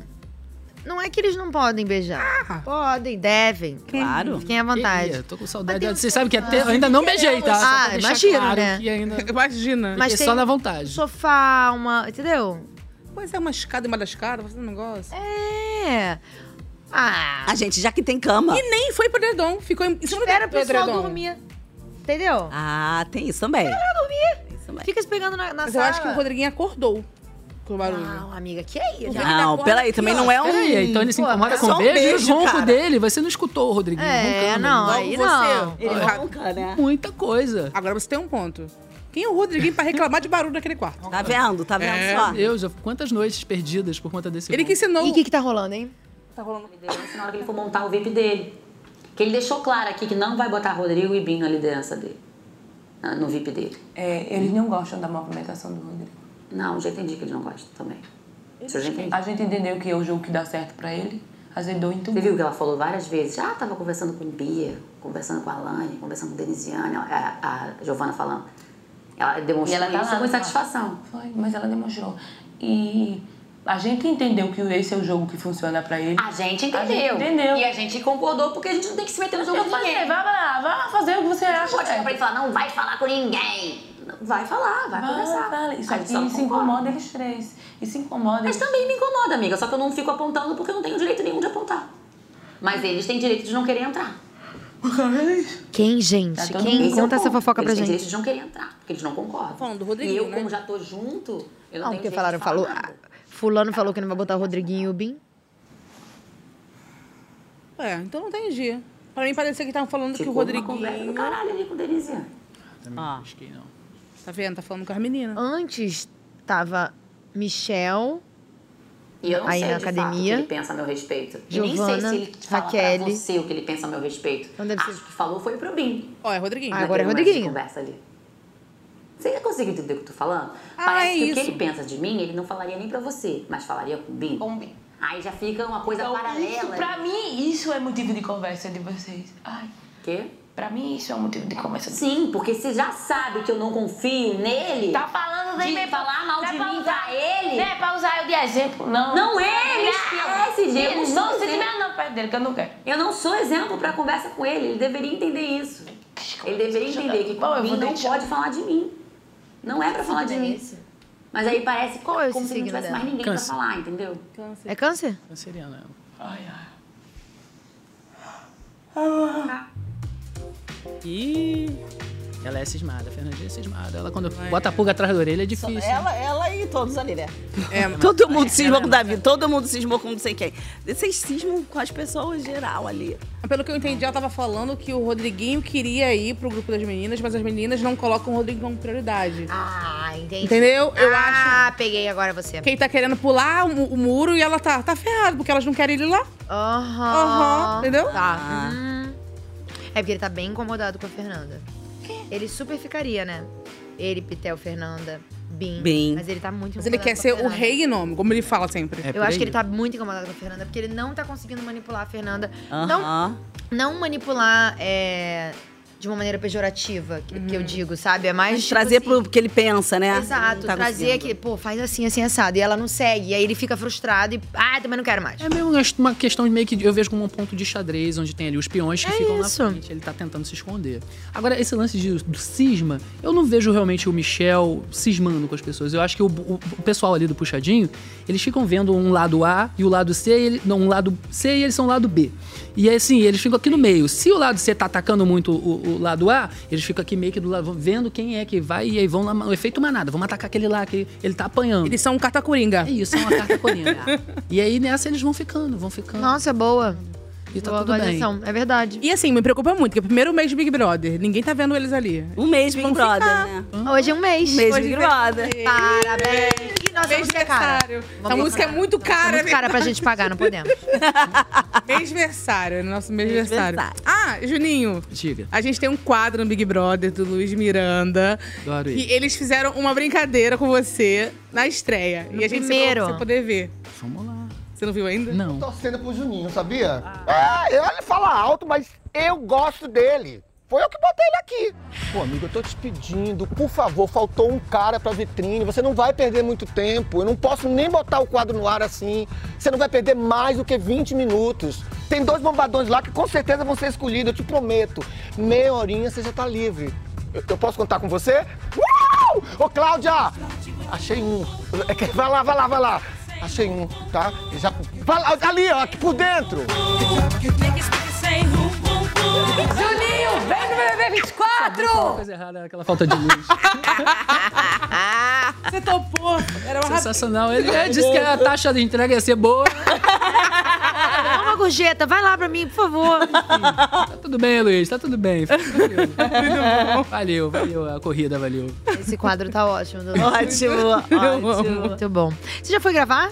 S3: não é que eles não podem beijar. Podem, devem.
S4: Claro.
S3: Fiquem à
S5: Ih,
S3: vontade.
S5: Ah.
S3: um
S5: eu tô com saudade. Vocês sabem que até, eu ainda não beijei, tá? Só pra
S3: Ah,
S5: deixar
S3: imagino,
S5: claro
S3: né?
S5: que é- ainda...
S2: Imagina.
S3: Mas
S5: Mas
S3: tem-
S5: só na
S3: Um
S5: vontade.
S3: sofá, uma. Entendeu?
S2: Mas é uma escada em uma das escadas, fazendo um negócio.
S3: É. Ah,
S4: A gente, já que tem cama.
S2: E nem foi pedredom. Ficou em em cima
S3: espera
S2: do
S3: o pessoal
S2: pedredom.
S3: dormir. Entendeu?
S4: Ah, tem isso
S5: É.
S4: também. Tem isso também.
S3: Fica se pegando na, na
S2: Mas eu
S3: sala.
S2: acho que o Rodriguinho acordou com o barulho.
S3: Não, amiga, que é isso?
S4: Não, peraí, também não é um.
S5: Peraí, então ele se
S3: Pô,
S5: incomoda com
S4: só
S5: o
S4: um
S5: beijo,
S4: beijo,
S5: e o ronco
S4: cara.
S5: dele. Você não escutou o Rodriguinho
S3: É,
S5: roncando.
S3: não,
S5: né?
S3: aí
S2: você.
S3: não.
S4: Ele
S2: Ah.
S4: ronca, né?
S5: Muita coisa.
S2: Agora você tem um ponto. Quem é o Rodriguinho pra reclamar de barulho naquele quarto?
S4: Tá vendo? Tá vendo
S5: É,
S4: só?
S5: meu Deus, eu- quantas noites perdidas por conta desse
S2: Ele que ensinou.
S3: E o que, que tá rolando, hein?
S6: Tá rolando liderança na hora que ele for montar o VIP dele. Que ele deixou claro aqui que não vai botar Rodrigo e Binho na liderança dele. na- No VIP dele.
S8: É, eles não gostam da movimentação do Rodrigo.
S6: Não, já entendi que ele não gosta também. Isso eu já entendi.
S8: A gente entendeu que é o jogo que dá certo pra ele. um Azedou em tudo.
S6: Você viu que ela falou várias vezes? Ah, tava conversando com Bia, conversando com a Alane, conversando com Denisiane, a, a Giovana falando. Ela
S8: E
S6: demonstrou
S8: ela tá
S6: isso
S8: lá,
S6: com
S3: né?
S8: tá lá.
S6: satisfação.
S8: Foi, mas ela demonstrou. E a gente entendeu que esse é o jogo que funciona pra ele.
S6: A gente entendeu.
S8: A gente entendeu.
S6: E a gente concordou porque a gente não tem que se meter no jogo
S8: Eu
S6: de
S8: falei,
S6: ninguém.
S8: vai lá, vai lá fazer o que você acha,
S6: Não pode chegar
S8: é.
S6: pra ele e falar, não vai falar com ninguém. Não, Vai falar, vai,
S8: Vai,
S6: conversar.
S8: Ah, fala. Isso
S6: Aí
S8: aqui
S6: só não
S8: se
S6: concorda.
S8: incomoda eles três. E se incomoda
S6: Mas também me incomoda, amiga. Só que eu não fico apontando porque eu não tenho direito nenhum de apontar. Mas eles têm direito de não querer entrar.
S3: Quem, gente?
S6: Tá todo mundo-
S3: Quem
S6: Esse é o
S3: Então, conta essa
S6: ponto.
S3: fofoca pra
S6: Eles
S3: gente?
S6: têm direito de não querer entrar, porque eles não concordam. Tá Falando do Rodrigo, né? E eu, como já tô junto, eu não,
S3: Não,
S6: tenho
S3: porque
S6: direito de
S3: falaram,
S6: falar
S3: falou.
S6: nada.
S3: ah, Fulano falou que não vai botar o Rodriguinho e o Bim.
S2: É, então não entendi. Pra mim parecia que estavam falando que o
S6: Ficou uma
S2: Rodriguinho.
S6: conversa do caralho ali com Denisiane.
S2: Ah. Tá vendo? Tá falando com as meninas.
S3: Antes tava Michel.
S6: E eu não
S3: aí
S6: sei
S3: na
S6: de
S3: academia.
S6: fato o que ele pensa a meu respeito. e nem
S3: Giovana, Então
S6: sei se ele fala
S3: Raquel.
S6: pra você o que ele pensa a meu respeito. Acho que falou foi pro Bim.
S2: Ó, é Rodriguinho.
S3: Ah, agora é
S6: Naquele momento de
S3: Rodriguinho.
S6: conversa ali. Você conseguiu entender o que eu tô falando?
S3: Ah,
S6: Parece
S3: é
S6: que o que
S3: isso.
S6: ele pensa de mim, ele não falaria nem pra você, mas falaria com o Bim. Com o Bim. Aí já fica uma coisa paralela.
S8: Então, Isso, pra mim, isso é motivo de conversa de vocês. Ai.
S6: Quê?
S8: Pra mim, isso é um motivo de conversa de
S6: Sim, porque você já sabe que eu não confio nele.
S8: Tá falando
S6: de
S8: de mim,
S6: falar mal
S8: não é
S6: de
S8: pra
S6: mim
S8: usar-
S6: pra ele.
S8: não é pra usar eu de exemplo, não.
S6: Não é, ele
S8: Ah,
S6: esquece, gente.
S8: eu
S6: Eu
S8: não
S6: sou
S8: sou
S6: exemplo.
S8: sentimental, não, perto dele, que eu não quero.
S6: Eu não sou exemplo pra conversa com ele. Ele deveria entender isso. Ele deveria entender que
S8: Bom, eu
S6: com mim
S8: vou
S6: não
S8: deixar.
S6: pode falar de mim. Não é pra
S3: Que
S6: falar de
S3: signo é
S6: mim. Mas aí parece que é como se não
S3: signo
S6: tivesse
S3: dela?
S6: mais ninguém
S3: Câncer.
S6: pra falar, entendeu?
S3: É câncer?
S5: Canceriana.
S8: Ai, ai.
S5: E ela é cismada, a Fernandinha é cismada. Ela quando bota a pulga atrás da orelha é difícil.
S4: Ela, ela e todos ali, né?
S2: É,
S4: todo mundo cismou com o Davi, todo mundo cismou com não sei quem. Vocês cismam com as pessoas geral ali.
S2: Pelo que eu entendi, ela tava falando que o Rodriguinho queria ir pro grupo das meninas, mas as meninas não colocam o Rodrigo como prioridade.
S3: Ah, entendi.
S2: Entendeu? Eu
S3: ah, peguei agora você.
S2: Quem tá querendo pular o, mu- o muro e ela tá, tá ferrada, porque elas não querem ele lá.
S3: Aham.
S2: Aham, entendeu?
S3: Ah. Tá. É porque ele tá bem incomodado com a Fernanda. Ele super ficaria, né? Ele, Pitel, Fernanda, Bim.
S2: Bim.
S3: Mas ele tá muito
S2: Mas ele
S3: incomodado
S2: quer
S3: com a
S2: ser o
S3: Fernanda.
S2: rei em nome, como ele fala sempre.
S4: É
S3: Eu acho que ele tá muito incomodado com a Fernanda, porque ele não tá conseguindo manipular a Fernanda.
S4: Aham.
S3: Não, não manipular é, de uma maneira pejorativa, que, que eu
S2: Uhum.
S3: digo, sabe? É mais. tipo
S4: Trazer pro que ele pensa, né?
S3: Exato,
S4: Não tá
S3: trazer
S4: conseguindo.
S3: que, pô, faz assim, assim, assado. E ela não segue. E aí ele fica frustrado e, ah, também não quero mais.
S5: É meio uma- uma questão de meio que eu vejo como um ponto de xadrez, onde tem ali os peões que
S2: É
S5: ficam na frente. Ele tá tentando se esconder. Agora, esse lance de, do cisma, eu não vejo realmente o Michel cismando com as pessoas. Eu acho que o, o- o pessoal ali do Puxadinho, eles ficam vendo um lado A e o lado C, e ele, não, um lado C e eles são o lado B. E aí, assim, eles ficam aqui no meio. Se o lado C tá atacando muito o, o lado A, eles ficam aqui meio que do lado, vendo quem é que vai e aí vão lá, o efeito manada, vamos atacar aquele lá que ele tá apanhando. Eles
S2: são um catacoringa.
S5: É isso, são uma catacoringa. e aí nessa eles vão ficando, vão ficando.
S3: Nossa, boa.
S5: E tá
S3: Boa
S5: tudo bem.
S3: avaliação, é verdade.
S2: E assim, me preocupa muito, que é o primeiro mês de Big Brother. Ninguém tá vendo eles ali.
S4: Um mês
S2: Big Brother,
S4: né?
S3: Hoje é um mês.
S2: Um mês de Big Brother.
S3: Parabéns. E nossa, a música é cara.
S2: A música é muito cara,
S3: muito cara pra
S2: verdade.
S3: gente pagar, não podemos.
S2: Mêsversário, nosso mêsversário.
S3: Mêsversário.
S2: Ah, Juninho.
S5: Diga.
S2: A gente tem um quadro no Big Brother do Luiz Miranda.
S5: Adoro
S2: E
S5: ele.
S2: eles fizeram uma brincadeira com você na estreia.
S5: No
S2: e a gente
S5: primeiro.
S2: separou pra você poder ver.
S5: Vamos lá.
S2: Você não viu ainda?
S5: Não.
S15: Torcendo pro Juninho, sabia? É, ele fala alto, mas eu gosto dele. Foi eu que botei ele aqui. Pô, amigo, eu tô te pedindo, por favor, faltou um cara pra vitrine. Você não vai perder muito tempo. Eu não posso nem botar o quadro no ar assim. Você não vai perder mais do que 20 minutos. Tem dois bombadões lá que com certeza vão ser escolhidos, eu te prometo. Meia horinha você já tá livre. Eu, eu posso contar com você? Uau! Ô, Cláudia! Achei um. É que- Vai lá, vai lá, vai lá. Achei um, tá? Já... Vai lá, ali, ó, aqui por dentro.
S8: Juninho, vem no BBB 24!
S5: coisa errada, aquela falta de luz.
S2: Você topou. Era uma
S5: é, Sensacional. Ele é, disse que a taxa de entrega ia ser boa.
S3: Ô, gorjeta, vai lá pra mim, por favor.
S5: Tá tudo bem, Luiz, tá tudo bem. Fica tranquilo. valeu, valeu, a corrida valeu.
S3: Esse quadro tá ótimo. Dudu.
S5: Ótimo, ótimo.
S3: Muito bom. Você já foi gravar?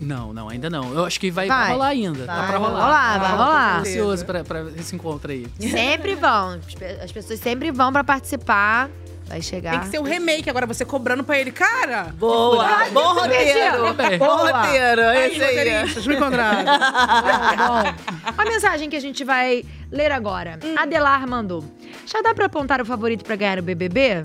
S5: Não, não, ainda não. Eu acho que vai,
S3: Vai.
S5: rolar ainda. Tá
S3: Vai
S5: pra rolar.
S3: rolar,
S5: Tá
S3: vai
S5: pra rolar.
S3: rolar.
S5: Tô ansioso pra, pra esse encontro aí.
S3: Sempre vão. As pe- As pessoas sempre vão pra participar. Vai chegar.
S2: Tem que ser um remake agora, você cobrando pra ele. Cara!
S3: Boa,
S5: Tá
S2: Vai,
S3: bom
S2: você
S3: roteiro,
S2: mexeu.
S3: bom
S2: Boa.
S3: roteiro,
S2: Aí,
S3: esse aí.
S2: roteiristas, me contratam.
S3: Bom, a mensagem que a gente vai ler agora. Adelar mandou. Já dá pra apontar o favorito pra ganhar o BBB?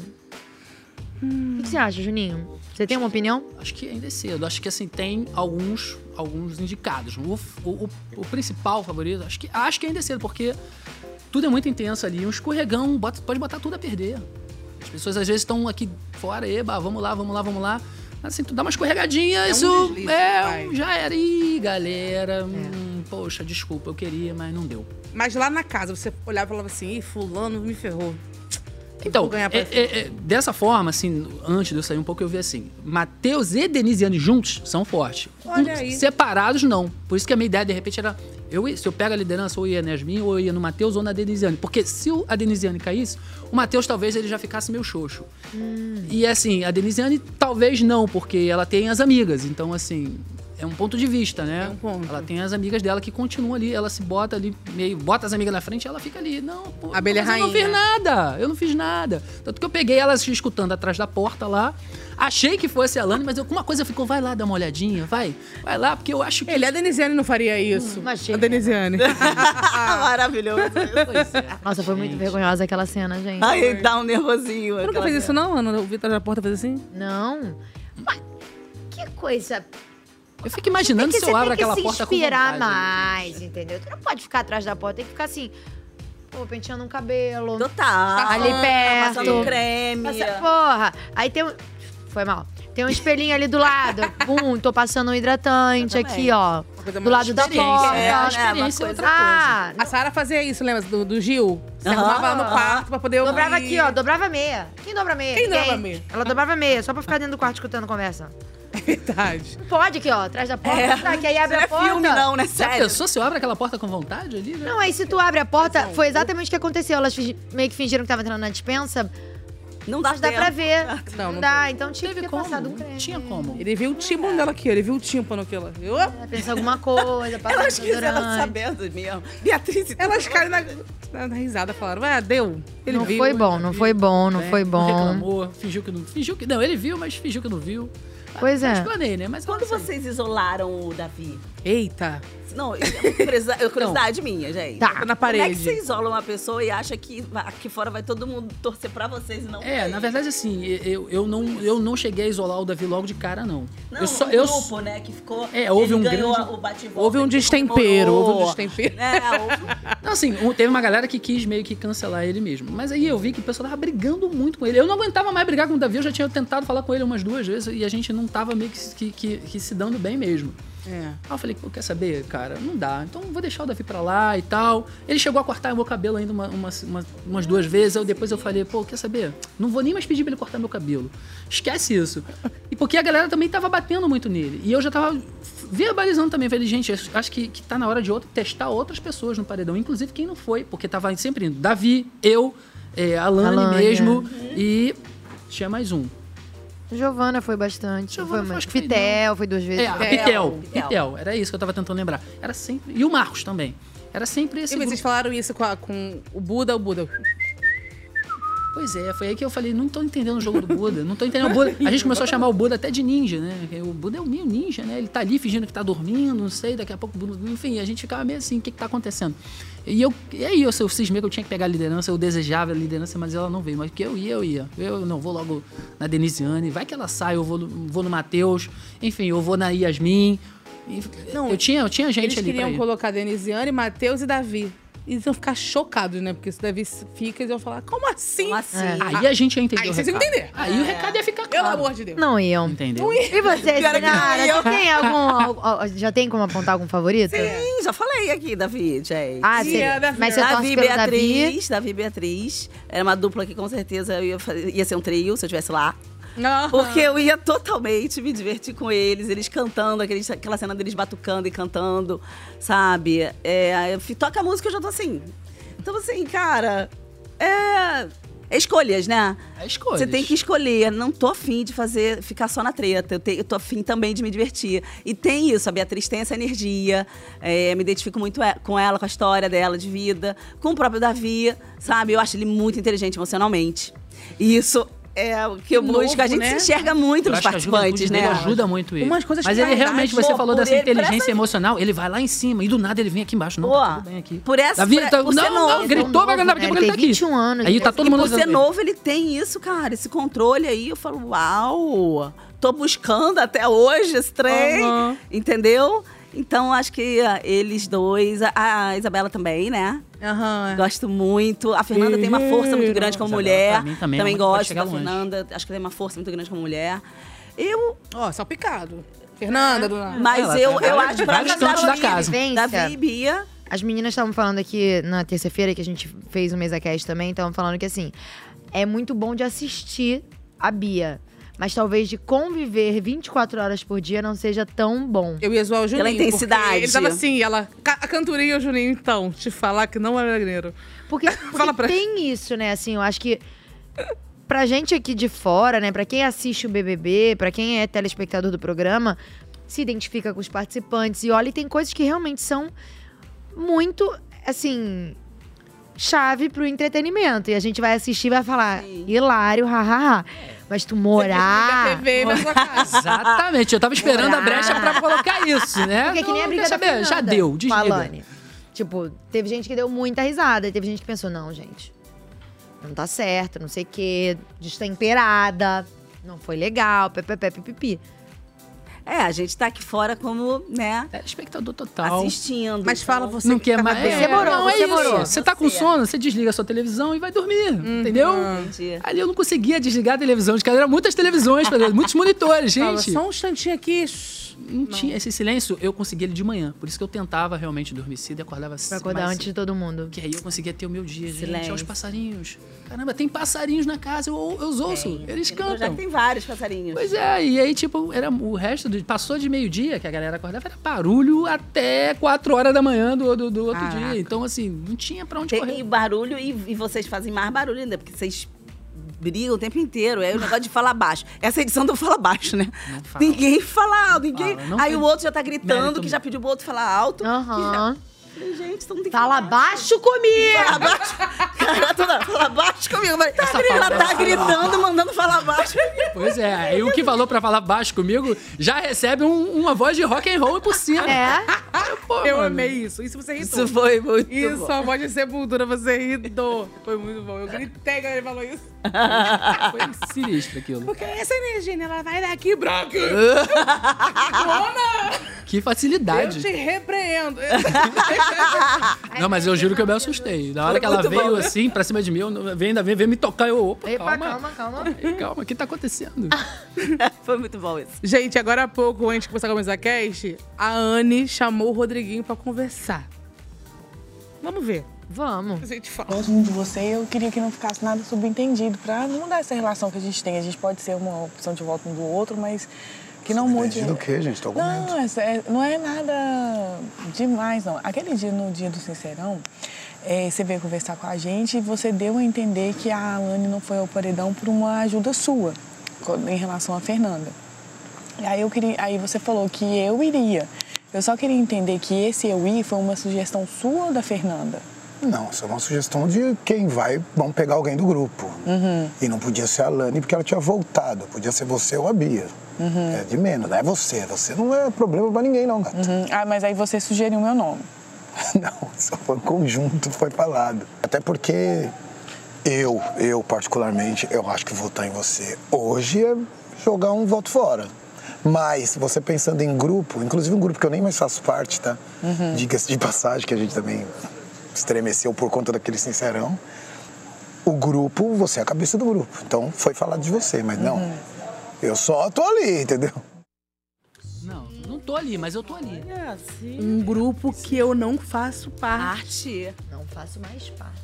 S3: O que você acha, Juninho? Você tem uma opinião?
S5: Acho que ainda é cedo. Acho que assim, tem alguns, alguns indicados. O, o, o- o principal favorito, acho que, acho que ainda é cedo, porque tudo é muito intenso ali. Um escorregão bota- pode botar tudo a perder. As pessoas às vezes estão aqui fora, eba, vamos lá, vamos lá, vamos lá. Mas assim, tu dá uma escorregadinha,
S16: É um
S5: isso
S16: deslize,
S5: é,
S2: vai.
S5: um- já era. Ih, galera, hum, poxa, desculpa, eu queria, mas não deu.
S2: Mas lá na casa, você olhava e falava assim, Ih, fulano me ferrou.
S5: Então,
S2: Vou ganhar pra
S5: é- é- é, dessa forma, assim, antes de eu sair um pouco, eu vi assim: Matheus e Denisiane juntos são fortes. Um,
S2: Olha aí.
S5: Separados, não. Por isso que a minha ideia, de repente, era: eu, ia- se eu pego a liderança, ou ia na Yasmin, ou ia no Matheus, ou na Denisiane. Porque se o- a Denisiane caísse, o Matheus talvez ele já ficasse meio xoxo.
S2: Hum.
S5: E assim, a Denisiane talvez não, porque ela tem as amigas. Então, assim, é um ponto de vista, né? Ela tem as amigas dela que continuam ali, ela se bota ali, meio, bota as amigas na frente e ela fica ali. Não, pô,
S2: Abelha
S5: mas eu não
S2: rainha.
S5: fiz nada, eu não fiz nada. Tanto que eu peguei ela se escutando atrás da porta lá. Achei que fosse a Lani, mas alguma coisa ficou, vai lá dar uma olhadinha, vai, vai lá, porque eu acho que.
S2: Ele, a Denisiane não faria isso.
S3: Hum, Imagina.
S2: A Denisiane. é.
S4: Maravilhoso.
S3: Nossa, foi muito vergonhosa aquela cena, gente.
S4: Ai, dá um nervosinho.
S2: Você nunca
S4: aquela
S2: fez isso,
S4: cena.
S2: não, Ana? O Vitor da porta fez assim?
S3: Não. Que coisa.
S5: Eu fico imaginando
S3: Você
S5: se
S3: tem
S5: eu abro
S3: É que
S5: aquela
S3: se
S5: porta com
S3: inspirar
S5: vontade.
S3: mais, entendeu? Tu não pode ficar atrás da porta, tem que ficar assim. Pô, penteando um cabelo. um
S4: Total.
S3: Ali
S4: Passando-
S3: perto.
S4: passando creme.
S3: Passa- porra. Aí tem um. Foi mal. Tem um espelhinho ali do lado. Bum, tô passando um hidratante
S2: É.
S3: aqui, ó. Do lado da porta.
S5: né? É,
S2: né?
S3: é Ah,
S2: A Sara fazia isso, lembra? Do, do Gil? Se
S3: Aham.
S2: arrumava no quarto pra poder
S3: Dobrava
S2: ouvir.
S3: aqui, ó, dobrava a meia. Quem dobra a meia?
S2: Quem dobra
S3: Ninguém.
S2: a meia?
S3: Ela dobrava a meia, só pra ficar dentro do quarto escutando conversa.
S2: Verdade.
S3: Não pode aqui, ó, atrás da
S6: É.
S3: porta, tá, que aí abre a porta.
S6: né?
S3: né? é
S5: Já pensou se eu abro aquela porta com vontade ali? né?
S3: Não, aí se tu abre a porta, foi exatamente o que aconteceu. Elas fingi- meio que fingiram que tava entrando na dispensa.
S4: Não
S3: dá, dá
S2: tempo. Ah.
S3: pra ver.
S2: Não,
S3: Não,
S2: não
S3: dá, então tinha que ter passado um creme.
S5: Tinha como.
S2: Ele viu o tímpano dela aqui, ele viu o tímpano aqui. Ela viu?
S3: Pensar alguma coisa, passar
S4: Elas quiseram
S2: é
S3: desodorante.
S4: sabendo mesmo. Beatriz
S2: Elas caem na, na- na risada, falaram, ah, deu. Ele
S3: Não
S2: viu,
S3: foi bom,
S2: ele
S3: não
S2: viu.
S3: foi bom, não
S5: né?
S3: foi bom.
S5: reclamou, fingiu que não. Fingiu que. Não, ele viu, mas fingiu que não viu.
S3: Pois é.
S2: Tipo,
S5: Explanei, né? Mas
S4: Quando vocês isolaram o Davi?
S2: Eita!
S4: Não, é uma curiosa-
S5: Então.
S4: é uma curiosidade minha, gente.
S2: Tá. Na
S4: Como é
S2: parede.
S4: que você isola uma pessoa e acha que va- aqui fora vai todo mundo torcer pra vocês e não pra
S5: É,
S4: ele?
S5: na verdade, assim, eu, eu, não, eu não cheguei a isolar o Davi logo de cara, não.
S4: Não,
S5: eu só,
S4: um
S5: eu,
S4: grupo, né, que ficou...
S5: É, houve
S4: ele
S5: um
S4: ganhou
S5: grande-
S4: a- o bate-volta.
S5: Houve um
S4: destempero, houve um
S2: destempero.
S5: Não, assim, um- teve uma galera que quis meio que cancelar ele mesmo. Mas aí eu vi que o pessoal tava brigando muito com ele. Eu não aguentava mais brigar com o Davi, eu já tinha tentado falar com ele umas duas vezes e a gente não tava meio que, se- que, que- que se dando bem mesmo.
S2: É.
S5: Aí eu falei, pô, quer saber, cara? Não dá. Então eu vou deixar o Davi pra lá e tal. Ele chegou a cortar meu cabelo ainda uma- uma- uma- umas duas vezes. Eu, depois eu falei, pô, quer saber? Não vou nem mais pedir pra ele cortar meu cabelo. Esquece isso. E porque a galera também tava batendo muito nele. E eu já tava verbalizando também. Falei, gente, acho- acho que, que tá na hora de outro, testar outras pessoas no paredão. Inclusive quem não foi, porque tava sempre indo. Davi, eu, é, a Lani
S3: Alane,
S5: mesmo. E tinha mais um.
S3: Giovana foi bastante. foi muito. Pitel, foi duas vezes.
S5: É, a Pitel. Pitel. Era isso que eu tava tentando lembrar. Era sempre. E o Marcos também. Era sempre esse.
S2: E vocês
S5: grupo.
S2: falaram isso com, a- com o Buda, o Buda.
S5: Pois é, foi aí que eu falei, não tô entendendo o jogo do Buda, não tô entendendo o Buda. A gente começou a chamar o Buda até de ninja, né? Porque O Buda é o meio ninja, né? Ele tá ali fingindo que tá dormindo, não sei, daqui a pouco o Buda... Enfim, a gente ficava meio assim, o que que tá acontecendo? E eu, e aí eu, eu cismei que eu tinha que pegar a liderança, eu desejava a liderança, mas ela não veio. Mas que eu ia, eu ia. Eu não, vou logo na Denisiane, vai que ela sai, eu vou no, vou no Matheus, enfim, eu vou na Yasmin. Enfim, eu tinha, eu tinha gente
S2: Eles
S5: ali pra
S2: queriam
S5: ir.
S2: colocar Denisiane, Matheus e Davi. E eles iam ficar chocados, né? Porque se Davi fica, eles iam falar, como assim? Como assim?
S5: É. Aí a gente ia entender
S2: Aí
S5: o
S2: vocês iam
S5: recado.
S2: entender.
S5: Aí o recado ia ficar
S2: claro. Pelo amor de Deus.
S3: Não iam.
S5: Entendeu?
S3: E vocês,
S4: Pior que não
S3: Sinara,
S4: iam.
S3: tem algum, al- al- já tem como apontar algum favorito?
S4: Sim, já falei aqui, Davi, gente.
S3: Ah, sim.
S4: é, Davi.
S3: Mas você torce
S4: Davi e
S3: pelo Davi?
S4: Beatriz, Davi e Beatriz. Era uma dupla que com certeza eu ia, fa- ia ser um trio se eu estivesse lá. Porque eu ia totalmente me divertir com eles, eles cantando, aqueles, aquela cena deles batucando e cantando, sabe? É, eu fi- toca a música e eu já tô assim. Então, assim, cara, é. é escolhas, né?
S5: É escolhas.
S4: Você tem que escolher. Não tô afim de fazer, ficar só na treta. Eu, te- eu tô afim também de me divertir. E tem isso, a Beatriz tem essa energia. É, me identifico muito e- com ela, com a história dela de vida, com o próprio Davi, sabe? Eu acho ele muito inteligente emocionalmente. E isso é o que eu
S2: Que
S4: busco.
S2: novo,
S4: a gente
S2: né?
S4: se enxerga muito
S5: Eu
S4: nos
S5: acho que a
S4: participantes,
S5: juventude
S4: né?
S5: dele ajuda muito ele.
S4: Umas coisas
S5: Mas
S4: que
S5: ele
S4: vai dar
S5: realmente, você
S4: jogo
S5: falou
S4: por
S5: dessa
S4: ele,
S5: inteligência
S4: parece-
S5: emocional, ele vai lá em cima e do nada ele vem aqui embaixo. Não,
S4: Pô,
S5: tá tudo bem aqui.
S4: Por essa,
S5: Davi,
S4: por,
S5: tá-
S4: por
S5: não,
S4: ser
S5: não,
S4: novo,
S5: gritou, vai ganhar daqui porque ele tá aqui.
S2: um
S3: um
S5: Aí
S3: né?
S2: né?
S5: tá todo
S4: E
S5: mundo
S4: por ser
S5: usando ele.
S4: novo, ele tem isso, cara, esse controle aí. Eu falo, uau, tô buscando até hoje esse trem,
S2: Aham.
S4: entendeu? Então, acho que ah, eles dois, a, a Isabela também, né? Gosto muito. A Fernanda tem uma força muito grande como
S2: Isabela,
S4: mulher.
S2: pra mim
S5: é
S2: também,
S4: também
S2: ela pode
S4: gosto
S2: chegar
S4: da
S2: longe.
S4: Fernanda. Acho que ela tem uma força muito grande como mulher. Eu. Ah,
S2: Ó, salpicado. Fernanda, do nada.
S4: Mas
S2: Ela
S4: eu,
S2: tá em
S4: eu
S2: vários-
S4: acho que
S2: vários
S4: pra
S2: cantos da
S4: Davi,
S2: casa.
S4: Davi e Bia.
S3: As meninas estavam falando aqui na terça-feira, que a gente fez o Mesa Cast também, estavam falando que assim, é muito bom de assistir a Bia. Mas talvez de conviver 24 horas por dia não seja tão bom.
S2: Eu ia zoar o Juninho.
S3: Pela
S2: porque
S3: intensidade.
S2: Ele tava assim, ela. "Ca- A cantoria e o Juninho, então, te falar que não era negreiro.
S3: Porque, porque tem isso, né? Assim, eu acho que pra gente aqui de fora, né? Pra quem assiste o BBB, pra quem é telespectador do programa, se identifica com os participantes e olha, e tem coisas que realmente são muito, assim, chave pro entretenimento. E a gente vai assistir e vai falar, hilário, hahaha. Mas tu morar...
S2: TV na sua casa.
S5: Exatamente, eu tava esperando a brecha pra colocar isso, né?
S3: Porque é que
S5: Não,
S3: nem a briga
S5: quer
S3: da
S5: saber,
S3: Fernanda
S5: Já deu,
S3: com
S5: desliga.
S3: a Alane. Tipo, teve gente que deu muita risada, e teve gente que pensou, não, gente, não tá certo, não sei o quê, destemperada, não foi legal, pepepe, pipipi.
S4: É, a gente tá aqui fora como, né?
S5: É, espectador total.
S4: Assistindo.
S2: Então,
S4: então.
S2: Mas fala você tá
S5: Não quer mais.
S4: Você morou,
S5: não, é
S4: você é.
S5: isso.
S4: morou.
S5: Você tá com sono, você desliga a sua televisão e vai dormir,
S2: Uhum.
S5: entendeu? Ali eu não conseguia desligar a televisão, de cara, eram muitas televisões, pra- muitos monitores,
S2: Fala,
S5: gente.
S2: só um instantinho aqui.
S5: Não tinha esse silêncio, eu conseguia ele de manhã. Por isso que eu tentava realmente dormir cedo e acordava
S3: Pra acordar antes de todo mundo.
S5: Que aí eu conseguia ter o meu dia, gente.
S3: Silêncio.
S5: Olha os passarinhos. Caramba, tem passarinhos na casa, eu, eu os ouço. eles
S4: Já
S5: cantam.
S4: tem vários passarinhos.
S5: Pois é, e aí, tipo, era o resto do. Passou de meio-dia que a galera acordava, era barulho até 4 horas da manhã do, do, do outro
S4: Caraca.
S5: dia. Então, assim, não tinha pra onde
S4: Tem
S5: correr.
S4: e barulho e, e vocês fazem mais barulho ainda, porque vocês brigam o tempo inteiro. É o negócio de falar baixo. Essa edição do Fala Baixo, né? Ninguém fala alto, ninguém.
S3: Fala, não
S4: Aí
S3: tem
S4: o outro já tá gritando,
S3: mérito
S5: né?
S4: que já pediu pro outro falar alto. que
S3: Aham.
S4: já- Falei, Gente, então não tem que
S3: Fala
S4: falar.
S3: baixo comigo!
S4: Fala baixo. Cara, toda- fala baixo comigo. Eu falei, ela
S5: falta-
S4: tá gritando, mandando falar baixo.
S5: Pois é, aí o que falou pra falar baixo comigo já recebe um- uma voz de rock and roll por cima.
S3: É.
S2: eu amei isso. Isso você irritou.
S5: Isso foi muito
S2: Isso
S5: bom.
S2: só pode ser cultura, você irritou. Foi muito bom. Eu gritei quando ele falou isso.
S5: Foi sinistro aquilo.
S2: Porque essa energia, né? ela vai daqui, branca.
S5: Que
S2: Eu
S5: facilidade.
S2: te repreendo.
S5: Não, mas eu juro que eu me assustei. Na hora
S2: Foi
S5: que ela
S2: muito bom,
S5: veio
S2: né?
S5: assim, pra cima de mim, eu não- veio, ainda veio, veio me tocar. Eu, opa,
S3: Epa,
S5: calma,
S3: calma, calma.
S5: calma, o que tá acontecendo?
S4: Foi muito bom isso.
S2: Gente, agora há pouco, antes de começar a começar a cast, a Anne chamou o Rodriguinho pra conversar. Vamos ver.
S3: Vamos.
S16: Gosto muito de você. Eu queria que não ficasse nada subentendido pra não mudar essa relação que a gente tem. A gente pode ser uma opção de volta um do outro, mas que não mude.
S7: Entendido o quê, gente? Tô com medo.
S16: Não, essa é- não é nada demais, não. Aquele dia, no dia do Sincerão, eh, você veio conversar com a gente e você deu a entender que a Alane não foi ao paredão por uma ajuda sua co- em relação à Fernanda. E aí, eu queria, aí você falou que eu iria. Eu só queria entender que esse eu ir foi uma sugestão sua ou da Fernanda?
S7: Não, isso é uma sugestão de quem vai, vamos pegar alguém do grupo. E não podia ser a Lani porque ela tinha voltado. Podia ser você ou a Bia.
S16: Uhum.
S7: É de menos, não é você. Você não é problema pra ninguém, não, gata.
S16: Ah, mas aí você sugeriu meu nome.
S7: Não, só foi um conjunto, foi falado. Até porque eu, eu particularmente, eu acho que votar em você hoje é jogar um voto fora. Mas você pensando em grupo, inclusive um grupo que eu nem mais faço parte, tá?
S14: Uhum.
S7: Diga-se de passagem, que a gente também estremeceu por conta daquele sincerão. O grupo, você é a cabeça do grupo. Então foi falado de você, mas não. Eu só tô ali, entendeu?
S5: Não, não tô ali, mas eu tô ali.
S3: É,
S2: Um grupo que eu não faço parte.
S4: Arte.
S3: Não faço mais parte.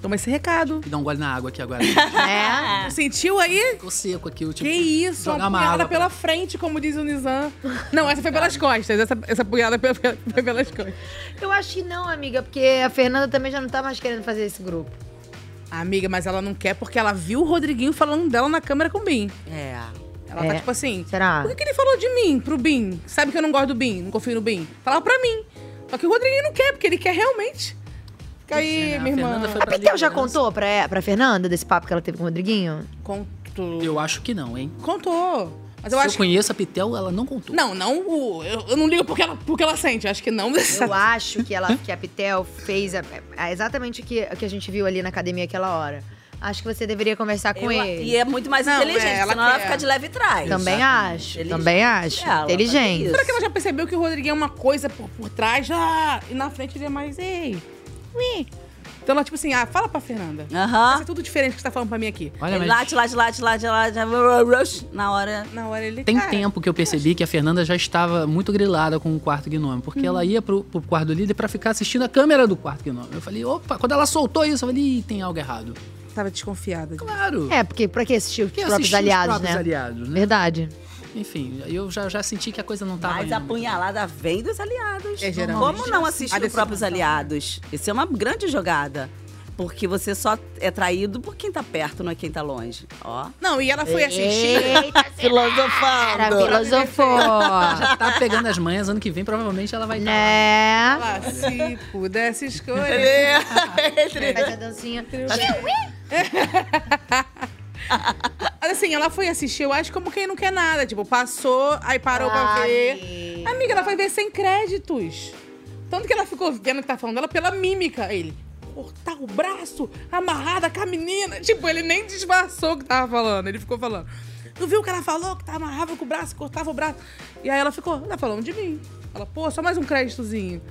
S2: Toma esse recado.
S5: Dá um gole na água aqui agora.
S2: É? Sentiu aí?
S5: Ficou seco aqui. Tipo,
S2: que isso,
S5: jogar
S2: uma
S5: uma
S2: punhada
S5: água
S2: pela frente, como diz o Nizam. Não, essa foi pelas costas. Essa, essa punhada foi, foi- foi pelas costas.
S3: Eu acho que não, amiga, porque a Fernanda também já não tá mais querendo fazer esse grupo.
S2: Amiga, mas ela não quer porque ela viu o Rodriguinho falando dela na câmera com o Bim.
S3: É.
S2: Ela tá tipo assim.
S3: Será?
S2: Por que, que ele falou de mim pro Bim? Sabe que eu não gosto do Bim, não confio no Bim. Falava pra mim. Só que o Rodriguinho não quer, porque ele quer realmente. Fica aí, minha irmã.
S3: né? A Pitel É já contou pra, pra Fernanda desse papo que ela teve com o Rodriguinho?
S2: Contou.
S5: Eu acho que não, hein?
S2: Contou. Mas eu
S5: Se
S2: acho
S5: eu
S2: que.
S5: conheço a Pitel, ela não contou.
S2: Não, não. o- Eu, eu não ligo porque ela, porque ela sente. Acho que não.
S3: Eu acho que, ela, que a Pitel fez a- a- exatamente o que, o que a gente viu ali na academia aquela hora. Acho que você deveria conversar com
S4: Eu-
S3: ele.
S4: e é muito mais Não, inteligente, é, ela senão ela quer. fica de leve trás.
S3: Também
S4: Exatamente.
S3: acho,
S4: Inteligente.
S3: também acho.
S4: Ela fazer
S3: inteligente.
S2: Será que ela já percebeu que o Rodriguinho é uma coisa por, por trás? Ah, e na frente ele é mais. Ei, ui. Então ela, tipo assim, ah, fala pra Fernanda. Vai ser tudo diferente que você tá falando pra mim aqui.
S5: Olha, mas-
S4: Late, late, late, late, late. rush, Na hora.
S2: Na hora ele.
S5: Tem tempo que eu percebi que a Fernanda já estava muito grilada com o quarto gnome, porque
S2: Uhum.
S5: ela ia pro, pro quarto do líder pra ficar assistindo a câmera do quarto gnome. Eu falei, opa, quando ela soltou isso, eu falei, Ih, tem algo errado.
S2: Tava desconfiada.
S5: Claro.
S3: É, porque pra que assistir os
S5: Quem
S3: próprios
S5: assistiu os
S3: aliados,
S5: próprios
S3: né?
S5: aliados, né?
S3: Verdade.
S5: Enfim, eu já, já senti que a coisa não tava.
S4: Mas
S5: indo.
S4: a punhalada vem dos aliados.
S5: É, geralmente.
S4: Como não assistir os
S2: então.
S4: próprios aliados? Isso é uma grande jogada. Porque você só é traído por quem tá perto, não é quem tá longe. Ó. É
S2: Não, e ela foi assistir.
S5: Tipo,
S4: Eita,
S3: Filosofando.
S4: filosofou.
S5: Já tá pegando as manhas, ano que vem provavelmente ela vai tá estar.
S3: Né?
S2: Ela, Ah, se pudesse
S4: é
S2: escolher.
S3: Faz a dancinha.
S2: Mas assim, ela foi assistir, eu acho, como quem não quer nada. Tipo, passou, aí parou pra
S3: Ah,
S2: ver. Amiga, ela foi ver sem créditos. Tanto que ela ficou vendo que tá falando dela pela mímica. Ele, cortar o braço, amarrada com a menina. Tipo, ele nem disfarçou o que tava falando. Ele ficou falando. Tu viu o que ela falou? Que tá amarrava com o braço, cortava o braço. E aí ela ficou, tá falando de mim. Ela, pô, só mais um créditozinho.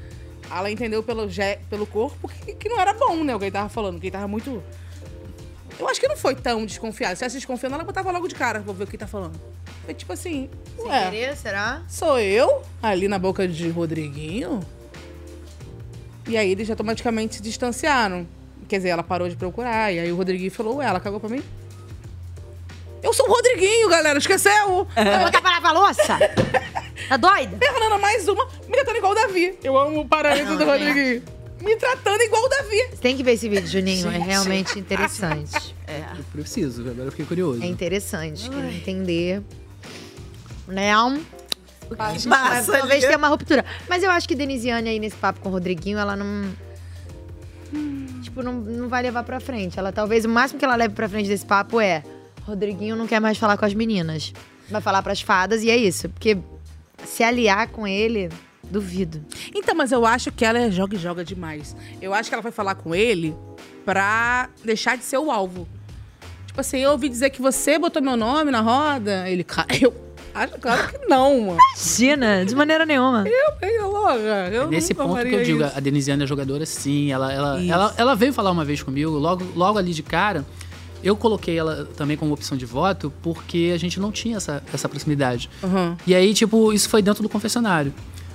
S2: Ela entendeu pelo, ge- pelo corpo que, que não era bom, né? O que ele tava falando, que ele tava muito. Eu acho que não foi tão desconfiado. Se ela se desconfiando, ela botava logo de cara. Vou ver o que tá falando. Foi tipo assim.
S3: Sem
S2: ué,
S3: querer, será?
S2: sou eu? Ali na boca de Rodriguinho? E aí eles automaticamente se distanciaram. Quer dizer, ela parou de procurar. E aí o Rodriguinho falou, ué, ela cagou pra mim? Eu sou o Rodriguinho, galera, esqueceu?
S3: Vou quer parar pra louça? Tá doida?
S2: Fernanda, mais uma, me tratando igual o Davi. Eu amo o parâmetro
S3: Não,
S2: do
S3: né?
S2: Rodriguinho. Me tratando igual o Davi.
S3: Você tem que ver esse vídeo, Juninho. É realmente interessante.
S2: É.
S5: Eu preciso, agora eu fiquei curioso.
S3: É interessante querer entender. Né? Um...
S5: Passa
S3: Mas
S5: ali.
S3: talvez tenha uma ruptura. Mas eu acho que Denisiane aí nesse papo com o Rodriguinho, ela não. Tipo, não, não vai levar pra frente. Ela talvez o máximo que ela leve pra frente desse papo é: Rodriguinho não quer mais falar com as meninas. Vai falar pras fadas e é isso. Porque se aliar com ele, duvido.
S2: Então, mas eu acho que ela é joga e joga demais. Eu acho que ela vai falar com ele pra deixar de ser o alvo. Tipo assim, eu ouvi dizer que você botou meu nome na roda. Ele, cara, eu acho claro que não, mano.
S3: Imagina, de maneira nenhuma.
S2: Eu, eu, loga, eu
S5: É Nesse
S2: nunca
S5: ponto que
S2: faria
S5: eu digo,
S2: isso.
S5: a Denisiane é jogadora, sim. Ela, ela,
S2: Isso.
S5: ela, ela veio falar uma vez comigo, logo, logo ali de cara. Eu coloquei ela também como opção de voto porque a gente não tinha essa, essa proximidade.
S2: Uhum.
S5: E aí, tipo, isso foi dentro do confessionário.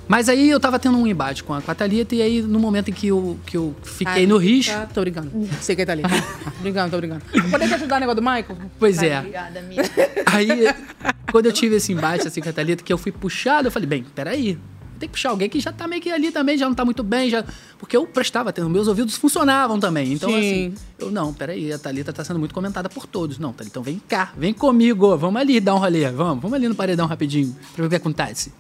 S5: Mas aí eu tava tendo um embate com a, com a Thalita, e aí no momento em que eu, que eu fiquei
S2: Ah,
S5: no risco.
S2: tá, tô brincando. Sei que tá ali. brincando, tô brincando. Poder te ajudar o negócio do Michael?
S5: Pois
S3: Tá
S5: é.
S3: Obrigada, amiga.
S5: Aí, quando eu tive esse embate assim com a Thalita, que eu fui puxado, eu falei, bem, peraí. Tem que puxar alguém que já tá meio que ali também, já não tá muito bem, já. Porque eu prestava atenção, meus ouvidos funcionavam também. Então,
S2: Sim.
S5: assim, eu, não, peraí, a Thalita tá sendo muito comentada por todos. Não, Thalita, então vem cá, vem comigo, vamos ali dar um rolê, vamos, vamos ali no paredão rapidinho, pra ver o que acontece.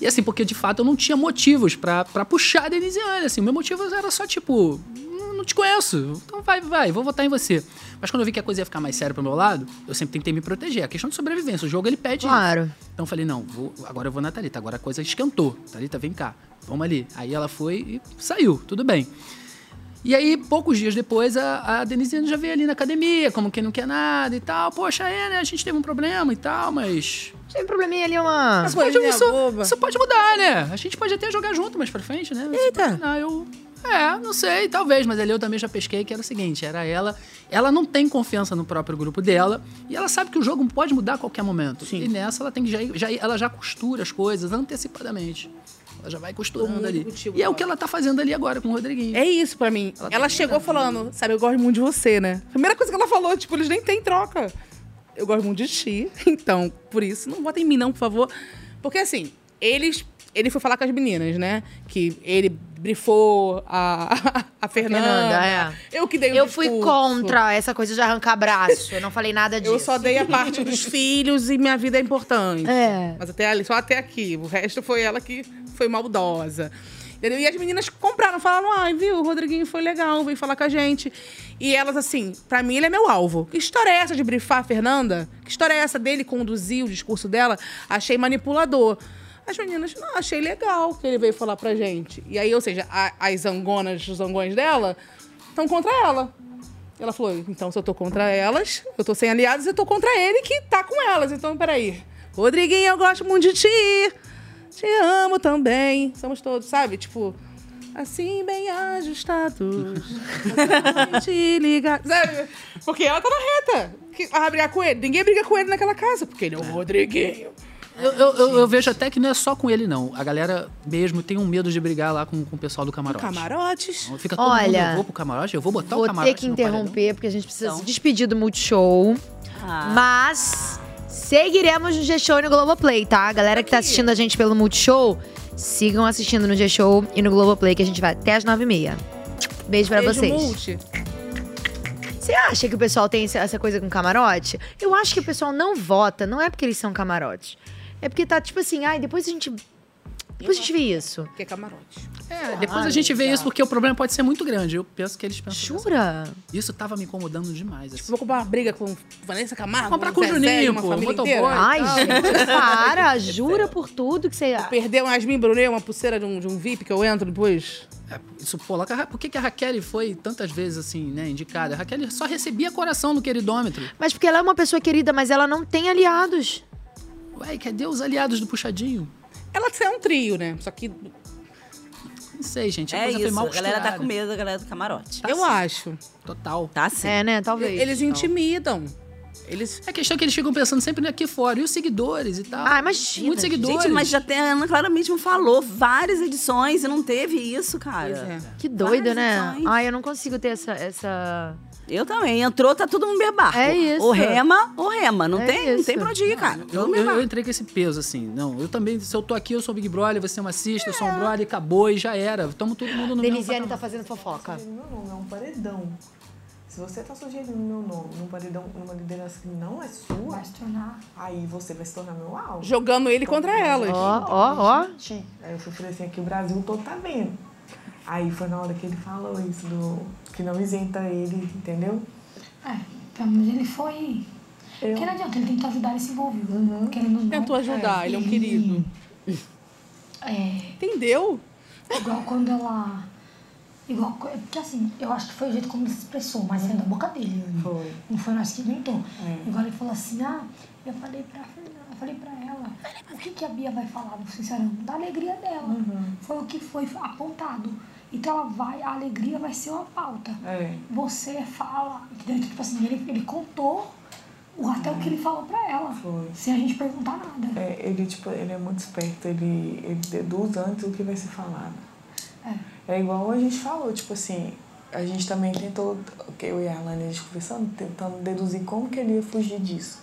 S5: E assim, porque de fato eu não tinha motivos pra pra puxar a Denisiane, assim, o meu motivo era só tipo, "Não- não te conheço, então vai, vai, vou votar em você. Mas quando eu vi que a coisa ia ficar mais séria pro meu lado, eu sempre tentei me proteger. A questão de sobrevivência, o jogo ele pede
S3: Claro.
S5: isso. Então eu falei, não, vou- agora eu vou na Thalita, agora a coisa esquentou. Thalita, vem cá, vamos ali. Aí ela foi e saiu, tudo bem. E aí, poucos dias depois, a, a Denisiane já veio ali na academia, como quem não quer nada e tal. Poxa, é, né? A gente teve um problema e tal, mas.
S3: Tem um probleminha ali, uma.
S5: Isso pode, isso, isso pode mudar, né? A gente pode até jogar junto mais pra frente, né? Eita! Não, eu. É, não sei, talvez, mas ali eu também já pesquei que era o seguinte: era ela. Ela não tem confiança no próprio grupo dela e ela sabe que o jogo pode mudar a qualquer momento. E nessa ela tem que já, ir- já ir- ela já costura as coisas antecipadamente. Ela já vai costurando ali.
S2: contigo,
S5: E é o que ela tá fazendo ali agora com o Rodriguinho.
S2: É isso pra mim. Ela, chegou falando, sabe, eu gosto muito de você, né? Primeira coisa que ela falou, tipo, eles nem têm troca. Eu gosto muito de ti, então, por isso, não vota em mim, não, por favor. Porque assim, eles. Ele foi falar com as meninas, né? Que ele brifou a, a Fernanda. é.
S3: Fernanda, é.
S2: Eu que dei o
S3: Eu fui
S2: discurso.
S3: contra essa coisa de arrancar braço. Eu não falei nada disso.
S2: Eu só dei a parte dos filhos e minha vida é importante.
S3: É.
S2: Mas até ali, só até aqui. O resto foi ela que foi maldosa. Entendeu? E as meninas compraram, falaram: ai, viu, o Rodriguinho foi legal, veio falar com a gente. E elas, assim, pra mim ele é meu alvo. Que história é essa de brifar a Fernanda? Que história é essa dele conduzir o discurso dela? Achei manipulador. As meninas, não, achei legal que ele veio falar pra gente. E aí, ou seja, a- as zangonas, os zangões dela, estão contra ela. Ela falou, então se eu tô contra elas, eu tô sem aliados, eu tô contra ele que tá com elas. Então, peraí. Rodriguinho, eu gosto muito de ti. Te amo também. Somos todos, sabe? Tipo, assim bem ajustados. te ligar. Sabe? Porque ela tá na reta. Que, ah, brigar com ele. Ninguém briga com ele naquela casa, porque ele é o Rodriguinho.
S5: Eu, eu- eu- eu vejo até que não é só com ele, não. A galera mesmo tem um medo de brigar lá com, com o pessoal do camarote.
S2: Camarotes.
S5: Então Fica todo
S3: Olha,
S5: mundo, eu vou pro camarote, eu vou botar o
S3: Vou
S5: camarote
S3: ter que
S5: no Então.
S3: interromper, porque a gente precisa se despedir do Multishow.
S5: Ah.
S3: Mas seguiremos no G-Show e no Globoplay, tá? A galera que tá assistindo a gente pelo Multishow, sigam assistindo no G-Show e no Globoplay, que a gente vai até as 9h30. Beijo pra
S2: Beijo,
S3: vocês.
S2: Multi.
S3: Você acha que o pessoal tem essa- essa coisa com camarote? Eu acho que o pessoal não vota, não é porque eles são camarotes. É porque tá tipo assim, ai, depois a gente. Depois a gente vê isso.
S2: Que é camarote.
S5: É, depois a gente vê isso porque o problema pode ser muito grande. Eu penso que eles pensam.
S3: Jura? Tipo,
S5: Isso tava me incomodando demais. Assim.
S2: Vou comprar uma briga
S3: um
S2: com Vanessa Camargo?
S5: Comprar com
S2: com
S5: o
S2: Zezé,
S5: Juninho,
S2: uma
S5: pô,
S2: família
S5: motoboy.
S2: inteira?
S5: Ai,
S2: Não.
S5: gente, para,
S3: jura por tudo que você.
S2: Perdeu um Asmin Brunet, uma pulseira de um, de um VIP que eu entro depois?
S5: É, Isso coloca. a Ra- Por que, que a Raquel foi tantas vezes assim, né, indicada? A Raquel só recebia coração no queridômetro.
S3: Mas porque ela é uma pessoa querida, mas ela não tem aliados.
S5: Ué, cadê os aliados do Puxadinho?
S2: Ela é um trio, né? Só que.
S5: Não sei, gente. a
S4: É
S5: coisa foi
S4: isso,
S5: mal
S4: a galera tá
S5: costurada.
S4: com medo da galera do camarote.
S2: Eu acho.
S5: Total.
S4: Tá sim.
S3: É, né? Talvez.
S2: Eles intimidam. Eles...
S5: Então. É questão que eles ficam pensando sempre aqui fora. E os seguidores e tal.
S4: Ah,
S3: imagina.
S5: Muitos seguidores.
S4: Gente, mas já tem, a Ana Clara mesmo falou várias edições e não teve isso, cara.
S3: Que doido,
S4: Várias
S3: né?
S4: edições.
S3: Ai, eu não consigo ter essa. essa...
S4: Eu também. Entrou, tá todo mundo bebaco.
S3: É isso.
S4: Ou rema, ou rema. Não,
S3: É
S4: tem, não
S3: isso.
S4: tem pra onde ir, cara.
S5: Eu, eu- eu entrei com esse peso, assim. Não, eu também, se eu tô aqui, eu sou Big Brother, você é uma sister, eu sou um brother, acabou e já era. Tamo todo mundo no
S3: Denisiane
S5: mesmo
S3: tá
S5: patamar.
S3: fazendo fofoca.
S14: Meu nome é um paredão. Se você tá sugerindo meu nome num paredão, numa liderança que não é sua, aí você vai se tornar meu alvo.
S2: Jogando ele contra elas.
S14: Ó,
S3: ó, ó.
S14: Aí eu fui falei assim, aqui o Brasil todo tá vendo. Aí foi na hora que ele falou isso do que não isenta ele, entendeu?
S17: É, pelo menos ele foi. Porque não adianta, ele tentou ajudar, ele se envolveu. Querendo ou não.
S2: Tentou ajudar, ele é
S5: Hum.
S2: um querido. Entendeu?
S17: é. Igual quando ela. Igual. co- Porque assim, eu acho que foi o jeito como ele se expressou, mas saiu da boca dele. né? Não foi nós que inventou. Igual ele falou assim: ah, eu falei pra, Fernanda- eu falei pra ela, o que, que a Bia vai falar do Sincerão? Da alegria dela. Foi o que foi apontado. Então ela vai, a alegria vai ser uma pauta.
S14: É.
S17: Você fala. Entendeu? Tipo assim, ele, ele contou o, até o que ele falou pra ela. Sem a gente perguntar nada.
S14: É, ele, tipo, ele é muito esperto, ele, ele deduz antes o que vai ser falado. É. igual a gente falou, tipo assim, a gente também tentou, eu e a Alane, a gente conversando, tentando deduzir como que ele ia fugir disso.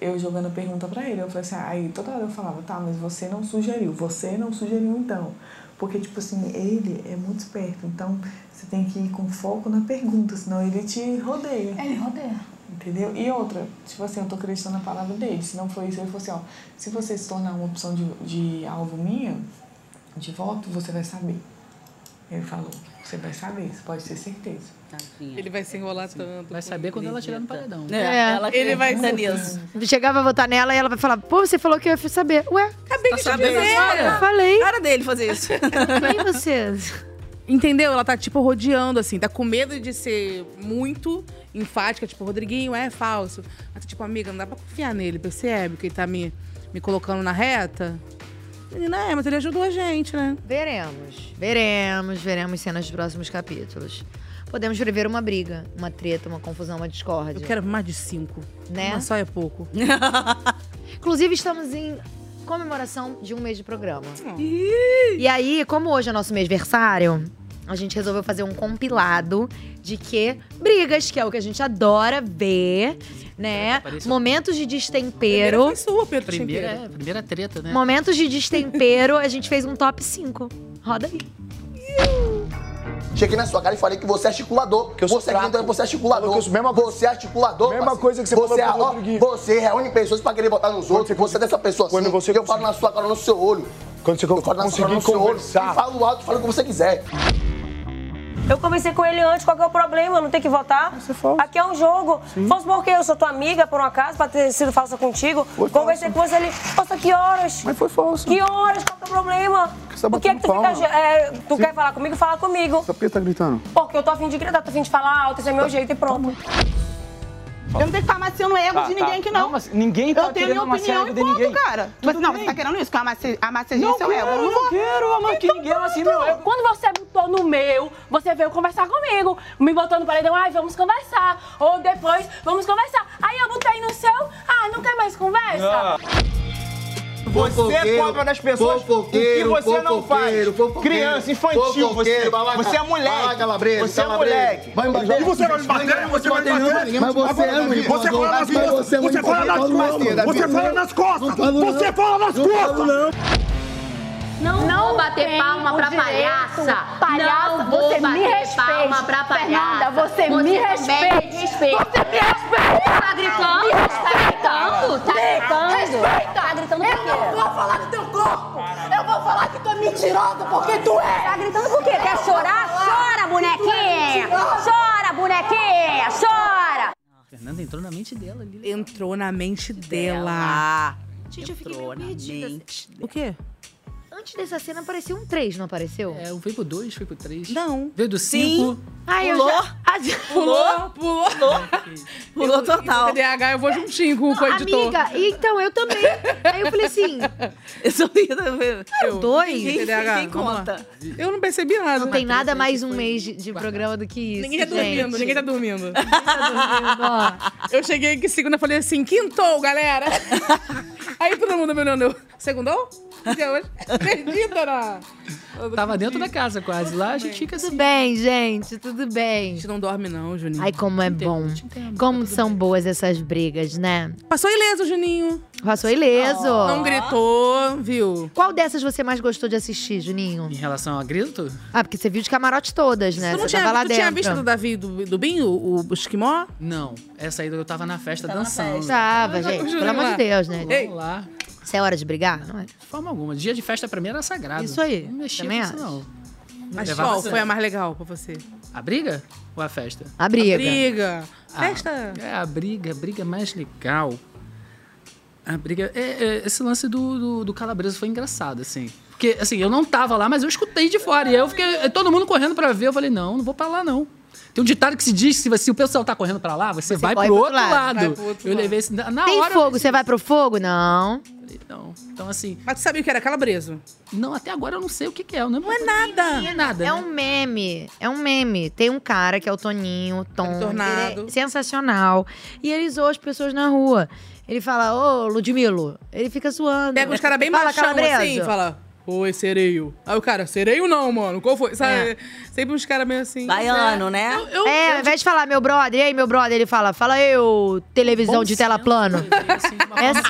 S14: Eu jogando a pergunta pra ele, eu falei assim, aí toda hora eu falava, tá, mas você não sugeriu, você não sugeriu então. Porque, tipo assim, ele é muito esperto, então você tem que ir com foco na pergunta, senão ele te rodeia.
S17: Ele rodeia.
S14: Entendeu? E outra, tipo assim, eu tô acreditando na palavra dele. Se não for isso, ele falou assim, ó, se você se tornar uma opção de, de alvo minha, de voto, você vai saber. Ele falou, você vai saber, você pode ter certeza.
S2: Ele vai se enrolar tanto.
S5: Vai saber quando ela chegar no paredão.
S2: tá? É,
S3: É.
S2: ele vai
S5: tá
S3: ser
S2: ser nisso.
S3: Chegar vai votar nela e ela vai falar: pô, você falou que eu ia saber. Ué,
S2: acabei
S4: de Tá sabendo agora?
S3: Eu falei.
S4: Cara dele fazer isso.
S18: é
S3: Quem você?
S2: Entendeu? Ela tá, tipo, rodeando, assim. Tá com medo de ser muito enfática. Tipo, Rodriguinho é falso. Mas, tipo, amiga, não dá pra confiar nele. Percebe que ele tá me, me colocando na reta? Menina, é, mas ele ajudou a gente, né?
S3: Veremos. Veremos, veremos cenas dos próximos capítulos. Podemos prever uma briga, uma treta, uma confusão, uma discórdia.
S2: Eu quero mais de cinco.
S3: Né?
S2: Uma só é pouco.
S3: Inclusive, estamos em comemoração de um mês de programa.
S2: Hum.
S3: E aí, como hoje é nosso mês versário, a gente resolveu fazer um compilado de que brigas, que é o que a gente adora ver, né?
S5: apareceu.
S3: Momentos de destempero.
S5: primeira, é, primeira treta, né?
S3: Momentos de destempero, a gente fez um top 5. Roda aí.
S19: Cheguei na sua cara e falei que você é articulador. Que eu você aqui, então, você é articulador. Você é articulador. Mesma
S20: coisa que você
S19: você é,
S20: falou pro
S19: ó, Você reúne pessoas pra querer botar nos outros. Você é dessa pessoa assim. eu falo na sua cara, no seu olho.
S20: Quando você
S19: eu falo na sua cara, no
S20: conseguir
S19: seu olho.
S20: conversar.
S19: E falo alto, falo o que você quiser.
S21: Eu conversei com ele antes, qual que é o problema? Não tem que votar? Aqui é um jogo. Fosse porque eu sou tua amiga, por um acaso, pra ter sido falsa contigo. conversei com você ali. Nossa, que horas? Mas
S20: foi falso.
S21: Que horas? Qual que é o problema?
S20: você tá
S21: Por que, que
S20: batendo
S21: tu fica.
S20: palma?
S21: é, tu
S20: Sim.
S21: quer falar comigo? Fala comigo.
S20: Sabe por que tá gritando? Tá.
S21: Porque eu tô afim de gritar, tô afim de falar alto, esse é meu jeito e pronto.
S22: Eu não tenho que estar amaciando o ego
S21: Tá,
S22: de ninguém
S21: tá.
S22: aqui, não.
S21: Não, mas ninguém tá
S22: Eu tenho minha
S21: querendo amaciar
S22: opinião
S21: o
S22: e
S21: ego de
S22: ponto,
S21: ninguém.
S22: cara. Mas, não, você tá querendo isso, que eu amacie, amaciei seu ego. um Eu vou. Então tá.
S18: que ninguém assim meu ego. Quando você botou no meu, você veio conversar comigo. Me botou no paredão, ai, vamos conversar. Ou depois, vamos conversar. Aí eu botei no seu, ah, não quer mais
S19: Ah.
S18: conversa?
S9: Você cobra das pessoas o que você não faz. Criança, infantil, você. Você é moleque. Você é moleque.
S20: E você vai me bater, você vai me bater.
S9: Mas você é um
S20: Davi, Você fala nas costas,
S9: Davi, você
S20: você
S9: é um
S20: fala nas
S9: irresponsável.
S20: costas,
S9: Davi,
S20: você
S9: não.
S20: fala nas costas,
S9: falo não.
S20: você fala nas
S9: Não falo
S20: costas.
S18: Não,
S23: vou bater
S18: tem
S23: palma
S18: o
S23: pra
S18: direito.
S23: palhaça.
S18: Palhaça,
S23: Não vou
S18: você me
S23: bater
S18: respeita.
S23: palma pra palhaça.
S18: Fernanda, você,
S23: Você
S18: me
S23: também
S18: respeita.
S23: me respeita.
S18: Você me respeita.
S23: Tá gritando? Tá gritando? Tá gritando?
S18: Respeita.
S23: Tá gritando por quê?
S18: Eu não vou falar do teu corpo. Eu vou falar que tu é mentirosa porque tu é.
S23: Tá gritando por quê? Quer chorar? Chora, bonequinha. Chora, bonequinha. Chora.
S5: Fernanda entrou na mente dela ali.
S2: Entrou na mente
S3: dela.
S2: dela.
S3: Gente, eu fiquei
S2: Entrou
S3: meio
S2: na
S3: perdida.
S2: mente O quê?
S3: Antes dessa cena apareceu um 3, não apareceu?
S5: É, veio pro 2, foi pro 3.
S3: Não.
S5: Veio do
S3: Sim.
S5: 5.
S3: Ai, eu
S5: Pulou.
S3: já-
S2: Pulou, pulou. Pulou total. TDAH, eu vou juntinho com o
S3: Não,
S2: editor.
S3: amiga, então eu também. Aí eu falei assim.
S2: Eu sou
S3: Eram dois?
S2: Ninguém,
S3: TDAH,
S2: ninguém
S3: vamos lá.
S2: conta. Eu não percebi nada.
S3: Não tem nada mais um mês de, de programa do que isso.
S2: Ninguém tá dormindo,
S3: gente.
S2: ninguém tá dormindo.
S3: tá
S2: eu cheguei aqui segunda e falei assim, quintou, galera. Aí todo mundo me olhando, segundou? Que dia é hoje? Perdida, na...
S5: Tava dentro da casa quase. Lá a gente fica assim.
S3: Tudo bem, gente, tudo bem. A gente
S2: não dorme, não, Juninho.
S3: Ai, como é bom.
S2: tá
S3: Como são boas essas brigas, né?
S2: Passou ileso, Juninho.
S3: Passou ileso.
S2: Não gritou, viu?
S3: Qual dessas você mais gostou de assistir, Juninho?
S5: Em relação a grito?
S3: Ah, porque você viu de camarote todas, né?
S2: tu não
S3: você
S2: tinha,
S3: tava lá
S2: tu
S3: dentro.
S2: tinha visto do Davi e do, do Binho, o, o esquimó?
S5: Não. Essa aí eu tava na festa
S2: Tava na
S5: dançando.
S2: festa.
S3: Tava,
S5: Mas,
S3: gente.
S5: Juninho,
S3: Pelo amor
S5: lá.
S3: de Deus, né?
S5: Vamos lá.
S3: Isso é hora de brigar? Não é?
S5: De forma alguma. Dia de festa pra mim era sagrado.
S3: Isso aí.
S5: Não mexia
S3: Também
S5: com isso,
S3: acho.
S5: não.
S2: Mas
S5: Levava
S2: qual
S5: a sério.
S2: foi a mais legal pra você?
S5: A briga ou a festa?
S3: A briga.
S2: A briga.
S5: Ah,
S2: Festa.
S5: É, a briga, a briga mais legal. A briga. é, é, esse lance do, do, do calabreso foi engraçado, assim. Porque, assim, eu não tava lá, mas eu escutei de fora. E aí eu fiquei. é, Todo mundo correndo pra ver. Eu falei, não, não vou pra lá, não. Tem um ditado que se diz que se, você- se o pessoal tá correndo pra lá, você, vai, pro outro lado.
S3: Vai pro outro
S5: eu levei esse. Na, na
S3: Tem
S5: hora. eu
S3: fogo, você vai pro fogo? Não.
S5: falei, não. Então, assim.
S2: Mas tu sabia o que era calabreso?
S5: Não, até agora eu não sei o que, que é. Não, não
S3: é
S2: nada. né?
S3: É um meme. É um meme. Tem um cara que é o Toninho, Tom.
S2: Tornado.
S3: ele é sensacional. E ele zoa as pessoas na rua. Ele fala, ô, Ludmilo. Ele fica zoando.
S2: Pega os caras bem
S3: Fala,
S2: baixão
S3: Calabreso.
S2: assim e fala... Oi, sereio. Aí o cara, sereio não, mano. Qual foi? Sabe?
S4: É.
S2: Sempre uns caras meio assim. é.
S4: né?
S2: Eu- eu-
S3: é, ao invés de falar meu brother, e aí meu brother, ele fala, fala eu, televisão de tela plano.
S5: É assim.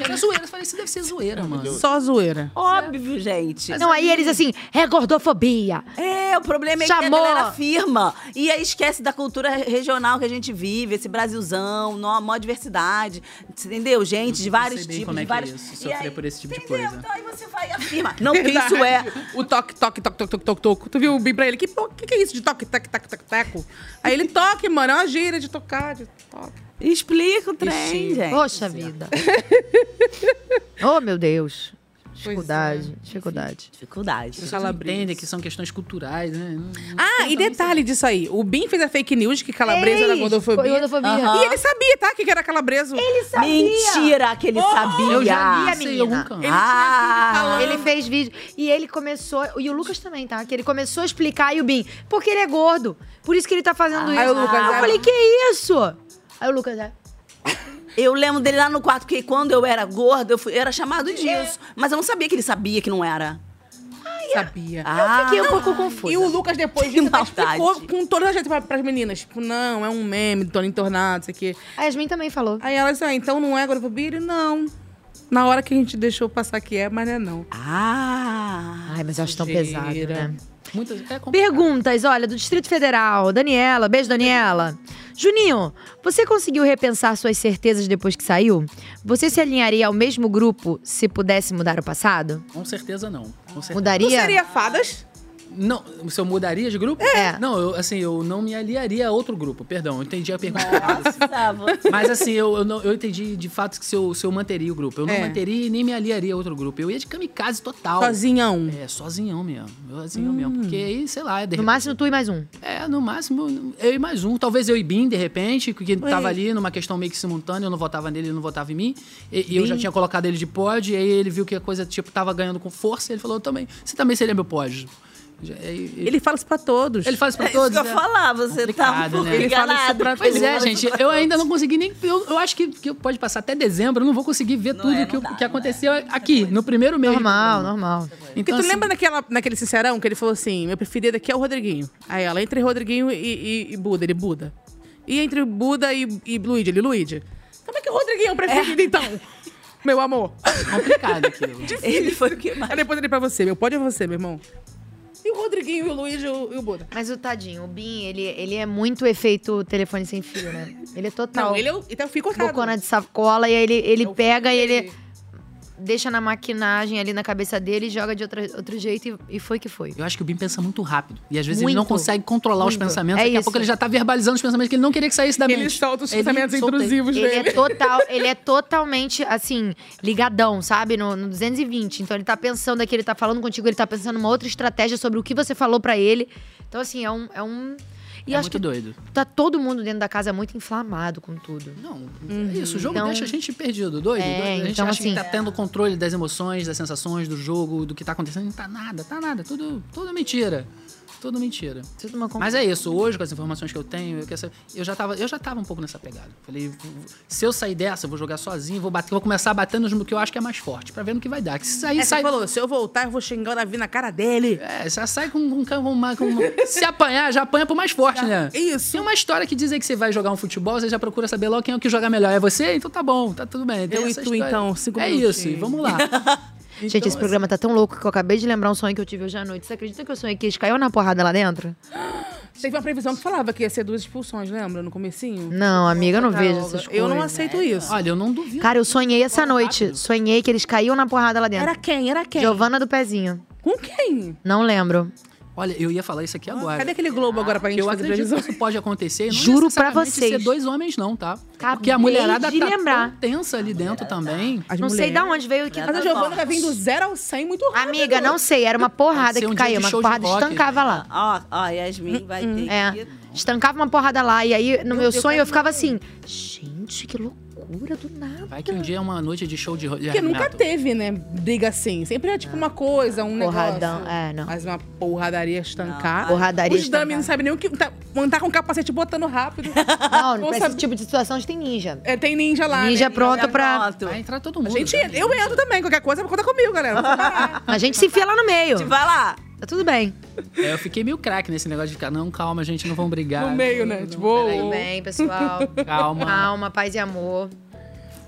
S5: Era zoeira. Eu falei, isso deve ser zoeira, mano.
S2: Só zoeira.
S4: Óbvio, gente.
S3: Não, aí eles assim, é gordofobia.
S4: É, o problema é
S3: Chamou.
S4: que a galera afirma. E aí esquece da cultura regional que a gente vive, esse Brasilzão, nó- mó diversidade. Entendeu? Gente de vários
S5: sei bem
S4: tipos,
S5: como é
S4: de
S5: que é
S4: vários.
S5: isso,
S4: e aí
S5: sofrer por esse tipo de coisa.
S4: você vai e afirma. Não, porque isso é.
S2: O toque, toque, toque, toque, toque, toque, toque. Tu viu o Bi pra ele? Que po- que, que é isso de toque, toque, toque, toque, toque? Aí ele toque, mano. É uma gíria de tocar, de toque.
S4: Explica o
S2: trem, gente.
S3: Poxa vida. oh, meu Deus.
S2: é.
S3: Dificuldade, dificuldade.
S4: Dificuldade.
S5: As pessoas não entendem que são questões culturais, né?
S3: Então,
S2: Ah,
S3: é
S2: e detalhe disso aí. O Bim fez a fake news que calabresa era
S5: Fez.
S2: gordofobia.
S5: Foi gordofobia.
S2: Aham. E ele sabia, tá? Que que era calabreso. Ele
S4: sabia. Mentira que ele sabia.
S3: Eu já vi a
S4: Sei,
S3: menina.
S4: algum
S5: né?
S4: canto. Ele tinha Ah. vídeo falando.
S3: ele fez vídeo. E ele começou. E o Lucas também, tá? Que ele começou a explicar e o Bim. Porque ele é gordo. Por isso que ele tá fazendo
S2: Ah.
S3: isso.
S2: Aí o Lucas,
S3: eu
S2: ah.
S3: falei, que isso? Aí o Lucas, é.
S4: Eu lembro dele lá no quarto, porque quando eu era gorda, eu, fui- eu era chamado disso. Mas eu não sabia que ele sabia que não era.
S2: Sabia.
S4: Ah.
S2: eu fiquei um pouco
S4: confusa.
S2: E o Lucas depois
S4: Que
S2: disso até
S4: maldade.
S2: explicou com todas as letras pra- pras meninas. Tipo, não, é um meme do Tony Tornado, isso aqui.
S3: A Yasmin também falou.
S2: Aí ela disse, ah, então não é gordofobia? Ele, Não. Na hora que a gente deixou passar que é, mas não é não.
S4: Ah!
S3: Ai, mas eu acho tão pesado, né?
S5: Muitas, é
S3: Perguntas, olha, do Distrito Federal. Daniela, beijo, Daniela. Juninho, você conseguiu repensar suas certezas depois que saiu? Você se alinharia ao mesmo grupo se pudesse mudar o passado?
S5: Com certeza não. Com certeza.
S3: Mudaria? Tu seria
S2: fadas?
S5: Não, se eu mudaria de grupo? É. Não, eu, assim, eu não me aliaria a outro grupo, perdão, eu entendi a pergunta. Mas assim, eu, eu, não- eu entendi de fato que se eu, se eu manteria o grupo. Eu não
S2: É.
S5: manteria e nem me aliaria a outro grupo. Eu ia de kamikaze total.
S2: Sozinhão. Hum.
S5: É, sozinhão mesmo. Sozinhão mesmo. Porque aí, sei lá, é de
S3: No máximo, tu e mais um.
S5: É, no máximo, eu e mais um. Talvez eu e Bin, de repente, que tava ali numa questão meio que simultânea, eu não votava nele, ele não votava em mim. E, e eu já
S2: Bin.
S5: tinha colocado ele de pod, e aí ele viu que a coisa, tipo, tava ganhando com força, e ele falou também, você também seria meu pod. Já- e- e-
S2: Ele fala isso pra todos.
S5: Ele fala isso pra todos. né?
S4: É isso que eu ia falar, você tá um
S5: Complicado,
S4: pouco
S5: né? Ele fala isso
S4: enganado.
S5: pra- Pois é, gente, eu ainda não consegui nem. Eu, eu acho que, que pode passar até dezembro, eu não é, vou conseguir ver tudo que, que aconteceu aqui, no primeiro mês.
S3: Normal, normal.
S2: Porque tu lembra naquela, naquele sincerão que ele falou assim: meu preferido aqui é o Rodriguinho. Aí ela, entre Rodriguinho e, e- e Buda, ele Buda. E entre Buda e, e Luigi, ele Luigi. Como é que o Rodriguinho é o preferido, então? Meu amor.
S5: Complicado aquilo.
S2: Ele foi o que mais. Aí depois ele pra você, meu. Pode é você, meu irmão. E o Rodriguinho, e o Luigi e o, e o Buda.
S3: Mas o tadinho, o Bin, ele, ele é muito efeito telefone sem fio, né? Ele é total.
S2: Não, ele é o- ele é o fio cortado. É
S3: Bocona de sacola, e aí ele, ele pega e ele deixa na maquinagem ali na cabeça dele e joga de outra, outro jeito e, e foi que foi.
S5: Eu acho que o Bim pensa muito rápido. E às vezes ele
S3: Muito.
S5: não consegue controlar os
S3: Muito.
S5: pensamentos.
S3: É
S5: Daqui a
S3: isso.
S5: pouco ele já tá verbalizando os pensamentos que ele não queria que saísse da
S2: Ele
S5: mente.
S2: solta os pensamentos
S5: solta-
S2: intrusivos
S3: Ele é total, ele é totalmente assim, ligadão, sabe? No, no 220. Então ele tá pensando aqui, ele tá falando contigo, ele tá pensando uma outra estratégia sobre o que você falou pra ele. Então, assim, é um. É, um... E
S5: É
S3: acho
S5: muito
S3: que
S5: doido.
S3: Tá todo mundo dentro da casa muito inflamado com tudo. Então,
S5: Não,
S2: Uhum.
S5: É Isso, o jogo deixa a gente perdido, doido.
S3: Uhum. É,
S5: doido. A gente
S3: então,
S5: acha
S3: assim-
S5: que tá tendo controle das emoções, das sensações, do jogo, do que tá acontecendo. Não tá nada, tá nada. Tudo, tudo mentira. Tudo mentira. Mas é isso, hoje, com as informações que eu tenho, eu, quero saber- eu já, tava, eu já tava um pouco nessa pegada. Falei, v- v- se eu sair dessa, eu vou jogar sozinho, vou bater, vou começar batendo no que eu acho que é mais forte, pra ver no que vai dar. Que se sair,
S2: Aí
S5: sai.
S2: É, falou: se eu voltar, eu vou xingar o Davi na cara dele.
S5: É, já sai com um com, uma- com uma- Se apanhar, já apanha pro mais forte, né?
S2: Isso.
S5: Tem uma história que diz aí que você vai jogar um futebol, você já procura saber logo quem é o que joga melhor. É você? Então tá bom, tá tudo bem. Tem
S2: Eu e
S5: essa
S2: tu,
S5: história.
S2: então, cinco
S5: É
S2: minutinhos.
S5: isso, e vamos lá.
S3: Gente,
S5: Então,
S3: esse programa tá tão louco que eu acabei de lembrar um sonho que eu tive hoje à noite. Você acredita que eu sonhei que eles caiu na porrada lá dentro?
S2: Teve uma previsão que falava que ia ser duas expulsões, lembra? No comecinho?
S3: Não, amiga, eu não
S2: Tá,
S3: vejo
S2: Olga,
S3: essas coisas.
S2: Eu não aceito isso.
S5: Olha, eu não duvido.
S3: Cara, eu sonhei essa noite. Sonhei que eles caíam na porrada lá dentro.
S2: Era quem? Era quem?
S3: Giovana do Pezinho.
S2: Com quem?
S3: Não lembro.
S5: Olha, eu ia falar isso aqui agora.
S2: Ah, cadê aquele Globo agora pra gente
S5: Eu
S2: fazer
S5: acredito que
S2: previsão?
S5: isso pode acontecer. e Não
S3: Juro pra
S5: necessariamente
S3: vocês.
S5: ser dois homens, não, tá? Porque
S3: Acabei
S5: a mulherada
S3: de
S5: tá
S3: lembrar.
S5: tão tensa ali dentro também.
S3: Não sei de onde veio que.
S2: Mas tá. a Giovana tá vai vir do zero ao 100 muito rápido.
S3: Amiga, não sei. Era uma porrada
S2: Pode ser um
S3: que
S2: dia
S3: caiu.
S2: de
S3: Uma
S2: show de
S3: porrada
S2: rock.
S3: estancava lá.
S4: Ó, ó, Yasmin vai ter
S3: É.
S4: que...
S3: Estancava uma porrada lá. E aí, no meu
S4: Deus,
S2: é
S3: sonho, eu
S4: cara,
S3: ficava assim. Gente, que loucura do nada.
S5: Vai que um dia é uma noite de show de rock.
S2: Porque nunca teve, né? Briga assim. Sempre é tipo uma coisa, um
S3: Porradão,
S2: negócio.
S3: é, não.
S2: Mas uma porradaria estancar.
S3: Não, porradaria
S2: Os dummy não sabem nem o que. Tá, tá com o capacete botando rápido.
S3: Não,
S2: Não
S3: pra esse
S2: sabe-
S3: tipo de situação, a gente tem ninja.
S2: É, tem ninja lá.
S3: Ninja
S2: né?
S3: pronto pra-
S5: Vai entrar todo mundo. né?
S2: Gente, eu entro também. Qualquer coisa, conta comigo, galera.
S3: A gente se enfia lá no meio.
S4: Vai lá.
S3: Tá tudo bem.
S5: É, eu fiquei meio craque nesse negócio de ficar, não, calma, gente, não vão brigar.
S2: No meio, né?
S5: Não,
S2: Tipo,
S5: peraí.
S3: Tudo bem, pessoal.
S5: Calma.
S3: Calma, paz e amor.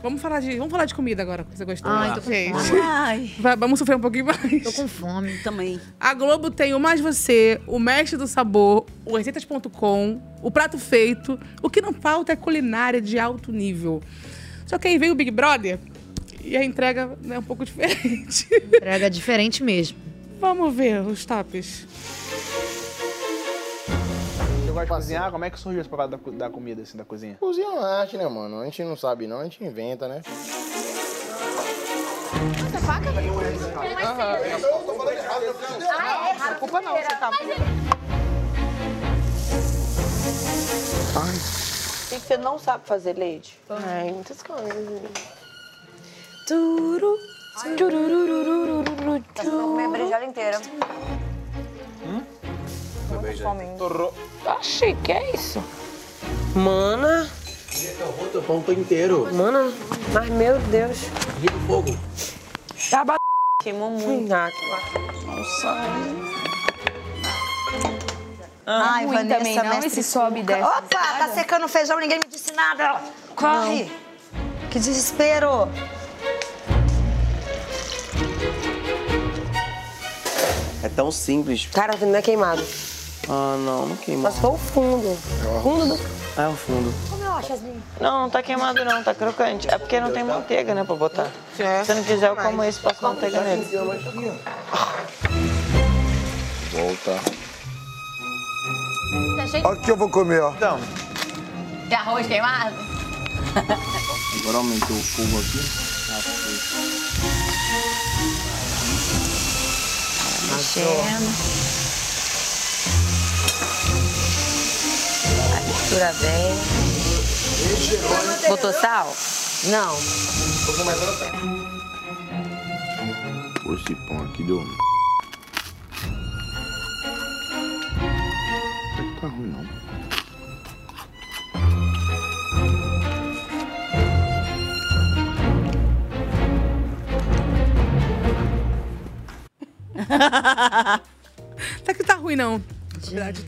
S2: Vamos falar de, vamos falar de comida agora, que você gostou.
S3: Ai, tô com
S2: gente.
S3: fome.
S2: Vai- vamos sofrer um pouquinho mais. Tô
S3: com fome
S4: também.
S2: A Globo tem o Mais Você, o Mestre do Sabor, o Receitas.com, o Prato Feito. O que não falta é culinária de alto nível. Só que aí veio o Big Brother e a entrega é um pouco diferente.
S3: Entrega diferente mesmo.
S2: Vamos ver os tops.
S9: Eu gosto de cozinhar, como é que surgiu essa parada da, co- da comida, assim, da cozinha?
S1: Cozinha é uma arte, né, mano? A gente não sabe, não. A gente inventa, né?
S20: Ah, é? A culpa não, você tá
S6: O que que você não sabe fazer, Leite? Ai, muitas coisas. Turu, tururururururu, turu.
S21: Tá Minha berinjela inteira.
S11: Hum?
S6: Achei, que é isso? Mana,
S9: Outro pão tô inteiro.
S8: Mano, mas meu Deus.
S9: Liga o fogo.
S8: Tá ba... Queimou muito. Nossa.
S10: Ai,
S11: ruim
S10: Vanessa,
S11: também, não
S10: mestre
S11: esse sobe e desce.
S10: Opa, tá secando feijão, ninguém me disse nada. Corre! Que desespero!
S12: É tão simples.
S8: Cara, não é queimado.
S12: Ah, não, não queimou.
S8: Mas foi o fundo. Fundo do...
S12: Ah, é o fundo.
S10: Como eu acho, Yasmin?
S11: Não, não tá queimado não, tá crocante. É porque não tem manteiga, né, pra botar.
S8: É.
S11: Se não quiser, eu como esse, passo manteiga nele.
S7: Volta. Olha o que eu vou comer, ó. Então.
S23: E arroz queimado?
S12: Agora aumentou o fogo aqui. Ah, foi.
S10: Mexendo.
S23: A mistura bem. Botou sal? Não.
S1: Pô, esse pão aqui deu. um- Até que Tá ruim, não.
S2: Até que tá ruim, não. Gente,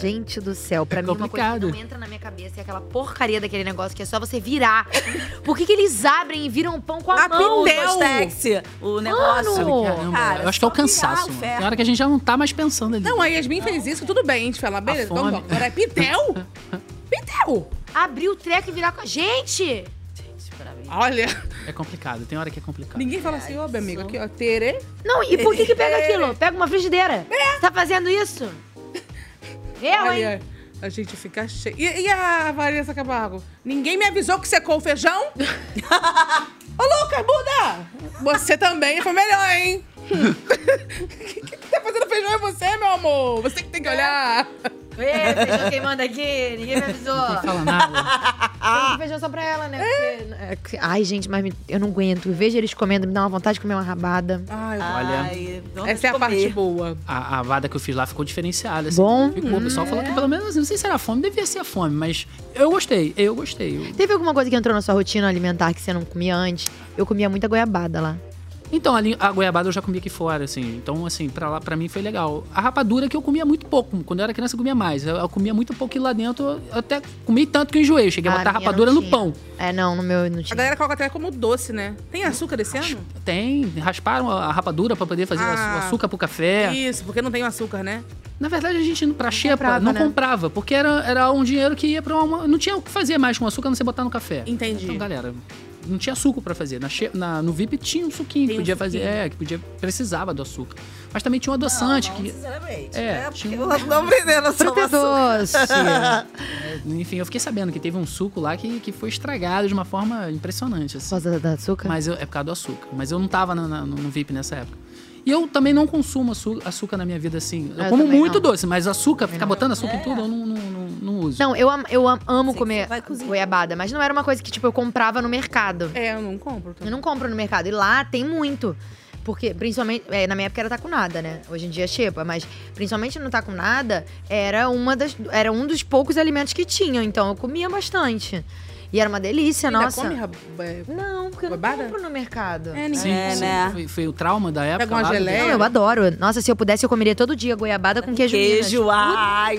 S3: Gente do céu, pra mim é uma coisa que não entra na minha cabeça é aquela porcaria daquele negócio que é só você virar. Por que, que eles abrem e viram o pão com a, mão?
S4: Tex, o negócio.
S5: Caramba, eu acho que é o cansaço. mano. Tem hora que a gente já não tá mais pensando ali.
S2: Não, a Yasmin fez isso, tudo bem. A gente fala, beleza, vamos embora. Agora é Pitel? Pitel!
S3: Abrir o treco e virar com a gente!
S2: Olha,
S5: É complicado, tem hora que é complicado.
S2: ninguém fala assim, ô, meu amigo, aqui, ó, tere.
S3: Não, e por que que pega aquilo? Pega uma frigideira. Você tá fazendo isso? Eu,
S2: É. Olha, a gente fica cheio. E, e a Vanessa Camargo? Ninguém me avisou que secou o feijão? Ô, Lucas, Buda! Você também foi melhor, hein? Hum. Quem que tá fazendo feijão é você, meu amor. Você que tem que olhar.
S3: É. Ê, feijão queimando aqui, ninguém me avisou. Não
S5: fala
S2: Ah.
S3: nada. feijão só pra ela, né? Porque- é, que- Ai, gente, mas me- eu não aguento. Eu vejo eles comendo, me dá uma vontade de comer uma rabada.
S2: Ai,
S5: Olha.
S2: Essa é a parte boa.
S5: A, a vada que eu fiz lá ficou diferenciada. Assim.
S3: Bom.
S5: Ficou, o pessoal falou que pelo menos, assim, não sei se era fome, devia ser a fome, mas eu gostei, eu gostei. Eu-
S3: Teve alguma coisa que entrou na sua rotina alimentar que você não comia antes? Eu comia muita goiabada lá.
S5: Então, ali, a goiabada eu já comia aqui fora, assim. Então, assim, pra lá, pra mim foi legal. A rapadura que eu comia muito pouco. Quando eu era criança, eu comia mais. Eu, eu comia muito pouco e lá dentro eu eu até comi tanto que eu enjoei. Eu Cheguei a
S3: Ah,
S5: botar
S3: a minha
S5: rapadura
S3: não
S5: no
S3: tinha.
S5: pão.
S3: É, não, no meu não
S2: A
S3: tinha.
S2: galera coloca até como doce, né? Tem açúcar esse ano?
S5: Tem, rasparam a a rapadura pra poder fazer o açu-
S2: Ah.
S5: o açúcar pro café.
S2: Isso, porque não tem o açúcar, né?
S5: Na verdade, a gente pra xepa
S2: comprava,
S5: não
S2: né?
S5: comprava, porque era, era um dinheiro que ia pra uma. Não tinha o que fazer mais com açúcar a não ser botar no café.
S2: Entendi.
S5: Então, galera, não tinha suco pra fazer. Na, che- na- no VIP tinha um suquinho que
S4: Tem um
S5: podia
S4: suquinho.
S5: fazer, é, que podia, precisava do açúcar. Mas também tinha um adoçante que.
S4: Sinceramente.
S5: É,
S4: né?
S5: tinha
S4: Porque eu não aprendendo a
S5: Fruta
S4: somar açúcar.
S5: doce. É, Enfim, eu fiquei sabendo que teve um suco lá que, que foi estragado de uma forma impressionante. Assim.
S3: Por causa do açúcar?
S5: Mas eu- é por causa do açúcar. Mas eu não tava na- na- no, no VIP nessa época. E eu também não consumo açu- açúcar na minha vida assim. Eu,
S3: Eu
S5: como
S3: também
S5: muito
S3: não. É.
S5: doce, mas açúcar, ficar botando açúcar em tudo, eu não, não, não, não uso.
S3: Não, eu, am- eu am- amo comer goiabada, mas não era uma coisa que, tipo, eu comprava no mercado.
S2: É, eu não compro.
S3: Eu não compro no mercado. E lá tem muito. Porque, principalmente, é, na minha época era tacunada, né? Hoje em dia é xepa, mas principalmente no tacunada era, uma das, era um dos poucos alimentos que tinham, então eu comia bastante. E era uma delícia,
S2: Ainda
S3: nossa.
S2: come é, rabo-
S3: Não, porque eu não compro no mercado. É,
S5: Sim, sim.
S2: né?
S4: né?
S5: Foi, foi o trauma da época. lá do-
S3: Não, eu adoro. Nossa, se eu pudesse, eu comeria todo dia goiabada
S2: um
S3: com queijo
S4: Queijo,
S3: Minas.
S2: ah,
S4: ai,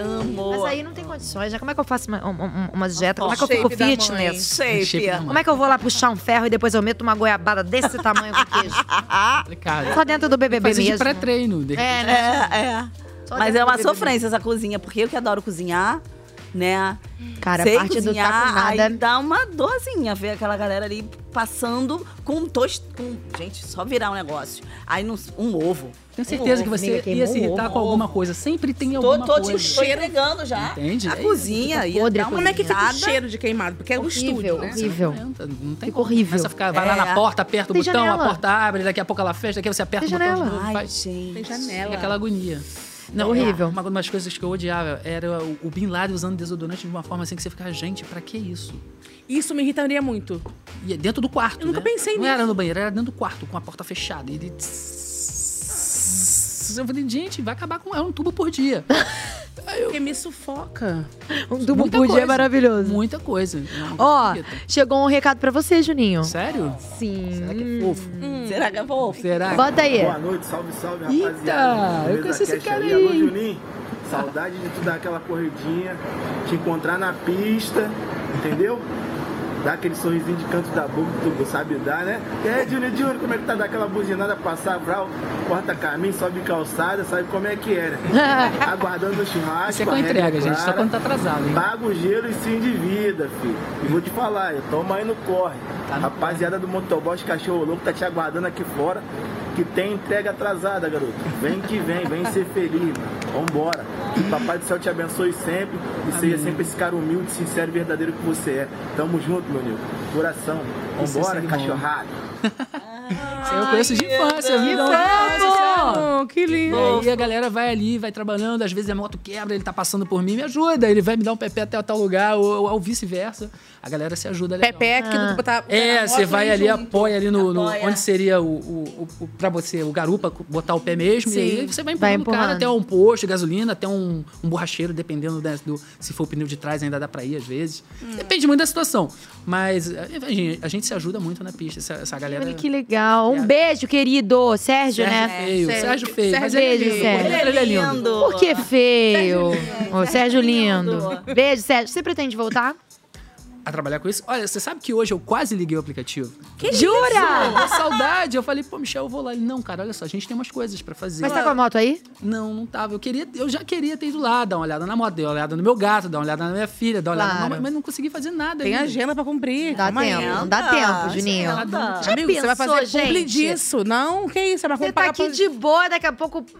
S4: amo.
S3: Mas aí não tem condições, né? Como é que eu faço uma, uma, uma- uma dieta? Como é que eu
S4: Shape
S3: fico
S4: da mãe.
S3: fitness?
S4: Shape. Shape da mãe.
S3: Como é que eu vou lá puxar um ferro e depois eu meto uma goiabada desse tamanho com queijo?
S5: Complicado.
S3: Só dentro do BBB
S5: Fazer de
S3: mesmo.
S5: pré-treino. de
S3: É,
S5: repente.
S3: né?
S4: É, é.
S3: Só
S4: Mas
S3: dentro
S4: é uma
S3: do BBB.
S4: sofrência essa cozinha, porque eu que adoro cozinhar, né?
S3: Cara, a
S4: Sei
S3: parte do
S4: cozinhar,
S3: taco nada-
S4: aí dá uma dorzinha ver aquela galera ali passando com um toast, com gente, só virar um negócio. Aí num- um ovo.
S5: Tenho certeza que você ia se irritar com alguma coisa. Sempre tem alguma
S4: tô
S5: coisa.
S4: te cheiro entregando já.
S5: Entende?
S4: A
S5: É isso.
S4: cozinha ia
S5: Podre
S4: dar uma
S2: Como é que fica o
S4: ligada.
S2: cheiro de queimado? Porque é o estúdio, né?
S5: Horrível. Não tem
S2: Fica horrível.
S5: Começa a ficar, vai lá
S2: É.
S5: na porta, aperta o
S2: Tem
S5: botão,
S2: janela.
S5: a porta abre, daqui a pouco ela fecha, daqui você aperta
S2: Tem
S5: o botão
S2: janela.
S5: de novo.
S2: Ai,
S5: faz.
S4: gente.
S2: Tem janela.
S5: Fica aquela agonia. Não, é
S2: Horrível.
S5: Uma, uma das coisas que eu odiava era o, o Bin Laden usando desodorante de uma forma assim que você ficava, gente, pra que isso?
S2: Isso me irritaria muito.
S5: E é dentro do quarto. Eu nunca
S2: pensei
S5: Não era no banheiro, era dentro do quarto, com a porta fechada. E ele. Eu falei, gente, vai acabar com. É um tubo por dia.
S2: Porque me sufoca.
S3: Do Bubu é maravilhoso.
S5: Muita coisa.
S3: Ó, chegou um recado pra você, Juninho.
S5: Sério?
S3: Sim. Será que
S5: é fofo?
S4: Será que é fofo?
S5: Será?
S3: Bota aí.
S13: Boa noite, salve, salve,
S3: Eita,
S13: rapaziada.
S3: eu conheci esse
S13: Cast
S3: cara
S13: aí.
S3: aí,
S13: Alô,
S3: hein?
S13: Juninho. Saudade de tu dar aquela corridinha, te encontrar na pista, entendeu? Dá aquele sorrisinho de canto da boca que tu sabe dar, né? E aí, Juninho, Juninho, como é que tá? Dá aquela buzinada, passar brau, corta caminho, sobe calçada, sabe como é que é, né? Aguardando o churrasco.
S5: Isso é
S13: a
S5: com
S13: regra
S5: entrega, gente, só
S13: clara,
S5: quando tá atrasado, hein?
S13: Paga o gelo e se endivida, filho. E vou te falar, toma aí no corre. Rapaziada do Motoboss Cachorro Louco tá te aguardando aqui fora, que tem entrega atrasada, garoto. Vem que vem, vem ser feliz, mano. Vambora. Que o Papai do Céu te abençoe sempre e seja sempre esse cara humilde, sincero e verdadeiro que você é. Tamo junto, meu amigo. Coração.
S5: Isso é
S13: Vambora,
S5: sangue bom.
S13: cachorrada.
S5: Eu conheço de infância, é
S13: Que
S5: viu?
S13: fofo!
S2: Que
S5: lindo! E aí a galera vai ali, vai trabalhando, às vezes a moto quebra, ele tá passando por mim, me ajuda, ele vai me dar um pepé até tal lugar, ou, ou vice-versa. A galera se ajuda legal.
S2: Pepé é aquilo que botar- botar
S5: É,
S2: na
S5: você
S2: moto
S5: vai
S2: e
S5: ali,
S2: junto.
S5: apoia ali no, no-
S2: Apoia.
S5: onde seria o, o, o- o- pra você, o garupa, botar o pé mesmo,
S2: Sim.
S5: e aí você vai empurrando,
S2: Vai
S5: o cara
S2: empurrando.
S5: até um posto de gasolina, até um, um borracheiro, dependendo da- do, se for o pneu de trás, ainda dá pra ir às vezes.
S2: Hum.
S5: Depende muito da situação. Mas eh, enfim, a gente se ajuda muito na pista, essa, essa galera.
S3: Olha que legal. Um beijo, querido. Sérgio,
S5: Sérgio
S3: né?
S5: feio, Sérgio Sérgio feio,
S3: Um
S5: mas ele é
S3: beijo,
S5: lindo.
S3: Sérgio.
S5: Ele é lindo.
S3: Por que feio? Ô, Sérgio lindo. Beijo, Sérgio. Você pretende voltar?
S5: a trabalhar com isso. Olha, você sabe que hoje eu quase liguei o aplicativo.
S3: Que Jura? isso?
S5: Uma saudade. Eu falei, pô, Michel, eu vou lá. Ele, não, cara, olha só, a gente tem umas coisas pra fazer.
S3: Mas tá com a moto aí?
S5: Não, não tava. Eu, queria, eu já queria ter ido lá, dar uma olhada na moto, dar uma olhada no meu gato, dar uma olhada na minha filha, dar uma olhada na
S3: Claro.
S5: mas não consegui fazer nada.
S2: Tem
S5: ainda.
S2: agenda pra cumprir.
S3: Dá tempo, não
S4: tá.
S3: dá tempo, Juninho. Já
S2: Amigo, você vai
S3: pensou,
S2: fazer publi
S3: gente?
S2: disso. Não, que isso? Você vai
S3: Você tá
S2: comprar
S3: aqui de boa, daqui a pouco pede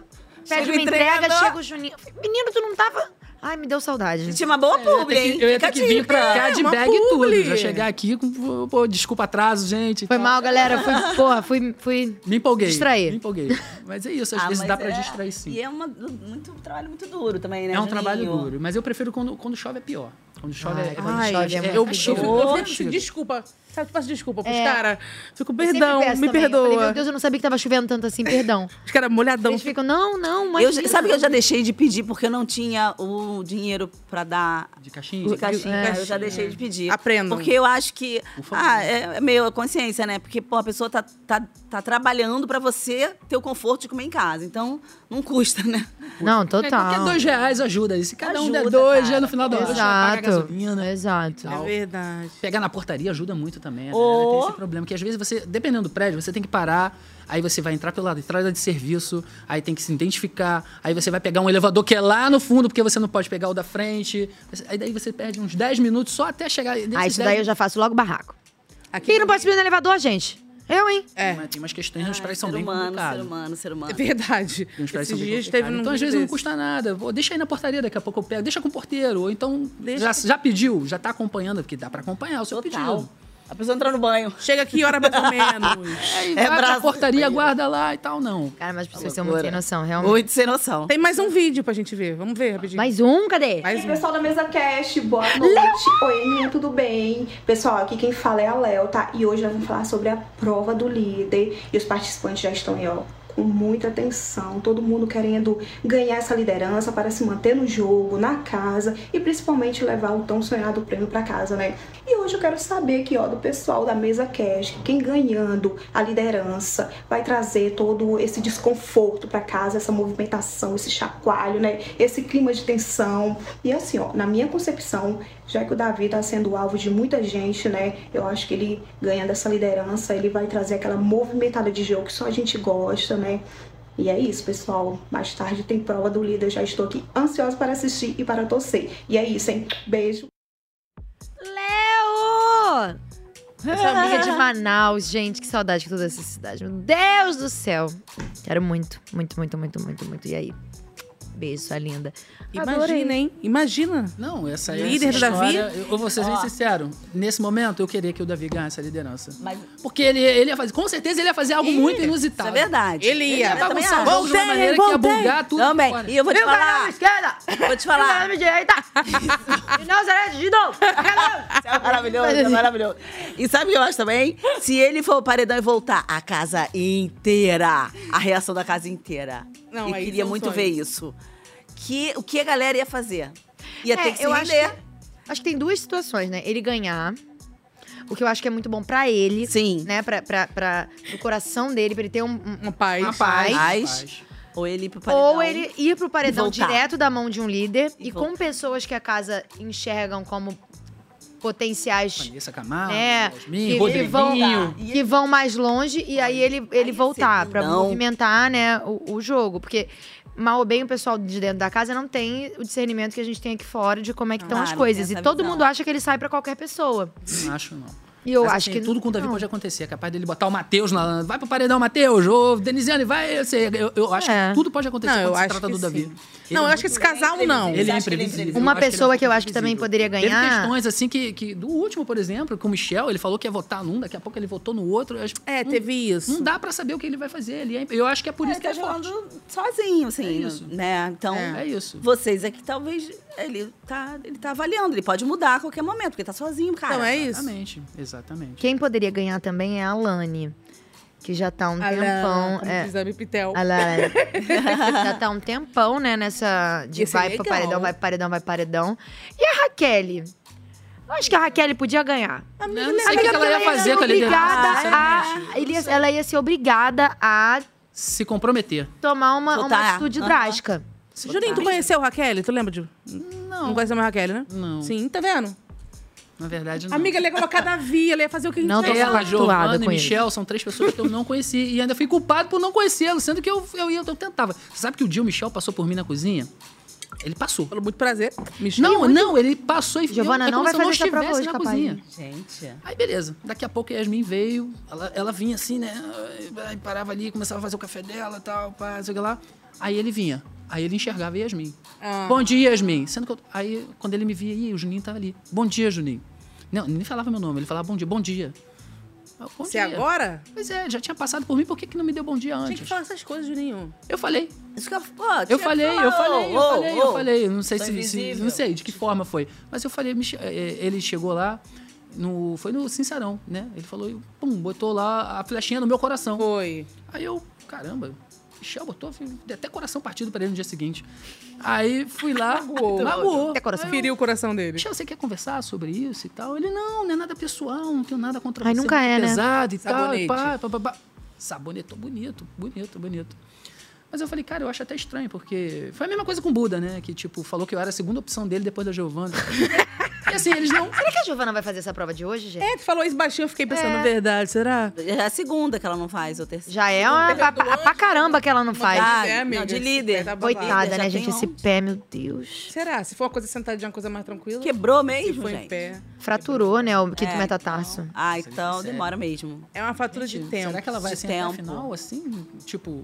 S3: uma
S2: Chega o
S3: entrega,
S2: entregador.
S3: chega o Juninho. Menino, tu não tava... Ai, me deu saudade. É
S4: Tinha é uma
S5: Eu
S4: boa
S5: ia ter que, eu ia ter que vir pra cá de bag e tudo. Já chegar aqui com. Pô, desculpa atraso, gente.
S3: Foi mal, galera. Eu fui, porra, fui, fui
S5: Me empolguei.
S3: distrair.
S5: Me empolguei. Mas é isso, às
S4: Ah,
S5: vezes
S4: mas
S5: dá pra
S4: é-
S5: distrair sim.
S4: E é uma- muito, um trabalho muito duro também, né?
S5: É um
S4: Juninho?
S5: trabalho duro, mas eu prefiro quando, quando chove é pior. Quando chove
S4: Ai,
S5: é,
S4: quando
S5: Ai,
S4: chove é
S5: eu-
S4: muito
S5: eu
S4: pior.
S5: chego,
S2: Eu
S5: eu
S2: sempre
S5: chego.
S2: peço desculpa. Sabe, eu peço desculpa pros
S3: É.
S2: caras. Fico,
S3: Eu sempre
S2: perdão,
S3: peço
S2: me
S3: também. Eu
S2: perdoa.
S3: falei, meu Deus, eu não sabia que tava chovendo tanto assim, perdão.
S2: Os caras molhadão.
S3: Eles ficam, não, não, mas.
S4: Eu, já- sabe que eu já deixei de pedir porque eu não tinha o dinheiro pra dar.
S5: De caixinha?
S4: De caixinha.
S2: É.
S4: Eu já deixei de pedir.
S2: Aprendam.
S4: Porque eu acho que. Ah, é meio a consciência, né? Porque, pô, a pessoa tá, tá, tá trabalhando pra você ter o conforto de comer em casa. Então, não custa, né?
S3: Não,
S5: É, Qualquer dois reais ajuda. E se cada um der
S4: Ajuda,
S5: dois,
S4: cara.
S5: já no final da hora já paga a
S3: Exato.
S5: gasolina.
S3: Exato.
S5: É
S2: verdade.
S5: Pegar na portaria ajuda muito também. A galera tem esse problema. Que às vezes você, dependendo do prédio, você tem que parar. Aí você vai entrar pela entrada de serviço, aí tem que se identificar, aí você vai pegar um elevador que é lá no fundo, porque você não pode pegar o da frente. Aí daí você perde uns 10 minutos só até chegar.
S3: Ah, isso daí eu já faço logo barraco. Quem não pode subir no elevador, gente? Eu, hein?
S5: É. Tem umas questões nos prédios que são
S4: Ah, ser
S5: bem
S4: humano,
S5: complicadas.
S4: ser humano, ser humano.
S2: É verdade.
S5: Tem uns prédios que são
S2: Esses
S5: bem
S2: dias
S5: complicados.
S2: teve num
S5: Então, às
S2: vídeo
S5: vezes, não
S2: desse.
S5: custa nada. Pô, deixa aí na portaria, daqui a pouco eu pego. Deixa com o porteiro. Ou então, já, já pediu, já tá acompanhando, porque dá pra acompanhar o seu pedido.
S4: A pessoa entra no banho. É
S2: Chega que hora mais ou menos.
S5: Aí vai
S4: Tá,
S5: pra portaria, guarda lá e tal, não.
S3: Cara, mas precisa ser muito sem noção, realmente.
S4: Muito sem noção.
S2: Tem mais um vídeo pra gente ver. Vamos ver rapidinho.
S3: Mais um? Cadê?
S2: Mais
S24: Oi,
S2: um.
S24: pessoal da Mesa Cast, boa noite. Oi, minha, tudo bem? Pessoal, aqui quem fala é a Léo, tá? E hoje nós vamos falar sobre a prova do líder. E os participantes já estão aí, ó, com muita atenção. Todo mundo querendo ganhar essa liderança para se manter no jogo, na casa e principalmente levar o tão sonhado prêmio pra casa, né? E hoje eu quero saber aqui, ó, do pessoal da Mesa Cast, quem ganhando a liderança vai trazer todo esse desconforto pra casa, essa movimentação, esse chacoalho, né? Esse clima de tensão. E assim, ó, na minha concepção, já que o Davi tá sendo alvo de muita gente, né? Eu acho que ele ganhando essa liderança, ele vai trazer aquela movimentada de jogo que só a gente gosta, né? E é isso, pessoal. Mais tarde tem prova do líder. Já estou aqui ansiosa para assistir e para torcer. E é isso, hein? Beijo.
S3: É Léo! Eu sou amiga de Manaus, gente. Que saudade que toda essa cidade. Meu Deus do céu. Quero muito, muito, muito, muito, muito, muito. E aí? Beijo, sua linda.
S2: Imagina, hein? Imagina.
S5: Não, essa aí
S2: Líder
S5: Então, essa
S2: do Davi?
S5: história, Eu, eu vou ser bem
S2: Ó.
S5: sincero. Nesse momento, eu queria que o Davi ganhasse a liderança. Porque ele, ele ia fazer, com certeza ele ia fazer algo muito inusitado.
S4: Isso é verdade.
S5: Ele ia.
S4: Eu também
S5: bagunçar o
S4: acho.
S5: jogo de uma maneira que ia bugar tudo
S4: Também.
S5: fora.
S4: E eu vou te
S5: Eu ganhava
S4: falar.
S5: à
S3: é esquerda.
S4: Vou te falar.
S3: Eu direita. e não, Zarete, de novo. assim.
S4: É maravilhoso, é maravilhoso. E sabe o que eu acho também? Se ele for o paredão e voltar, a casa inteira. A reação da casa inteira.
S2: Não,
S4: e
S2: aí
S4: queria
S2: são
S4: muito
S2: sonhos.
S4: ver isso. que, o que a galera ia fazer. Ia
S3: É,
S4: ter que se
S3: eu acho
S4: render.
S3: que- acho que tem duas situações, né? Ele ganhar, o que eu acho que é muito bom pra ele. Sim. Né? Pra, pra, pra, pro coração dele, pra ele ter um, um- uma paz.
S4: Uma paz. Ou ele ir pro paredão.
S3: Ou ele ir pro paredão
S4: e voltar.
S3: direto da mão de um líder e,
S4: voltar.
S3: com pessoas que a casa enxergam como potenciais
S5: Vanessa Camargo,
S2: É,
S3: né,
S5: Yasmin,
S3: que, que vão,
S5: Rodriguinho.
S3: que vão mais longe e aí ele, ele voltar pra
S5: não.
S3: movimentar né, o, o jogo. Porque, mal ou bem, o pessoal de dentro da casa não tem o discernimento que a gente tem aqui fora de como é que estão
S5: Ah,
S3: as
S5: não
S3: coisas.
S5: tem
S3: E
S5: essa
S3: todo
S5: visão.
S3: mundo acha que ele sai pra qualquer pessoa.
S5: Não acho, não.
S3: E eu
S5: Mas,
S3: acho
S5: assim,
S3: que
S5: Tudo com o Davi
S3: não.
S5: pode acontecer. É capaz dele botar o Matheus lá. Vai pro paredão, Matheus. Ô, Denisiane, vai. Eu, sei, eu, eu acho
S3: É.
S5: que tudo pode acontecer
S2: Não, eu
S5: quando se
S2: acho
S5: trata
S2: que
S5: do Davi.
S2: sim.
S5: Ele
S2: Não, eu
S5: é
S2: acho que
S5: muito-
S2: esse casal não.
S5: Ele é imprevisível.
S3: Uma
S5: acho que ele é
S3: pessoa que eu acho que também
S5: imprevisível.
S3: poderia
S5: Teve
S3: ganhar.
S5: questões assim que, que. Do último, por exemplo, com o Michel, ele falou que ia votar num, daqui a pouco ele votou no outro.
S2: É, teve isso.
S5: Não dá pra saber o que ele vai fazer. Ele é- eu acho que é por isso que ele é forte.
S4: sozinho, assim, né? Então,
S5: É. É isso.
S4: vocês aqui talvez ele tá, ele tá avaliando, ele pode mudar a qualquer momento, porque tá sozinho, cara.
S3: Então, é isso.
S5: Exatamente, exatamente.
S3: Quem poderia ganhar também é a Alane, que já tá há um
S2: Alane,
S3: tempão.
S2: como
S3: é,
S2: diz a Bipitel.
S5: Ah
S3: Alane. já tá há um tempão, né, nessa. De
S2: Ia
S5: é
S2: ser
S3: vai pro
S2: legal.
S3: paredão, vai pro paredão, vai pro paredão. E a Raquel? Eu acho que a Raquel podia ganhar.
S5: Eu não sei o que ela ia fazer com a liderança.
S3: obrigada
S5: sinceramente.
S3: a, ele ia- Ela ia ser obrigada a
S5: Se comprometer.
S3: tomar uma, uma
S2: Botar.
S3: atitude
S2: Aham.
S3: drástica.
S2: Juninho, tu conheceu a Raquel? Tu lembra de. Não. Não conheceu mais a Raquel, né?
S5: Não.
S2: Sim, tá vendo?
S5: Na verdade, não.
S2: Amiga, ele ia colocar Davi, ele ia fazer o que a gente
S5: Não,
S2: fez.
S5: ela, Giovana e Michel são três pessoas que eu não conheci. e ainda fui culpado por não conhecê-lo, sendo que eu, eu, ia- eu tentava. Você sabe que o dia o Michel passou por mim na cozinha? Ele passou. Pelo
S2: muito prazer.
S5: Não, não, ele passou e
S3: Giovana
S5: eu- é
S3: não
S5: como
S3: vai
S5: se eu
S3: fazer essa prova
S5: estivesse
S3: hoje,
S5: na
S3: capaz.
S5: cozinha.
S4: Gente.
S5: Aí beleza, daqui a pouco a Yasmin veio, ela, ela vinha assim, né? Aí parava ali, começava a fazer o café dela tal, pá, não sei o que lá. Aí ele vinha, aí ele enxergava a Yasmin.
S2: Ah.
S5: Bom dia, Yasmin. Sendo que eu- aí quando ele me via, aí o Juninho tava ali. Bom dia, Juninho. Não, ele nem falava meu nome, ele falava bom dia, bom dia. Eu, Bom
S2: Se é agora?
S5: Pois é, já tinha passado por mim, por que, que não me deu bom dia
S2: Tinha que
S5: antes?
S2: falar essas coisas, Juninho.
S5: Eu falei.
S4: Isso que eu, pô,
S5: Eu falei, eu falei, eu falei, eu falei. Não sei
S2: Tô
S5: se, se-
S2: tá invisível.
S5: Não sei de que forma foi. Mas eu falei, Michel- eh, ele chegou lá. No, foi no Sincerão, né? Ele falou, e, pum, botou lá a flechinha no meu coração.
S2: Foi.
S5: Aí eu, caramba, Michel botou, fui- dei até coração partido pra ele no dia seguinte. Aí fui lá, magoou. magoou.
S2: Até coração.
S5: Aí eu,
S2: Feriu o coração dele.
S5: Michel, você quer conversar sobre isso e tal? Ele, não, não é nada pessoal, não tenho nada contra
S3: Ai,
S5: você.
S3: nunca
S5: muito
S3: é, né?
S5: pesado e
S2: Tá
S5: tal. E pá,
S3: Sabonete.
S5: pá, pá, pá. Sabonetou, bonito, bonito, bonito. Mas eu falei, cara, eu acho até estranho, porque foi a mesma coisa com o Buda, né? Que, tipo, falou que eu era a segunda opção dele depois da Giovana. e assim, eles não...
S3: Será que a Giovana vai fazer essa prova de hoje, gente?
S2: É, tu falou isso baixinho, eu fiquei pensando,
S3: É.
S2: verdade, será?
S4: É a segunda que ela não faz, ou terceira.
S3: Já é uma, pra, pra- pra caramba que ela não faz.
S4: Ah, é, amiga, não, de esse líder. pé tá babado.
S3: Coitada,
S4: Líder, já
S3: né,
S4: tem
S3: gente? Esse
S4: onde?
S3: pé, meu Deus.
S2: Será? Se for uma coisa sentadinha, uma coisa mais tranquila.
S4: Quebrou mesmo,
S2: Se foi em
S4: gente?
S2: pé.
S3: Fraturou, né, o quinto
S4: É,
S3: metatarso.
S4: Ah, então demora mesmo.
S2: É uma fatura de tempo.
S5: Será que ela vai
S2: De
S5: assim até a
S2: tempo.
S5: final, assim? Tipo...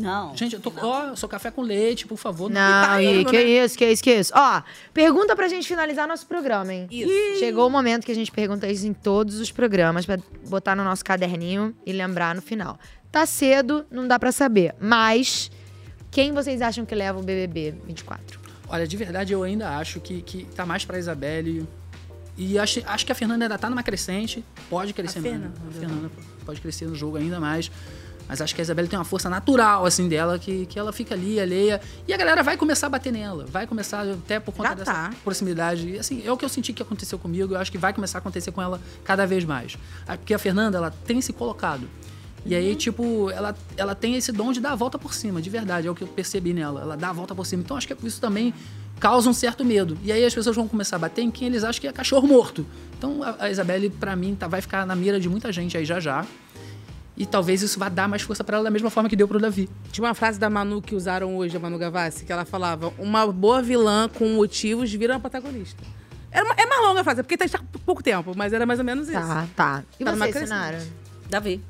S4: Não.
S5: Gente, eu tô... Ó, eu sou café com leite, por favor.
S3: Não,
S5: tá
S3: e
S5: indo,
S3: que
S5: né?
S3: isso, que isso, que isso. Ó, pergunta pra gente finalizar nosso programa, hein?
S2: Isso.
S3: Chegou o momento que a gente pergunta isso em todos os programas, pra botar no nosso caderninho e lembrar no final. Tá cedo, não dá pra saber, mas quem vocês acham que leva o BBB 24?
S5: Olha, de verdade, eu ainda acho que, que tá mais pra Isabelle. E acho, acho que a Fernanda ainda tá numa crescente. Pode crescer
S2: A
S5: mais.
S2: Fernanda.
S5: A Fernanda pode crescer no jogo ainda mais. Mas acho que a Isabelle tem uma força natural, assim, dela, que, que ela fica ali, alheia. E a galera vai começar a bater nela. Vai começar, até por conta
S2: Já
S5: dessa
S2: tá.
S5: proximidade. E, assim, é o que eu senti que aconteceu comigo. Eu acho que vai começar a acontecer com ela cada vez mais. Ah, Porque a Fernanda, ela tem se colocado. E aí, tipo, ela, ela tem esse dom de dar a volta por cima, de verdade. É o que eu percebi nela. Ela dá a volta por cima. Então, acho que isso também causa um certo medo. E aí, as pessoas vão começar a bater em quem eles acham que é cachorro morto. Então, a, a Isabelle, pra mim, tá, vai ficar na mira de muita gente aí já já. E talvez isso vá dar mais força pra ela da mesma forma que deu pro Davi.
S2: Tinha uma frase da Manu que usaram hoje, a Manu Gavassi, que ela falava: uma boa vilã com motivos vira uma protagonista. Era uma- é mais longa a frase, porque tá está com pouco tempo, mas era mais ou menos isso.
S3: Tá, tá. E
S2: Tá numa
S3: você,
S2: crescente.
S3: Sinara?
S4: Davi.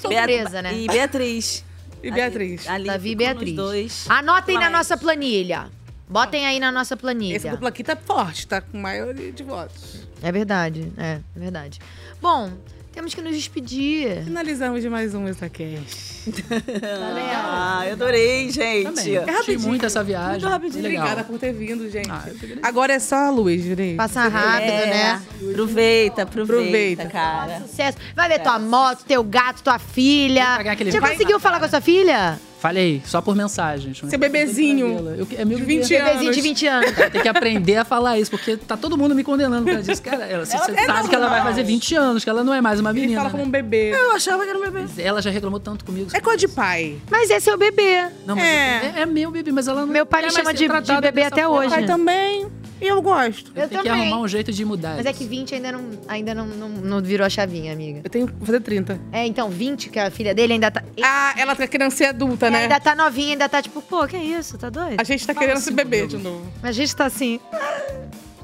S3: Surpresa, né?
S4: E Beatriz.
S2: E Beatriz.
S4: Ali,
S3: Davi e
S4: ficou nos
S3: Beatriz.
S4: dois.
S3: Anotem na nossa planilha. Botem aí na nossa planilha.
S2: Esse duplo aqui tá forte, tá com maioria de votos.
S3: É verdade, é verdade. Bom, temos que nos despedir.
S2: Finalizamos de mais um Estacash.
S3: Tá
S4: Ah, eu adorei, gente.
S2: Também. É
S5: Achei
S2: rapidinho.
S5: muito essa viagem.
S2: Muito rapidinho.
S5: Legal. Ah,
S2: Obrigada por ter vindo, gente.
S5: agradeço.
S2: Agora é só a luz, Juninho. É.
S3: Passar rápido, né?
S4: Aproveita, aproveita,
S2: Aproveita.
S4: cara.
S3: Sucesso. Vai ver tua moto, teu gato, tua filha.
S2: aquele
S3: Já
S2: vai
S3: conseguiu falar com a sua filha?
S5: Falei, só por mensagens.
S2: Seu bebezinho.
S5: é meu
S2: de 20 anos.
S3: Bebezinho de 20 anos.
S5: Tem que aprender a falar isso, porque tá todo mundo me condenando por causa disso. Cara, ela, você
S2: Ela
S5: você
S2: é
S5: sabe que ela vai
S2: normal.
S5: fazer 20 anos, que ela não é mais uma menina.
S2: fala como
S5: né?
S2: um bebê. Eu
S5: achava que era um bebê. Ela já reclamou tanto comigo.
S2: É coisa de pai.
S3: Mas é seu bebê.
S5: Não, mas é. É, meu bebê, mas ela não.
S3: Meu pai me
S5: quer mais
S3: chama
S5: ser
S3: de, de
S5: tratada
S3: bebê
S5: dessa
S3: até
S5: forma.
S3: hoje.
S5: Meu pai
S2: também. E eu gosto.
S3: Eu
S5: Tem que
S3: também.
S5: arrumar um jeito de mudar.
S3: Mas é que 20 ainda não, ainda não, não, não virou a chavinha, amiga.
S2: Eu tenho que fazer 30.
S3: É, então, 20, que a filha dele ainda tá.
S2: Ah, ela tá querendo ser adulta, né?
S3: Ainda tá novinha, ainda tá tipo, pô, que isso? Tá doido?
S2: A gente tá querendo se
S17: assim,
S2: beber de novo.
S3: A gente tá assim.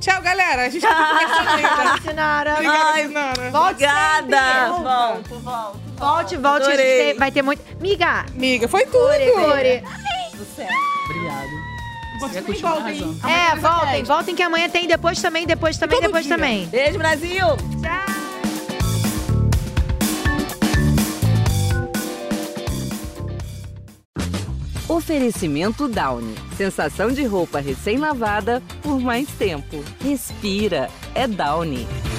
S2: Tchau, galera. A gente tá conversando
S3: Ah,
S2: ainda.
S3: Sinara.
S2: Obrigada,
S3: Ai,
S2: Sinara.
S3: Obrigada.
S2: sempre.
S3: Volto, volto. Volte, volte. a gente
S2: Adorei.
S3: tem- Vai ter muito. Miga.
S2: Miga, foi tudo.
S3: Core.
S5: Obrigado.
S2: Você
S5: é
S2: continua arrasando.
S3: É, voltem, voltem que amanhã tem, depois também, depois também, depois também.
S4: Beijo, Brasil! Oferecimento Downy. Sensação de roupa recém-lavada por mais tempo. Respira. É Downy.